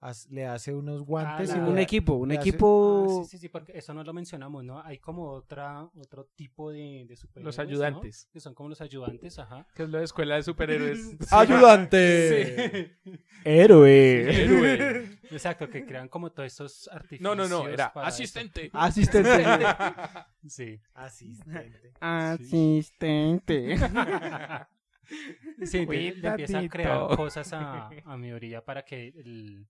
[SPEAKER 5] haz- le hace unos guantes
[SPEAKER 2] Ah, la-
[SPEAKER 5] y le
[SPEAKER 4] un
[SPEAKER 5] da-
[SPEAKER 4] equipo, un
[SPEAKER 5] le hace-
[SPEAKER 2] Ah,
[SPEAKER 4] equipo.
[SPEAKER 5] Oh.
[SPEAKER 2] sí, sí, sí, porque eso no lo mencionamos, ¿no? Hay como otra, otro tipo de, de superhéroes.
[SPEAKER 6] Los
[SPEAKER 2] ¿no?
[SPEAKER 6] ayudantes.
[SPEAKER 2] Que son como los ayudantes, ajá.
[SPEAKER 6] Que es la escuela de superhéroes.
[SPEAKER 5] ¡Ayudante! ¡Héroe!
[SPEAKER 2] Héroe. Exacto, que crean como todos estos artificios.
[SPEAKER 6] No, no, no, era
[SPEAKER 2] para eso.
[SPEAKER 6] asistente.
[SPEAKER 4] Ah, Asistente.
[SPEAKER 2] Sí.
[SPEAKER 5] Asistente.
[SPEAKER 4] Ah, Asistente.
[SPEAKER 2] Sí, entonces le empieza a crear
[SPEAKER 6] Cuidadito.
[SPEAKER 2] cosas a, a mi orilla para que el-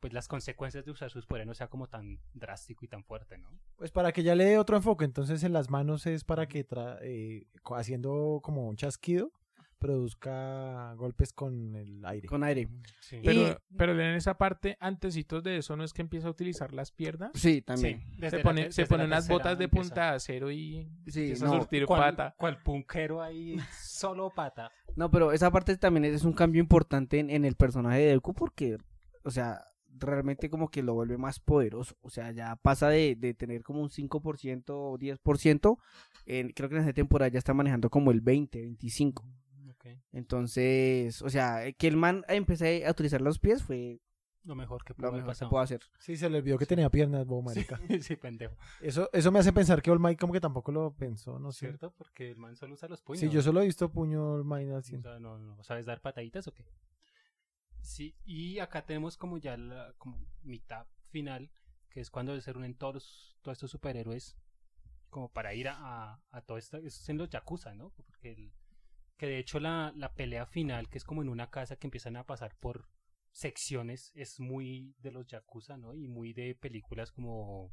[SPEAKER 2] pues las consecuencias de usar sus poderes no sea como tan drástico y tan fuerte, ¿no?
[SPEAKER 5] Pues para que ya le dé otro enfoque, entonces en las manos es para que tra- eh, co- haciendo como un chasquido produzca golpes con el aire.
[SPEAKER 4] Con aire.
[SPEAKER 2] Sí.
[SPEAKER 6] Pero, pero en esa parte, antecitos de eso, no es que empieza a utilizar las piernas.
[SPEAKER 4] Sí,
[SPEAKER 2] Sí,
[SPEAKER 4] también.
[SPEAKER 2] desde
[SPEAKER 6] Se
[SPEAKER 2] la
[SPEAKER 6] pone,
[SPEAKER 2] ter-
[SPEAKER 6] se
[SPEAKER 2] desde
[SPEAKER 6] pone
[SPEAKER 2] la
[SPEAKER 6] unas
[SPEAKER 2] tercera
[SPEAKER 6] botas de
[SPEAKER 2] empieza.
[SPEAKER 6] punta de acero y
[SPEAKER 4] Sí,
[SPEAKER 6] empieza a
[SPEAKER 4] no.
[SPEAKER 6] surtir
[SPEAKER 2] ¿Cuál-
[SPEAKER 6] pata.
[SPEAKER 2] cuál punquero ahí, solo pata.
[SPEAKER 4] No, pero esa parte también es un cambio importante en, en el personaje de Deku porque, o sea, realmente como que lo vuelve más poderoso. O sea, ya pasa de, de tener como un 5% o 10%. en- creo que en esta temporada ya está manejando como el 20, 25. Entonces, o sea, que el man empecé a utilizar los pies fue
[SPEAKER 2] Lo mejor que pudo
[SPEAKER 4] lo
[SPEAKER 2] haber
[SPEAKER 4] mejor que
[SPEAKER 2] pasado.
[SPEAKER 4] puedo hacer.
[SPEAKER 5] Sí, se le olvidó que tenía piernas, bobo marica.
[SPEAKER 2] sí, pendejo.
[SPEAKER 5] Eso, eso me hace pensar que All Might como que tampoco lo pensó, no sé.
[SPEAKER 2] ¿Cierto? Porque el man solo usa los puños.
[SPEAKER 5] Sí, yo solo he visto puño All Might así.
[SPEAKER 2] O sea, no, no, ¿Sabes dar pataditas o qué? Sí, y acá tenemos como ya la como mitad final, que es cuando se reúnen todos, los- todos estos superhéroes como para ir a, a, a todo esto. Eso es en los Yakuza, ¿no? Porque el- que de hecho la, la pelea final, que es como en una casa que empiezan a pasar por secciones, es muy de los Yakuza, ¿no? Y muy de películas como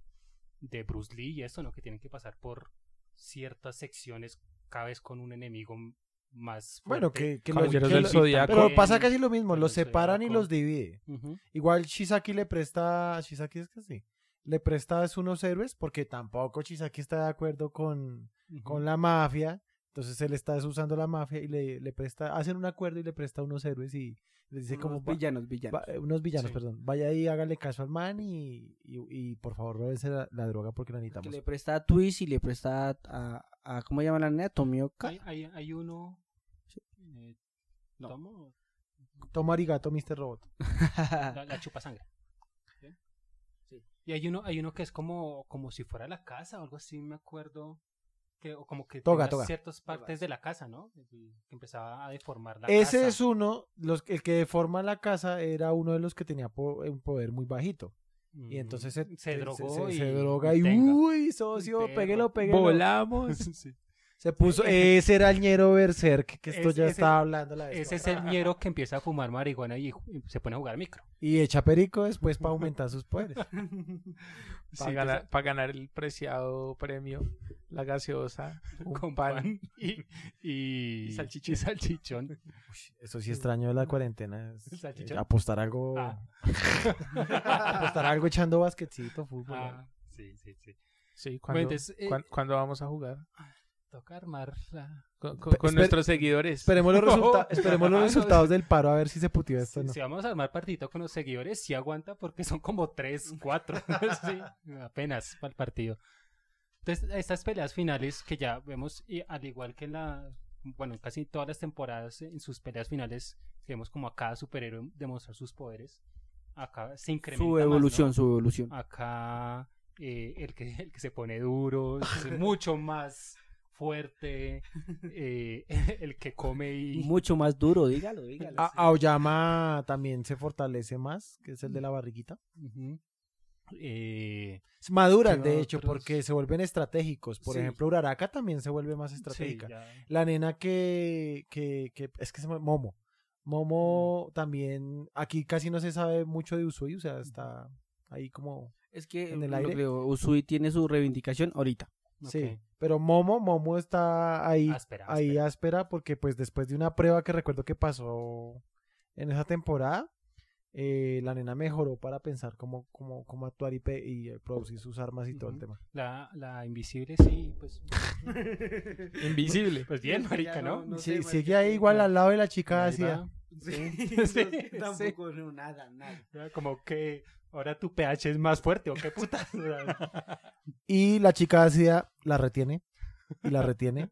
[SPEAKER 2] de Bruce Lee y eso, ¿no? Que tienen que pasar por ciertas secciones cada vez con un enemigo m- más fuerte.
[SPEAKER 5] Bueno, que, que lo-
[SPEAKER 6] Caballeros
[SPEAKER 5] que
[SPEAKER 6] del
[SPEAKER 5] lo-
[SPEAKER 6] Zodiaco.
[SPEAKER 5] Pero pasa casi lo mismo,
[SPEAKER 2] Con
[SPEAKER 5] los
[SPEAKER 2] el
[SPEAKER 5] separan y
[SPEAKER 2] Zodiaco.
[SPEAKER 5] los divide.
[SPEAKER 2] Ujú.
[SPEAKER 5] Igual Shisaki le presta, Shisaki es que sí, le presta es unos héroes porque tampoco Shisaki está de acuerdo con, con la mafia. Entonces él está usando la mafia y le, le presta, hacen un acuerdo y le presta unos héroes y le dice como
[SPEAKER 4] Unos
[SPEAKER 5] "Va-
[SPEAKER 4] villanos, villanos.
[SPEAKER 5] va- eh, unos villanos,
[SPEAKER 2] Sí.
[SPEAKER 5] perdón. Vaya ahí, hágale caso al man y, y, y por favor, róbense la, la droga porque la
[SPEAKER 4] que
[SPEAKER 5] necesitamos.
[SPEAKER 4] le presta a Twist y le presta a, a- ¿cómo llama la nena? Tomioka.
[SPEAKER 2] Hay, hay, hay uno. eh, tomo-
[SPEAKER 5] Toma arigato, Mr. Robot. Ah.
[SPEAKER 2] la, la chupa sangre. Y hay uno, hay uno que es como, como si fuera la casa o algo así, me acuerdo. Que, o como que
[SPEAKER 5] Toga,
[SPEAKER 2] tenía
[SPEAKER 5] toga.
[SPEAKER 2] ciertas partes de la casa, ¿no? Y Que empezaba a deformar la
[SPEAKER 5] Ese
[SPEAKER 2] casa.
[SPEAKER 5] es uno, los, el que forma la casa era uno de los que tenía po- un poder muy bajito.
[SPEAKER 2] Mm,
[SPEAKER 5] Y entonces se,
[SPEAKER 2] se drogó
[SPEAKER 5] se-
[SPEAKER 2] y, uh,
[SPEAKER 5] se droga y
[SPEAKER 2] tenga.
[SPEAKER 5] uy, socio,
[SPEAKER 2] Perro.
[SPEAKER 5] péguelo, péguelo.
[SPEAKER 6] Volamos.
[SPEAKER 5] Se puso, ese era el ñero berserk, que esto
[SPEAKER 2] Es-
[SPEAKER 5] ya
[SPEAKER 2] ese-
[SPEAKER 5] estaba hablando la vez
[SPEAKER 2] Ese es
[SPEAKER 5] pasada.
[SPEAKER 2] el ñero que empieza a fumar marihuana y ju- se pone a jugar micro.
[SPEAKER 5] Y echa perico después para aumentar sus poderes.
[SPEAKER 6] Para ganar, pa' ganar el preciado premio, la gaseosa, un
[SPEAKER 2] con
[SPEAKER 6] pan.
[SPEAKER 2] pan y, y,
[SPEAKER 6] Y salchichón.
[SPEAKER 2] y salchichón.
[SPEAKER 5] Eso sí extraño de la cuarentena. es,
[SPEAKER 2] El
[SPEAKER 5] eh,
[SPEAKER 2] salchichón.
[SPEAKER 5] apostar algo.
[SPEAKER 2] Ah.
[SPEAKER 5] apostar algo echando basquetcito, fútbol.
[SPEAKER 2] Ah, sí, sí, sí.
[SPEAKER 6] Sí,
[SPEAKER 2] Bueno,
[SPEAKER 6] cuando,
[SPEAKER 2] entonces, eh,
[SPEAKER 6] cuan- cuando vamos a jugar.
[SPEAKER 2] Toca armar la...
[SPEAKER 6] Con, con-
[SPEAKER 5] Pe-
[SPEAKER 6] con
[SPEAKER 5] espere-
[SPEAKER 6] nuestros seguidores.
[SPEAKER 5] Esperemos los, resulta-
[SPEAKER 6] No.
[SPEAKER 5] esperemos los
[SPEAKER 6] Ah, no,
[SPEAKER 5] resultados del paro a ver si se putió esto o
[SPEAKER 2] Si,
[SPEAKER 5] no.
[SPEAKER 2] si vamos a armar partidito con los seguidores, sí aguanta porque son como tres, cuatro. sí, apenas para el partido. Entonces, estas peleas finales que ya vemos, y al igual que en la. Bueno, en casi todas las temporadas, en sus peleas finales, vemos como a cada superhéroe demostrar sus poderes. Acá se incrementa.
[SPEAKER 4] Su
[SPEAKER 2] más, ¿no?
[SPEAKER 4] evolución, su evolución.
[SPEAKER 2] Acá eh, el, que, el que se pone duro, es mucho más fuerte. eh, el que come y.
[SPEAKER 4] Mucho más duro, dígalo, dígalo.
[SPEAKER 5] A- Aoyama también se fortalece más, que es el de la barriguita.
[SPEAKER 2] Ujú. Eh,
[SPEAKER 5] Maduran,
[SPEAKER 2] ¿Qué
[SPEAKER 5] de hecho,
[SPEAKER 2] otros?
[SPEAKER 5] porque se vuelven estratégicos. Por
[SPEAKER 2] Sí.
[SPEAKER 5] ejemplo, Uraraka también se vuelve más
[SPEAKER 2] sí,
[SPEAKER 5] estratégica.
[SPEAKER 2] ya.
[SPEAKER 5] La nena que, que, que- es que se llama Momo. Momo también, aquí casi no se sabe mucho de Usui, o sea, está ahí como...
[SPEAKER 4] Es que
[SPEAKER 5] en el
[SPEAKER 4] lo
[SPEAKER 5] aire.
[SPEAKER 4] que digo, Usui tiene su reivindicación ahorita.
[SPEAKER 5] Sí, pero Momo, Momo está ahí,
[SPEAKER 2] Áspera,
[SPEAKER 5] ahí
[SPEAKER 2] áspera.
[SPEAKER 5] áspera porque pues después de una prueba que recuerdo que pasó en esa temporada, eh, la nena mejoró para pensar cómo, cómo, cómo actuar y, pe- y eh, producir sus armas y todo el
[SPEAKER 2] Ujú.
[SPEAKER 5] tema.
[SPEAKER 2] La, la invisible sí, pues,
[SPEAKER 6] Invisible.
[SPEAKER 2] pues bien,
[SPEAKER 4] Ya
[SPEAKER 2] marica, ¿no?
[SPEAKER 4] Pues, no sé,
[SPEAKER 5] Sí, sigue ahí igual al lado de la chica
[SPEAKER 2] Ahí
[SPEAKER 5] Asia.
[SPEAKER 2] va.
[SPEAKER 4] Sí,
[SPEAKER 2] Sí,
[SPEAKER 4] no, tampoco, no, nada, nada.
[SPEAKER 2] Era Como que ahora tu pH es más fuerte o qué puta. O sea,
[SPEAKER 5] Y la chica ácida la retiene, y la retiene,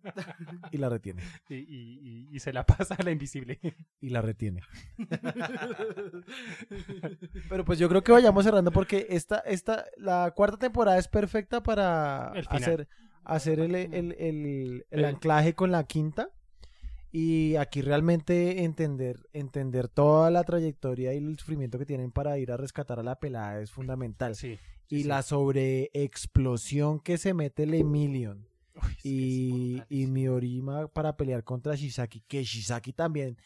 [SPEAKER 5] y la retiene,
[SPEAKER 2] y, y- y- y se la pasa a la invisible.
[SPEAKER 5] y la retiene. Pero pues yo creo que vayamos cerrando porque esta, esta, la cuarta temporada es perfecta para
[SPEAKER 2] El final.
[SPEAKER 5] hacer, hacer el, el- el- el
[SPEAKER 2] El-
[SPEAKER 5] anclaje con la quinta. Y aquí realmente entender, entender toda la trayectoria y el sufrimiento que tienen para ir a rescatar a la pelada es fundamental.
[SPEAKER 2] Sí. sí.
[SPEAKER 5] y la sobreexplosión que se mete el Emilion
[SPEAKER 2] Uy, es que es
[SPEAKER 5] y,
[SPEAKER 2] brutal.
[SPEAKER 5] y Miorima para pelear contra Shisaki, que Shisaki también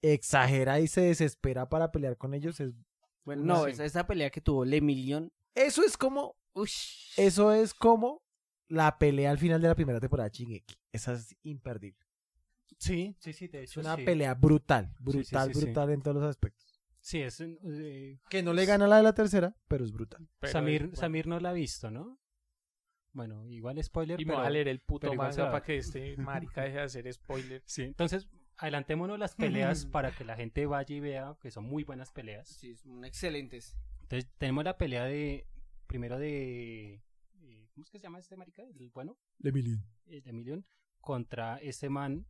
[SPEAKER 5] exagera y se desespera para pelear con ellos. es-
[SPEAKER 4] Bueno,
[SPEAKER 2] No,
[SPEAKER 4] no,
[SPEAKER 2] sí.
[SPEAKER 4] esa, esa pelea que tuvo Le Million,
[SPEAKER 5] eso es como,
[SPEAKER 4] ush.
[SPEAKER 5] eso es como la pelea al final de la primera temporada de Shingeki. Esa es imperdible.
[SPEAKER 2] Sí, sí, sí, de
[SPEAKER 5] Es
[SPEAKER 2] hecho.
[SPEAKER 5] una
[SPEAKER 2] sí.
[SPEAKER 5] pelea brutal,
[SPEAKER 2] sí,
[SPEAKER 5] brutal,
[SPEAKER 2] sí, sí.
[SPEAKER 5] brutal en todos los aspectos.
[SPEAKER 2] Sí, es. un- eh,
[SPEAKER 5] Que no le gana la de la tercera, pero es brutal.
[SPEAKER 6] Pero,
[SPEAKER 2] Samir,
[SPEAKER 6] bueno,
[SPEAKER 2] Samir no la ha visto, ¿no? Bueno, igual spoiler.
[SPEAKER 6] Y me
[SPEAKER 2] pero-
[SPEAKER 6] voy a leer el puto
[SPEAKER 2] pero igual se
[SPEAKER 6] manga
[SPEAKER 2] va.
[SPEAKER 6] para que este marica deje de hacer spoiler.
[SPEAKER 2] Sí, entonces adelantémonos las peleas para que la gente vaya y vea que son muy buenas peleas.
[SPEAKER 4] Sí, son excelentes.
[SPEAKER 2] Entonces tenemos la pelea de primero de eh, ¿cómo es que se llama este marica? El bueno,
[SPEAKER 5] De Emilion.
[SPEAKER 2] el de Million contra este man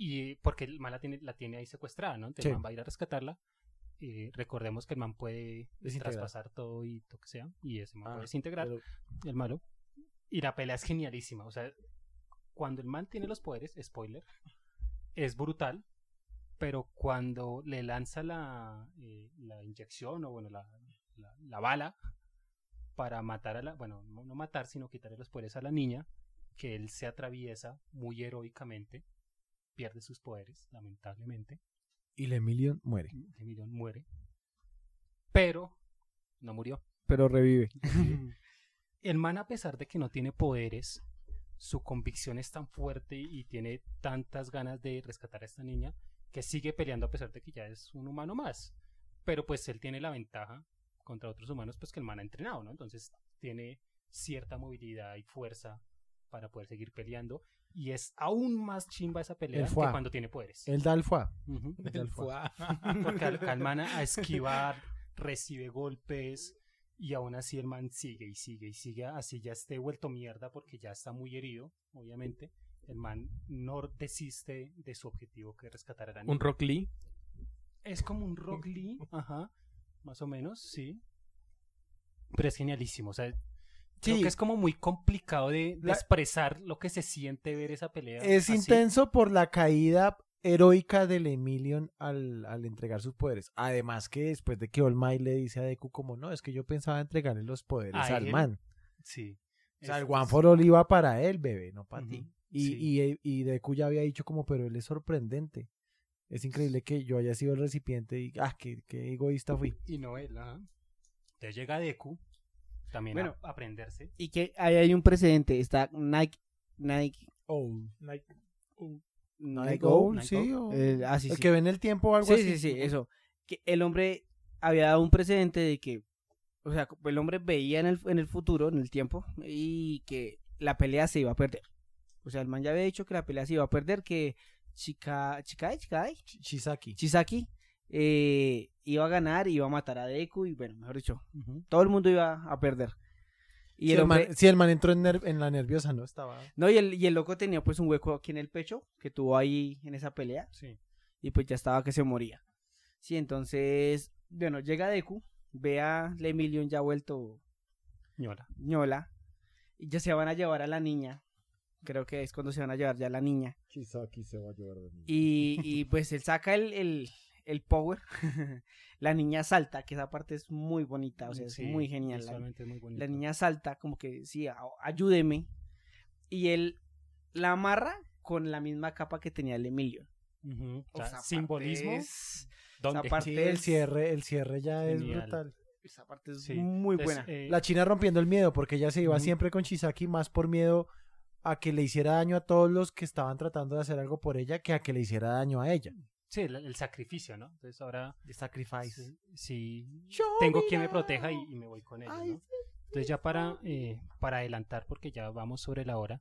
[SPEAKER 2] y porque el man la tiene la tiene ahí secuestrada, ¿no? Entonces
[SPEAKER 5] Sí.
[SPEAKER 2] el man va a ir a rescatarla. Eh, recordemos que el man puede
[SPEAKER 5] Desintegrar.
[SPEAKER 2] traspasar todo y lo que sea y ese man
[SPEAKER 5] Ah,
[SPEAKER 2] puede desintegrar
[SPEAKER 5] pero-
[SPEAKER 2] el malo. Y la pelea es genialísima. O sea, cuando el man tiene los poderes, spoiler, es brutal. Pero cuando le lanza la, eh, la inyección o bueno, la, la- la bala para matar a la. Bueno, no, no matar, sino quitarle los poderes a la niña, que él se atraviesa muy heroicamente, pierde sus poderes, lamentablemente.
[SPEAKER 5] Y la Emilion muere.
[SPEAKER 2] Emilion muere. Pero no murió.
[SPEAKER 4] Pero revive.
[SPEAKER 2] El man, a pesar de que no tiene poderes, su convicción es tan fuerte y tiene tantas ganas de rescatar a esta niña que sigue peleando a pesar de que ya es un humano más. Pero pues él tiene la ventaja contra otros humanos, pues que el man ha entrenado, ¿no? Entonces tiene cierta movilidad y fuerza para poder seguir peleando. Y es aún más chimba esa pelea
[SPEAKER 5] El
[SPEAKER 2] que
[SPEAKER 5] fuá.
[SPEAKER 2] cuando tiene poderes.
[SPEAKER 5] Él da el foie.
[SPEAKER 2] Ujú.
[SPEAKER 5] El foie.
[SPEAKER 2] Porque al, al man a esquivar, recibe golpes y aún así el man sigue y sigue y sigue, así ya esté vuelto mierda porque ya está muy herido, obviamente. El man no desiste de su objetivo que es rescatar a la niña.
[SPEAKER 6] Un Rock Lee.
[SPEAKER 2] es como un Rock Lee, ajá, más o menos, sí. Pero es genialísimo, o sea, creo
[SPEAKER 5] Sí.
[SPEAKER 2] que es como muy complicado de, de
[SPEAKER 5] La-
[SPEAKER 2] expresar lo que se siente ver esa pelea.
[SPEAKER 5] Es
[SPEAKER 2] así.
[SPEAKER 5] intenso por la caída heroica del Emilion al, al entregar sus poderes. Además que después de que All Might le dice a Deku como no, es que yo pensaba entregarle los poderes
[SPEAKER 2] A
[SPEAKER 5] al
[SPEAKER 2] él.
[SPEAKER 5] man.
[SPEAKER 2] Sí.
[SPEAKER 5] O sea, el
[SPEAKER 2] Es-
[SPEAKER 5] One for All iba para él, bebé, no para
[SPEAKER 2] Ujú,
[SPEAKER 5] ti. Y,
[SPEAKER 2] sí.
[SPEAKER 5] y- y Deku ya había dicho como, pero él es sorprendente. Es increíble que yo haya sido el recipiente y, ah, qué, qué egoísta fui.
[SPEAKER 2] Y no él, ajá. Entonces llega Deku, también
[SPEAKER 4] Bueno.
[SPEAKER 2] a a aprenderse.
[SPEAKER 4] Y que ahí hay un precedente, está Nike, Nike,
[SPEAKER 5] Oh,
[SPEAKER 4] Nike
[SPEAKER 5] Owl,
[SPEAKER 2] Night
[SPEAKER 5] sí. o-
[SPEAKER 4] Eh, ah, sí,
[SPEAKER 5] el
[SPEAKER 4] sí.
[SPEAKER 5] que ven el tiempo o algo
[SPEAKER 4] Sí,
[SPEAKER 5] así.
[SPEAKER 4] sí, sí, eso. Que el hombre había dado un precedente de que, o sea, el hombre veía en el, en el futuro, en el tiempo, y que la pelea se iba a perder. O sea, el man ya había dicho que la pelea se iba a perder, que Chika, Chikai, Chikai,
[SPEAKER 5] Sh- Shisaki.
[SPEAKER 4] Chisaki eh, iba a ganar, iba a matar a Deku, y bueno, mejor dicho, todo el mundo iba a perder. Y
[SPEAKER 5] si,
[SPEAKER 4] el
[SPEAKER 5] el man,
[SPEAKER 4] hombre,
[SPEAKER 5] sí, el man entró en, ner- en la nerviosa, ¿no?
[SPEAKER 3] Ah.
[SPEAKER 5] Estaba...
[SPEAKER 4] no, y el, y el loco tenía pues un hueco aquí en el pecho, que tuvo ahí en esa pelea.
[SPEAKER 2] Sí.
[SPEAKER 4] y pues ya estaba que se moría. Sí, entonces, bueno, llega Deku, ve a Lemillion ya vuelto
[SPEAKER 2] Ñola.
[SPEAKER 4] ñola, y ya se van a llevar a la niña. Creo que es cuando se van a llevar ya a la niña.
[SPEAKER 5] Shisaki se va a llevar de mí.
[SPEAKER 4] Y, y, pues él saca el, el- el power. la niña salta, que esa parte es muy bonita, o sea, es
[SPEAKER 2] Sí,
[SPEAKER 4] muy genial. La,
[SPEAKER 2] visualmente es muy bonito.
[SPEAKER 4] la niña salta, como que sí, a- ayúdeme. Y él la amarra con la misma capa que tenía el Emilio.
[SPEAKER 2] Ujú. O sea,
[SPEAKER 4] Esa parte
[SPEAKER 2] simbolismo.
[SPEAKER 4] es-
[SPEAKER 2] ¿Dónde?
[SPEAKER 4] esa parte
[SPEAKER 5] Sí,
[SPEAKER 4] es-
[SPEAKER 5] el cierre, el cierre ya es
[SPEAKER 2] Genial.
[SPEAKER 5] brutal.
[SPEAKER 4] Esa parte es
[SPEAKER 2] Sí.
[SPEAKER 4] muy
[SPEAKER 2] Entonces,
[SPEAKER 4] buena.
[SPEAKER 2] eh,
[SPEAKER 5] La China rompiendo el miedo, porque ella se iba
[SPEAKER 2] Ujú.
[SPEAKER 5] siempre con Shisaki más por miedo a que le hiciera daño a todos los que estaban tratando de hacer algo por ella que a que le hiciera daño a ella.
[SPEAKER 2] sí, el, el sacrificio, ¿no? Entonces ahora
[SPEAKER 5] The sacrifice.
[SPEAKER 2] sí, sí,
[SPEAKER 5] Yo
[SPEAKER 2] tengo
[SPEAKER 5] me
[SPEAKER 2] quien me
[SPEAKER 5] la-
[SPEAKER 2] proteja y, y me voy con él.
[SPEAKER 5] Ay,
[SPEAKER 2] Entonces ya para, eh, para adelantar, porque ya vamos sobre la hora,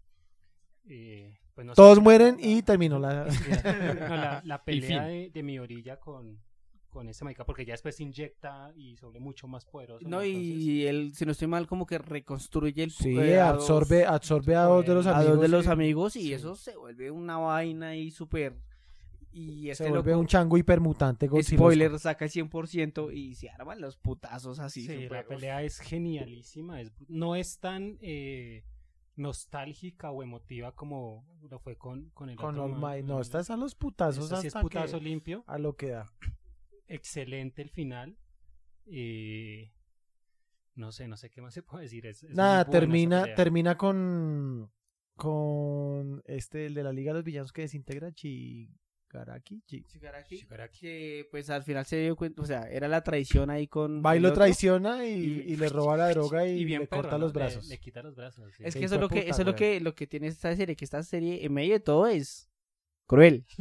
[SPEAKER 2] eh, pues no sé,
[SPEAKER 5] Todos mueren y terminó la.
[SPEAKER 2] no, la, la pelea
[SPEAKER 7] fin.
[SPEAKER 2] de, de mi orilla con, con este marica, porque ya después se inyecta y se vuelve mucho más poderoso.
[SPEAKER 4] No,
[SPEAKER 2] pues, entonces-
[SPEAKER 4] y él, si no estoy mal, como que reconstruye el
[SPEAKER 5] Sí,
[SPEAKER 4] poder a dos-
[SPEAKER 5] absorbe, absorbe a dos de los
[SPEAKER 4] a
[SPEAKER 5] amigos.
[SPEAKER 4] dos de los
[SPEAKER 5] y
[SPEAKER 4] amigos y
[SPEAKER 5] Sí.
[SPEAKER 4] eso se vuelve una vaina ahí súper. Y este
[SPEAKER 5] Se vuelve
[SPEAKER 4] loco,
[SPEAKER 5] un chango hipermutante Godzilla.
[SPEAKER 4] spoiler, saca el 100% y se arman los putazos así.
[SPEAKER 2] Sí,
[SPEAKER 4] súper-
[SPEAKER 2] la pelea es genialísima. es- no es tan eh, nostálgica o emotiva como lo fue con, con el
[SPEAKER 5] Con
[SPEAKER 2] otro
[SPEAKER 5] All
[SPEAKER 2] man,
[SPEAKER 5] Might.
[SPEAKER 2] el-
[SPEAKER 5] No, estás a los
[SPEAKER 2] esta
[SPEAKER 5] putazos
[SPEAKER 2] sí es
[SPEAKER 5] hasta
[SPEAKER 2] putazo
[SPEAKER 5] que-
[SPEAKER 2] limpio.
[SPEAKER 5] a lo que da.
[SPEAKER 2] Excelente el final. eh, no sé, no sé qué más se puede decir. es- es muy
[SPEAKER 5] Nada,
[SPEAKER 2] buena esa
[SPEAKER 5] termina,
[SPEAKER 2] pelea.
[SPEAKER 5] termina con. Con este, el de la Liga de los Villanos que desintegra, Chigaraki. Chi-
[SPEAKER 4] Shigaraki,
[SPEAKER 2] Shigaraki.
[SPEAKER 4] que pues al final se dio cuenta, o sea, era la traición ahí con.
[SPEAKER 5] Va y
[SPEAKER 4] el
[SPEAKER 5] lo
[SPEAKER 4] otro.
[SPEAKER 5] traiciona y,
[SPEAKER 4] Y-
[SPEAKER 5] y le roba la droga y,
[SPEAKER 2] Y bien
[SPEAKER 5] le
[SPEAKER 2] perro,
[SPEAKER 5] corta
[SPEAKER 2] ¿no?
[SPEAKER 5] los
[SPEAKER 2] Le-
[SPEAKER 5] brazos.
[SPEAKER 2] Le, quita los brazos. sí.
[SPEAKER 4] Es
[SPEAKER 5] Sí,
[SPEAKER 4] que eso
[SPEAKER 5] fue
[SPEAKER 4] es lo que,
[SPEAKER 5] puta,
[SPEAKER 4] eso es lo
[SPEAKER 5] weón.
[SPEAKER 4] que, lo que tiene esta serie, que esta serie en medio de todo es cruel. O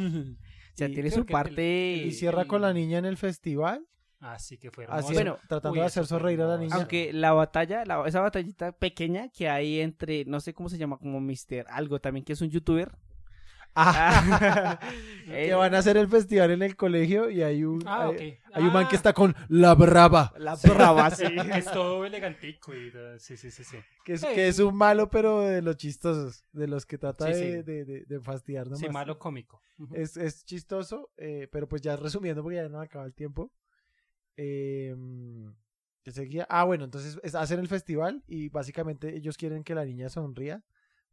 [SPEAKER 4] sea,
[SPEAKER 5] Y-
[SPEAKER 4] tiene
[SPEAKER 2] Creo
[SPEAKER 4] su
[SPEAKER 2] que
[SPEAKER 4] parte.
[SPEAKER 5] y cierra con la niña en el festival,
[SPEAKER 2] Así Ah, que fue hermoso.
[SPEAKER 5] así,
[SPEAKER 4] Bueno,
[SPEAKER 5] tratando
[SPEAKER 2] uy,
[SPEAKER 5] de
[SPEAKER 2] eso
[SPEAKER 5] hacer
[SPEAKER 2] fue
[SPEAKER 5] sonreír a la
[SPEAKER 2] hermoso.
[SPEAKER 5] niña.
[SPEAKER 4] Aunque la batalla, la- esa batallita pequeña que hay entre, no sé cómo se llama, como Mister Algo también, que es un youtuber. Ah,
[SPEAKER 5] que
[SPEAKER 4] eh,
[SPEAKER 5] van a hacer el festival en el colegio y hay un
[SPEAKER 2] Ah,
[SPEAKER 5] hay,
[SPEAKER 2] ok.
[SPEAKER 5] hay un man que
[SPEAKER 2] Ah,
[SPEAKER 5] está con la brava,
[SPEAKER 4] La brava, sí.
[SPEAKER 2] que es todo elegantico. y, eh, sí, sí, sí, sí.
[SPEAKER 5] que es,
[SPEAKER 2] Sí.
[SPEAKER 5] que es un malo pero de los chistosos, de los que trata
[SPEAKER 2] Sí,
[SPEAKER 5] de,
[SPEAKER 2] sí.
[SPEAKER 5] de, de- de fastidiar nomás.
[SPEAKER 2] Sí, malo cómico. Ujú.
[SPEAKER 5] Es, es chistoso, eh, pero pues ya resumiendo porque ya no acaba el tiempo. Eh, ¿qué seguía? Ah, bueno, entonces es- hacen el festival y básicamente ellos quieren que la niña sonría,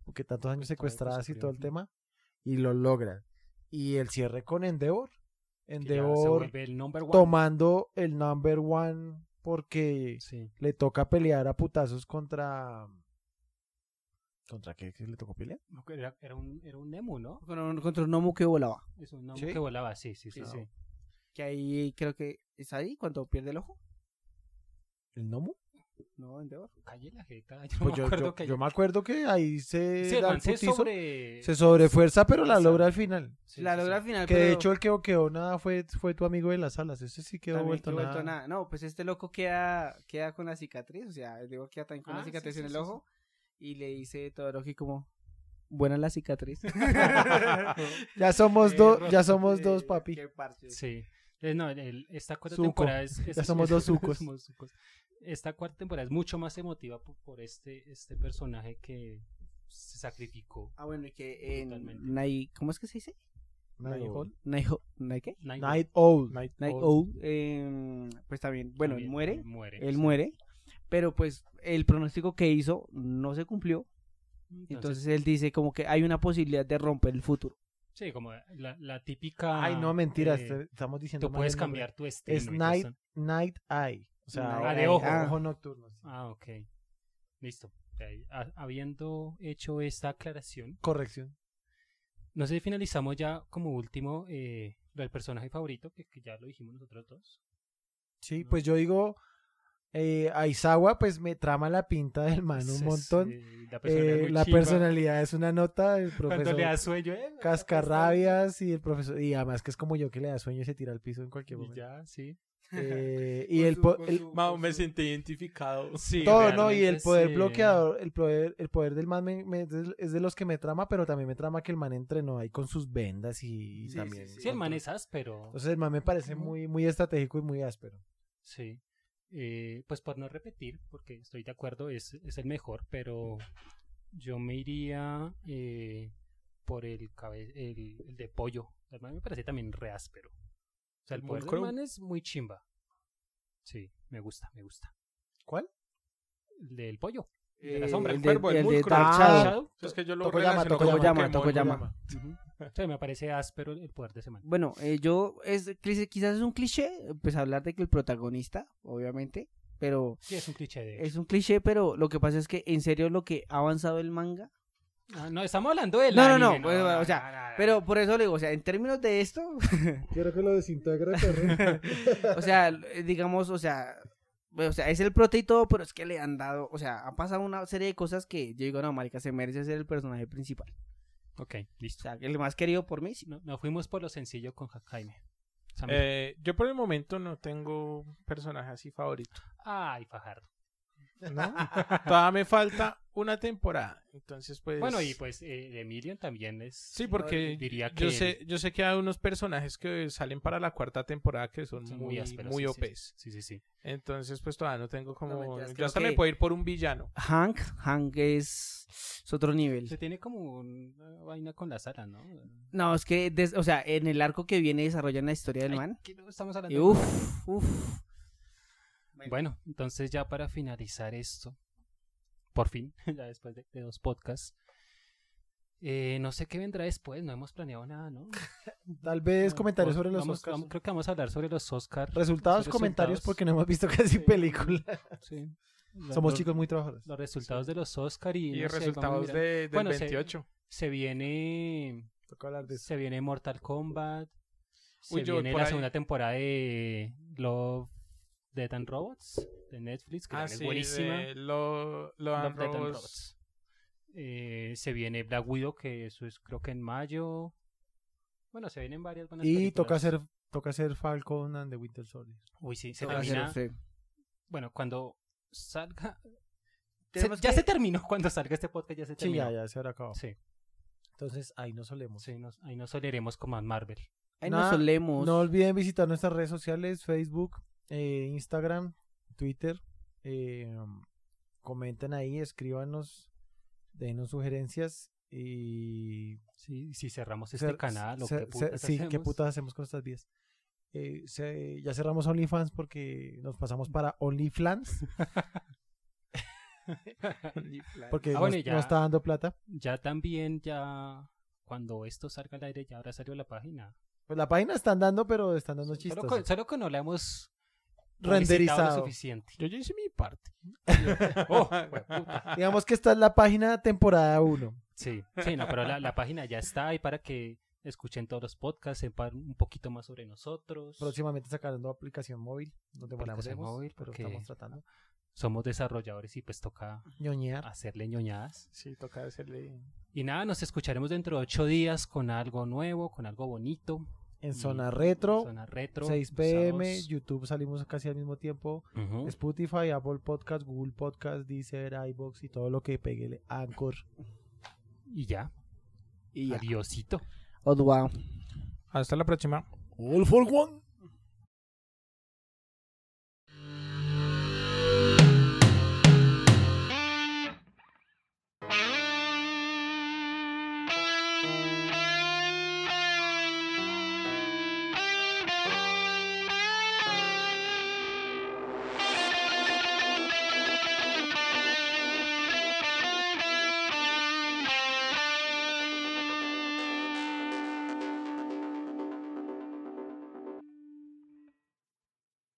[SPEAKER 5] porque tantos años
[SPEAKER 2] pues
[SPEAKER 5] secuestradas y todo el tema, y lo logran. Y el cierre con Endeavor.
[SPEAKER 2] Que ya se
[SPEAKER 5] Endeavor
[SPEAKER 2] vuelve el number one.
[SPEAKER 5] tomando el number one porque
[SPEAKER 2] Sí.
[SPEAKER 5] le toca pelear a putazos contra... mm, ¿Contra qué, qué le tocó pelear?
[SPEAKER 2] No, que Era, era un, era un Nemu, ¿no?
[SPEAKER 4] con un- contra un gnomo que volaba.
[SPEAKER 2] Es un Nemu
[SPEAKER 5] Sí.
[SPEAKER 2] que volaba, sí, sí, sí.
[SPEAKER 4] Ah,
[SPEAKER 2] sí.
[SPEAKER 4] Que ahí creo que es ahí cuando pierde el ojo.
[SPEAKER 5] ¿El Nomu?
[SPEAKER 4] No, Endeavor.
[SPEAKER 2] Calle la jeta. Yo no
[SPEAKER 5] Pues
[SPEAKER 2] me
[SPEAKER 5] yo,
[SPEAKER 2] acuerdo
[SPEAKER 5] yo-
[SPEAKER 2] que
[SPEAKER 5] yo me acuerdo que ahí se...
[SPEAKER 2] Sí, el
[SPEAKER 5] da el
[SPEAKER 2] man se
[SPEAKER 5] putizo.
[SPEAKER 2] sobre...
[SPEAKER 5] Se sobrefuerza, pero la
[SPEAKER 2] Exacto.
[SPEAKER 5] logra al final.
[SPEAKER 2] Sí,
[SPEAKER 4] la
[SPEAKER 2] sí,
[SPEAKER 4] logra al
[SPEAKER 2] sí.
[SPEAKER 4] final.
[SPEAKER 5] Que de
[SPEAKER 4] pero
[SPEAKER 5] hecho el que quedó nada fue, fue tu amigo de las alas. Ese sí quedó
[SPEAKER 4] también
[SPEAKER 5] vuelto,
[SPEAKER 4] quedó
[SPEAKER 5] nada.
[SPEAKER 4] vuelto nada. No, pues este loco queda, queda con la cicatriz. O sea, digo, queda también con
[SPEAKER 2] Ah,
[SPEAKER 4] la
[SPEAKER 2] sí,
[SPEAKER 4] cicatriz
[SPEAKER 2] sí,
[SPEAKER 4] en el
[SPEAKER 2] sí,
[SPEAKER 4] ojo. Y le dice Todoroki como, buena la cicatriz.
[SPEAKER 5] Ya somos
[SPEAKER 2] Eh,
[SPEAKER 5] dos,
[SPEAKER 2] Rosa,
[SPEAKER 5] ya somos dos,
[SPEAKER 4] Eh,
[SPEAKER 5] papi.
[SPEAKER 4] qué parche.
[SPEAKER 2] Sí. Eh, No, el- el- esta cuarta
[SPEAKER 5] Suco.
[SPEAKER 2] temporada es... es-
[SPEAKER 5] Ya somos dos sucos.
[SPEAKER 2] somos sucos. Esta cuarta temporada es mucho más emotiva por, por este, este personaje que se sacrificó.
[SPEAKER 4] Ah, bueno, y que
[SPEAKER 2] Totalmente.
[SPEAKER 4] en Nai, ¿cómo es que se dice?
[SPEAKER 5] Night Owl.
[SPEAKER 4] Nai, Nai ¿qué?
[SPEAKER 5] Night Owl.
[SPEAKER 4] Nai
[SPEAKER 2] Owl.
[SPEAKER 4] Owl, em, pues también, bueno,
[SPEAKER 2] También
[SPEAKER 4] él muere,
[SPEAKER 2] Muere.
[SPEAKER 4] él
[SPEAKER 2] sí.
[SPEAKER 4] muere, pero pues el pronóstico que hizo no se cumplió,
[SPEAKER 2] Entonces,
[SPEAKER 4] entonces él dice como que hay una posibilidad de romper el futuro.
[SPEAKER 2] sí, como la, la típica...
[SPEAKER 5] Ay, no, mentira.
[SPEAKER 2] eh,
[SPEAKER 5] este- estamos diciendo.
[SPEAKER 2] Tú
[SPEAKER 5] mal
[SPEAKER 2] puedes
[SPEAKER 5] el nombre.
[SPEAKER 2] cambiar tu estilo.
[SPEAKER 5] Es
[SPEAKER 2] y todo
[SPEAKER 5] Night-
[SPEAKER 2] eso.
[SPEAKER 5] Night Eye. O sea,
[SPEAKER 4] Night
[SPEAKER 2] Ah, de ojo.
[SPEAKER 5] ojo nocturno. sí.
[SPEAKER 2] Ah, ok. Listo. Eh, ha- Habiendo hecho esta aclaración,
[SPEAKER 5] Corrección.
[SPEAKER 2] no sé si finalizamos ya como último eh, lo del personaje favorito, que, que ya lo dijimos nosotros dos.
[SPEAKER 5] Sí, pues yo digo. Eh, Aizawa, pues me trama la pinta del man Ah, un
[SPEAKER 2] Sí,
[SPEAKER 5] montón.
[SPEAKER 2] sí, la
[SPEAKER 5] Eh,
[SPEAKER 2] personalidad, muy
[SPEAKER 5] la
[SPEAKER 2] chimba.
[SPEAKER 5] personalidad es una nota. El
[SPEAKER 2] Cuando le da
[SPEAKER 5] profesor
[SPEAKER 2] sueño, eh,
[SPEAKER 5] cascarrabias y el profesor. Y además que es como yo que le da sueño y se tira al piso en cualquier
[SPEAKER 2] Y
[SPEAKER 5] este momento.
[SPEAKER 2] ya, sí.
[SPEAKER 5] Eh, y el, po- el-
[SPEAKER 6] Mao, me sentí identificado.
[SPEAKER 2] Sí,
[SPEAKER 5] todo, ¿no? Y el
[SPEAKER 2] realmente
[SPEAKER 5] poder
[SPEAKER 2] sí.
[SPEAKER 5] bloqueador, el poder, el poder del man me- me- es de los que me trama, pero también me trama que el man entrenó ahí con sus vendas y, y
[SPEAKER 4] Sí,
[SPEAKER 5] también.
[SPEAKER 4] sí,
[SPEAKER 2] Sí, el man
[SPEAKER 5] control.
[SPEAKER 2] es áspero.
[SPEAKER 5] Entonces el man me parece
[SPEAKER 2] Ujú.
[SPEAKER 5] muy, muy estratégico y muy áspero.
[SPEAKER 2] Sí. Eh, pues por no repetir, porque estoy de acuerdo, es, es el mejor, pero yo me iría eh, por el, cabe- el, el de pollo. El man me parece también re áspero. O sea, el
[SPEAKER 6] Muy
[SPEAKER 2] poder del
[SPEAKER 6] cruel.
[SPEAKER 2] man es muy chimba. Sí, me gusta, me gusta.
[SPEAKER 5] ¿Cuál?
[SPEAKER 2] El del pollo.
[SPEAKER 4] Eh,
[SPEAKER 2] la sombra,
[SPEAKER 4] el
[SPEAKER 2] el
[SPEAKER 4] de-
[SPEAKER 6] cuervo, el
[SPEAKER 4] el de
[SPEAKER 6] pulcro.
[SPEAKER 4] Tarchado.
[SPEAKER 2] Shadow.
[SPEAKER 6] Es que yo lo
[SPEAKER 5] Tokoyama,
[SPEAKER 6] relaciono
[SPEAKER 5] Tokoyama,
[SPEAKER 6] con Ah, Pokémon,
[SPEAKER 4] Tokoyama.
[SPEAKER 6] Pokémon.
[SPEAKER 2] O sea, me parece áspero el poder de ese man.
[SPEAKER 4] Bueno, eh, yo, es, quizás es un cliché, pues hablar de que el protagonista, obviamente, pero
[SPEAKER 2] Sí, es un cliché de
[SPEAKER 4] es un cliché, pero lo que pasa es que en serio lo que ha avanzado el manga
[SPEAKER 2] Ah, no, estamos hablando del
[SPEAKER 4] No, no,
[SPEAKER 2] anime,
[SPEAKER 4] no, pues, o sea,
[SPEAKER 2] no, no.
[SPEAKER 4] Pero por eso le digo, o sea, en términos de esto,
[SPEAKER 5] Quiero que lo desintegra.
[SPEAKER 4] o sea, eh, digamos, o sea, bueno, o sea, es el prote y todo, pero es que le han dado, o sea, ha pasado una serie de cosas que yo digo, no, marica, se merece ser el personaje principal.
[SPEAKER 2] Ok,
[SPEAKER 4] O
[SPEAKER 2] listo.
[SPEAKER 4] sea, el más querido por mí, sí.
[SPEAKER 2] No, nos fuimos por lo sencillo con Ja- Jaime. Samir.
[SPEAKER 4] Eh,
[SPEAKER 6] Eh, yo por el momento no tengo personaje así favorito.
[SPEAKER 2] Ay, Fajardo.
[SPEAKER 6] ¿no? Todavía me falta una temporada. Entonces, pues.
[SPEAKER 2] Bueno, y pues eh, Emilio también es. eh,
[SPEAKER 6] Sí, porque
[SPEAKER 2] diría que
[SPEAKER 6] yo sé, yo sé que hay unos personajes que salen para la cuarta temporada que son,
[SPEAKER 2] son
[SPEAKER 6] muy, muy,
[SPEAKER 2] ásperos, sí, sí,
[SPEAKER 6] OPs.
[SPEAKER 2] Sí, sí, sí.
[SPEAKER 6] Entonces, pues todavía no tengo como.
[SPEAKER 1] No, mentiras,
[SPEAKER 6] yo
[SPEAKER 1] creo
[SPEAKER 6] hasta me
[SPEAKER 1] que-
[SPEAKER 6] puedo ir por un villano.
[SPEAKER 4] Hank, Hank es, es otro
[SPEAKER 2] Se
[SPEAKER 4] nivel.
[SPEAKER 2] tiene como una vaina con la sala, ¿no?
[SPEAKER 4] No, es que, des- o sea, en el arco que viene desarrollan la historia del
[SPEAKER 2] Ay,
[SPEAKER 4] man.
[SPEAKER 2] ¿qué no estamos hablando?
[SPEAKER 4] Y uff, uff.
[SPEAKER 2] Bueno, entonces ya para finalizar esto, por fin, ya después de, de dos podcasts, eh, no sé qué vendrá después, no hemos planeado nada, ¿no?
[SPEAKER 5] Tal vez comentarios
[SPEAKER 2] Vamos-
[SPEAKER 5] sobre los
[SPEAKER 2] vamos-
[SPEAKER 5] Oscars.
[SPEAKER 2] vamos- creo que vamos a hablar sobre los Oscars.
[SPEAKER 5] Resultados,
[SPEAKER 2] Resultados.
[SPEAKER 5] comentarios, porque no hemos visto casi película.
[SPEAKER 2] Los-
[SPEAKER 5] Somos chicos muy trabajadores.
[SPEAKER 2] Los resultados de los Oscars
[SPEAKER 6] Y,
[SPEAKER 2] y, no sé, vamos
[SPEAKER 6] resultados
[SPEAKER 2] a mirar.
[SPEAKER 6] de, del
[SPEAKER 2] Bueno, se-
[SPEAKER 6] 28.
[SPEAKER 2] Se viene,
[SPEAKER 5] Toca hablar de eso.
[SPEAKER 2] se viene Mortal Kombat, se
[SPEAKER 6] Uy, yo voy
[SPEAKER 2] viene
[SPEAKER 6] por
[SPEAKER 2] la
[SPEAKER 6] ahí.
[SPEAKER 2] segunda temporada de Love, Death and Robots de Netflix, que
[SPEAKER 6] Ah,
[SPEAKER 2] también
[SPEAKER 6] sí,
[SPEAKER 2] es buenísima.
[SPEAKER 6] de Lo, lo
[SPEAKER 2] Love,
[SPEAKER 6] and
[SPEAKER 2] Death and
[SPEAKER 6] Robots.
[SPEAKER 2] Robots. Eh, se viene Black Widow, que eso es creo que en mayo. Bueno, se vienen varias buenas
[SPEAKER 5] Y toca
[SPEAKER 2] películas.
[SPEAKER 5] hacer, toca hacer Falcon and the Winter Soldier.
[SPEAKER 2] Uy, sí, se
[SPEAKER 4] Toca
[SPEAKER 2] termina.
[SPEAKER 4] hacer- sí.
[SPEAKER 2] Bueno, cuando salga... se-
[SPEAKER 4] Tenemos
[SPEAKER 2] ya
[SPEAKER 4] que-
[SPEAKER 2] se terminó, cuando salga este podcast ya se
[SPEAKER 5] Sí,
[SPEAKER 2] terminó.
[SPEAKER 5] ya, ya se habrá acabado.
[SPEAKER 2] Sí,
[SPEAKER 5] Entonces ahí nos solemos.
[SPEAKER 2] sí, nos- ahí nos soleremos como a Marvel.
[SPEAKER 4] Ay,
[SPEAKER 5] Nada,
[SPEAKER 4] nos solemos.
[SPEAKER 5] No olviden visitar nuestras redes sociales, Facebook, eh, Instagram, Twitter. eh, comenten ahí, escríbanos, denos sugerencias y...
[SPEAKER 2] Sí, si cerramos este
[SPEAKER 5] cer-
[SPEAKER 2] canal o
[SPEAKER 5] cer-
[SPEAKER 2] qué
[SPEAKER 5] cer-
[SPEAKER 2] putas
[SPEAKER 5] Sí, qué
[SPEAKER 2] hacemos?
[SPEAKER 5] putas hacemos con estas vías. Eh, se- ya cerramos OnlyFans porque nos pasamos para OnlyFans porque
[SPEAKER 2] Ah, bueno,
[SPEAKER 5] nos-
[SPEAKER 2] y ya-
[SPEAKER 5] no está dando plata.
[SPEAKER 2] Ya también, ya cuando esto salga al aire, ya habrá salido la página.
[SPEAKER 5] Pues la página están dando, pero están dando chistes.
[SPEAKER 2] Solo que, solo que no la hemos publicitado lo
[SPEAKER 5] Renderizado.
[SPEAKER 2] suficiente.
[SPEAKER 6] Yo ya hice mi parte.
[SPEAKER 2] Oh, hueputa.
[SPEAKER 5] Digamos que esta es la página temporada 1.
[SPEAKER 2] Sí, sí, no, pero la, la página ya está ahí para que escuchen todos los podcasts, sepan un poquito más sobre nosotros.
[SPEAKER 5] Próximamente sacarán una aplicación móvil. No demoraremos,
[SPEAKER 2] Aplicación móvil,
[SPEAKER 5] pero
[SPEAKER 2] porque-
[SPEAKER 5] estamos tratando.
[SPEAKER 2] Somos desarrolladores y pues toca
[SPEAKER 5] Ñoñear.
[SPEAKER 2] hacerle ñoñadas.
[SPEAKER 6] Sí, toca hacerle.
[SPEAKER 2] Y nada, nos escucharemos dentro de ocho días con algo nuevo, con algo bonito.
[SPEAKER 5] En
[SPEAKER 2] Ah, Y-
[SPEAKER 5] zona retro,
[SPEAKER 2] Zona retro.
[SPEAKER 5] 6 pm,
[SPEAKER 2] usados.
[SPEAKER 5] YouTube salimos casi al mismo tiempo.
[SPEAKER 2] Ujú.
[SPEAKER 5] Spotify, Apple Podcast, Google Podcast, Deezer, iBox y todo lo que pegue Anchor.
[SPEAKER 2] Y ya,
[SPEAKER 4] Y ya.
[SPEAKER 2] adiosito.
[SPEAKER 4] Odua.
[SPEAKER 6] Hasta la próxima.
[SPEAKER 5] All for one.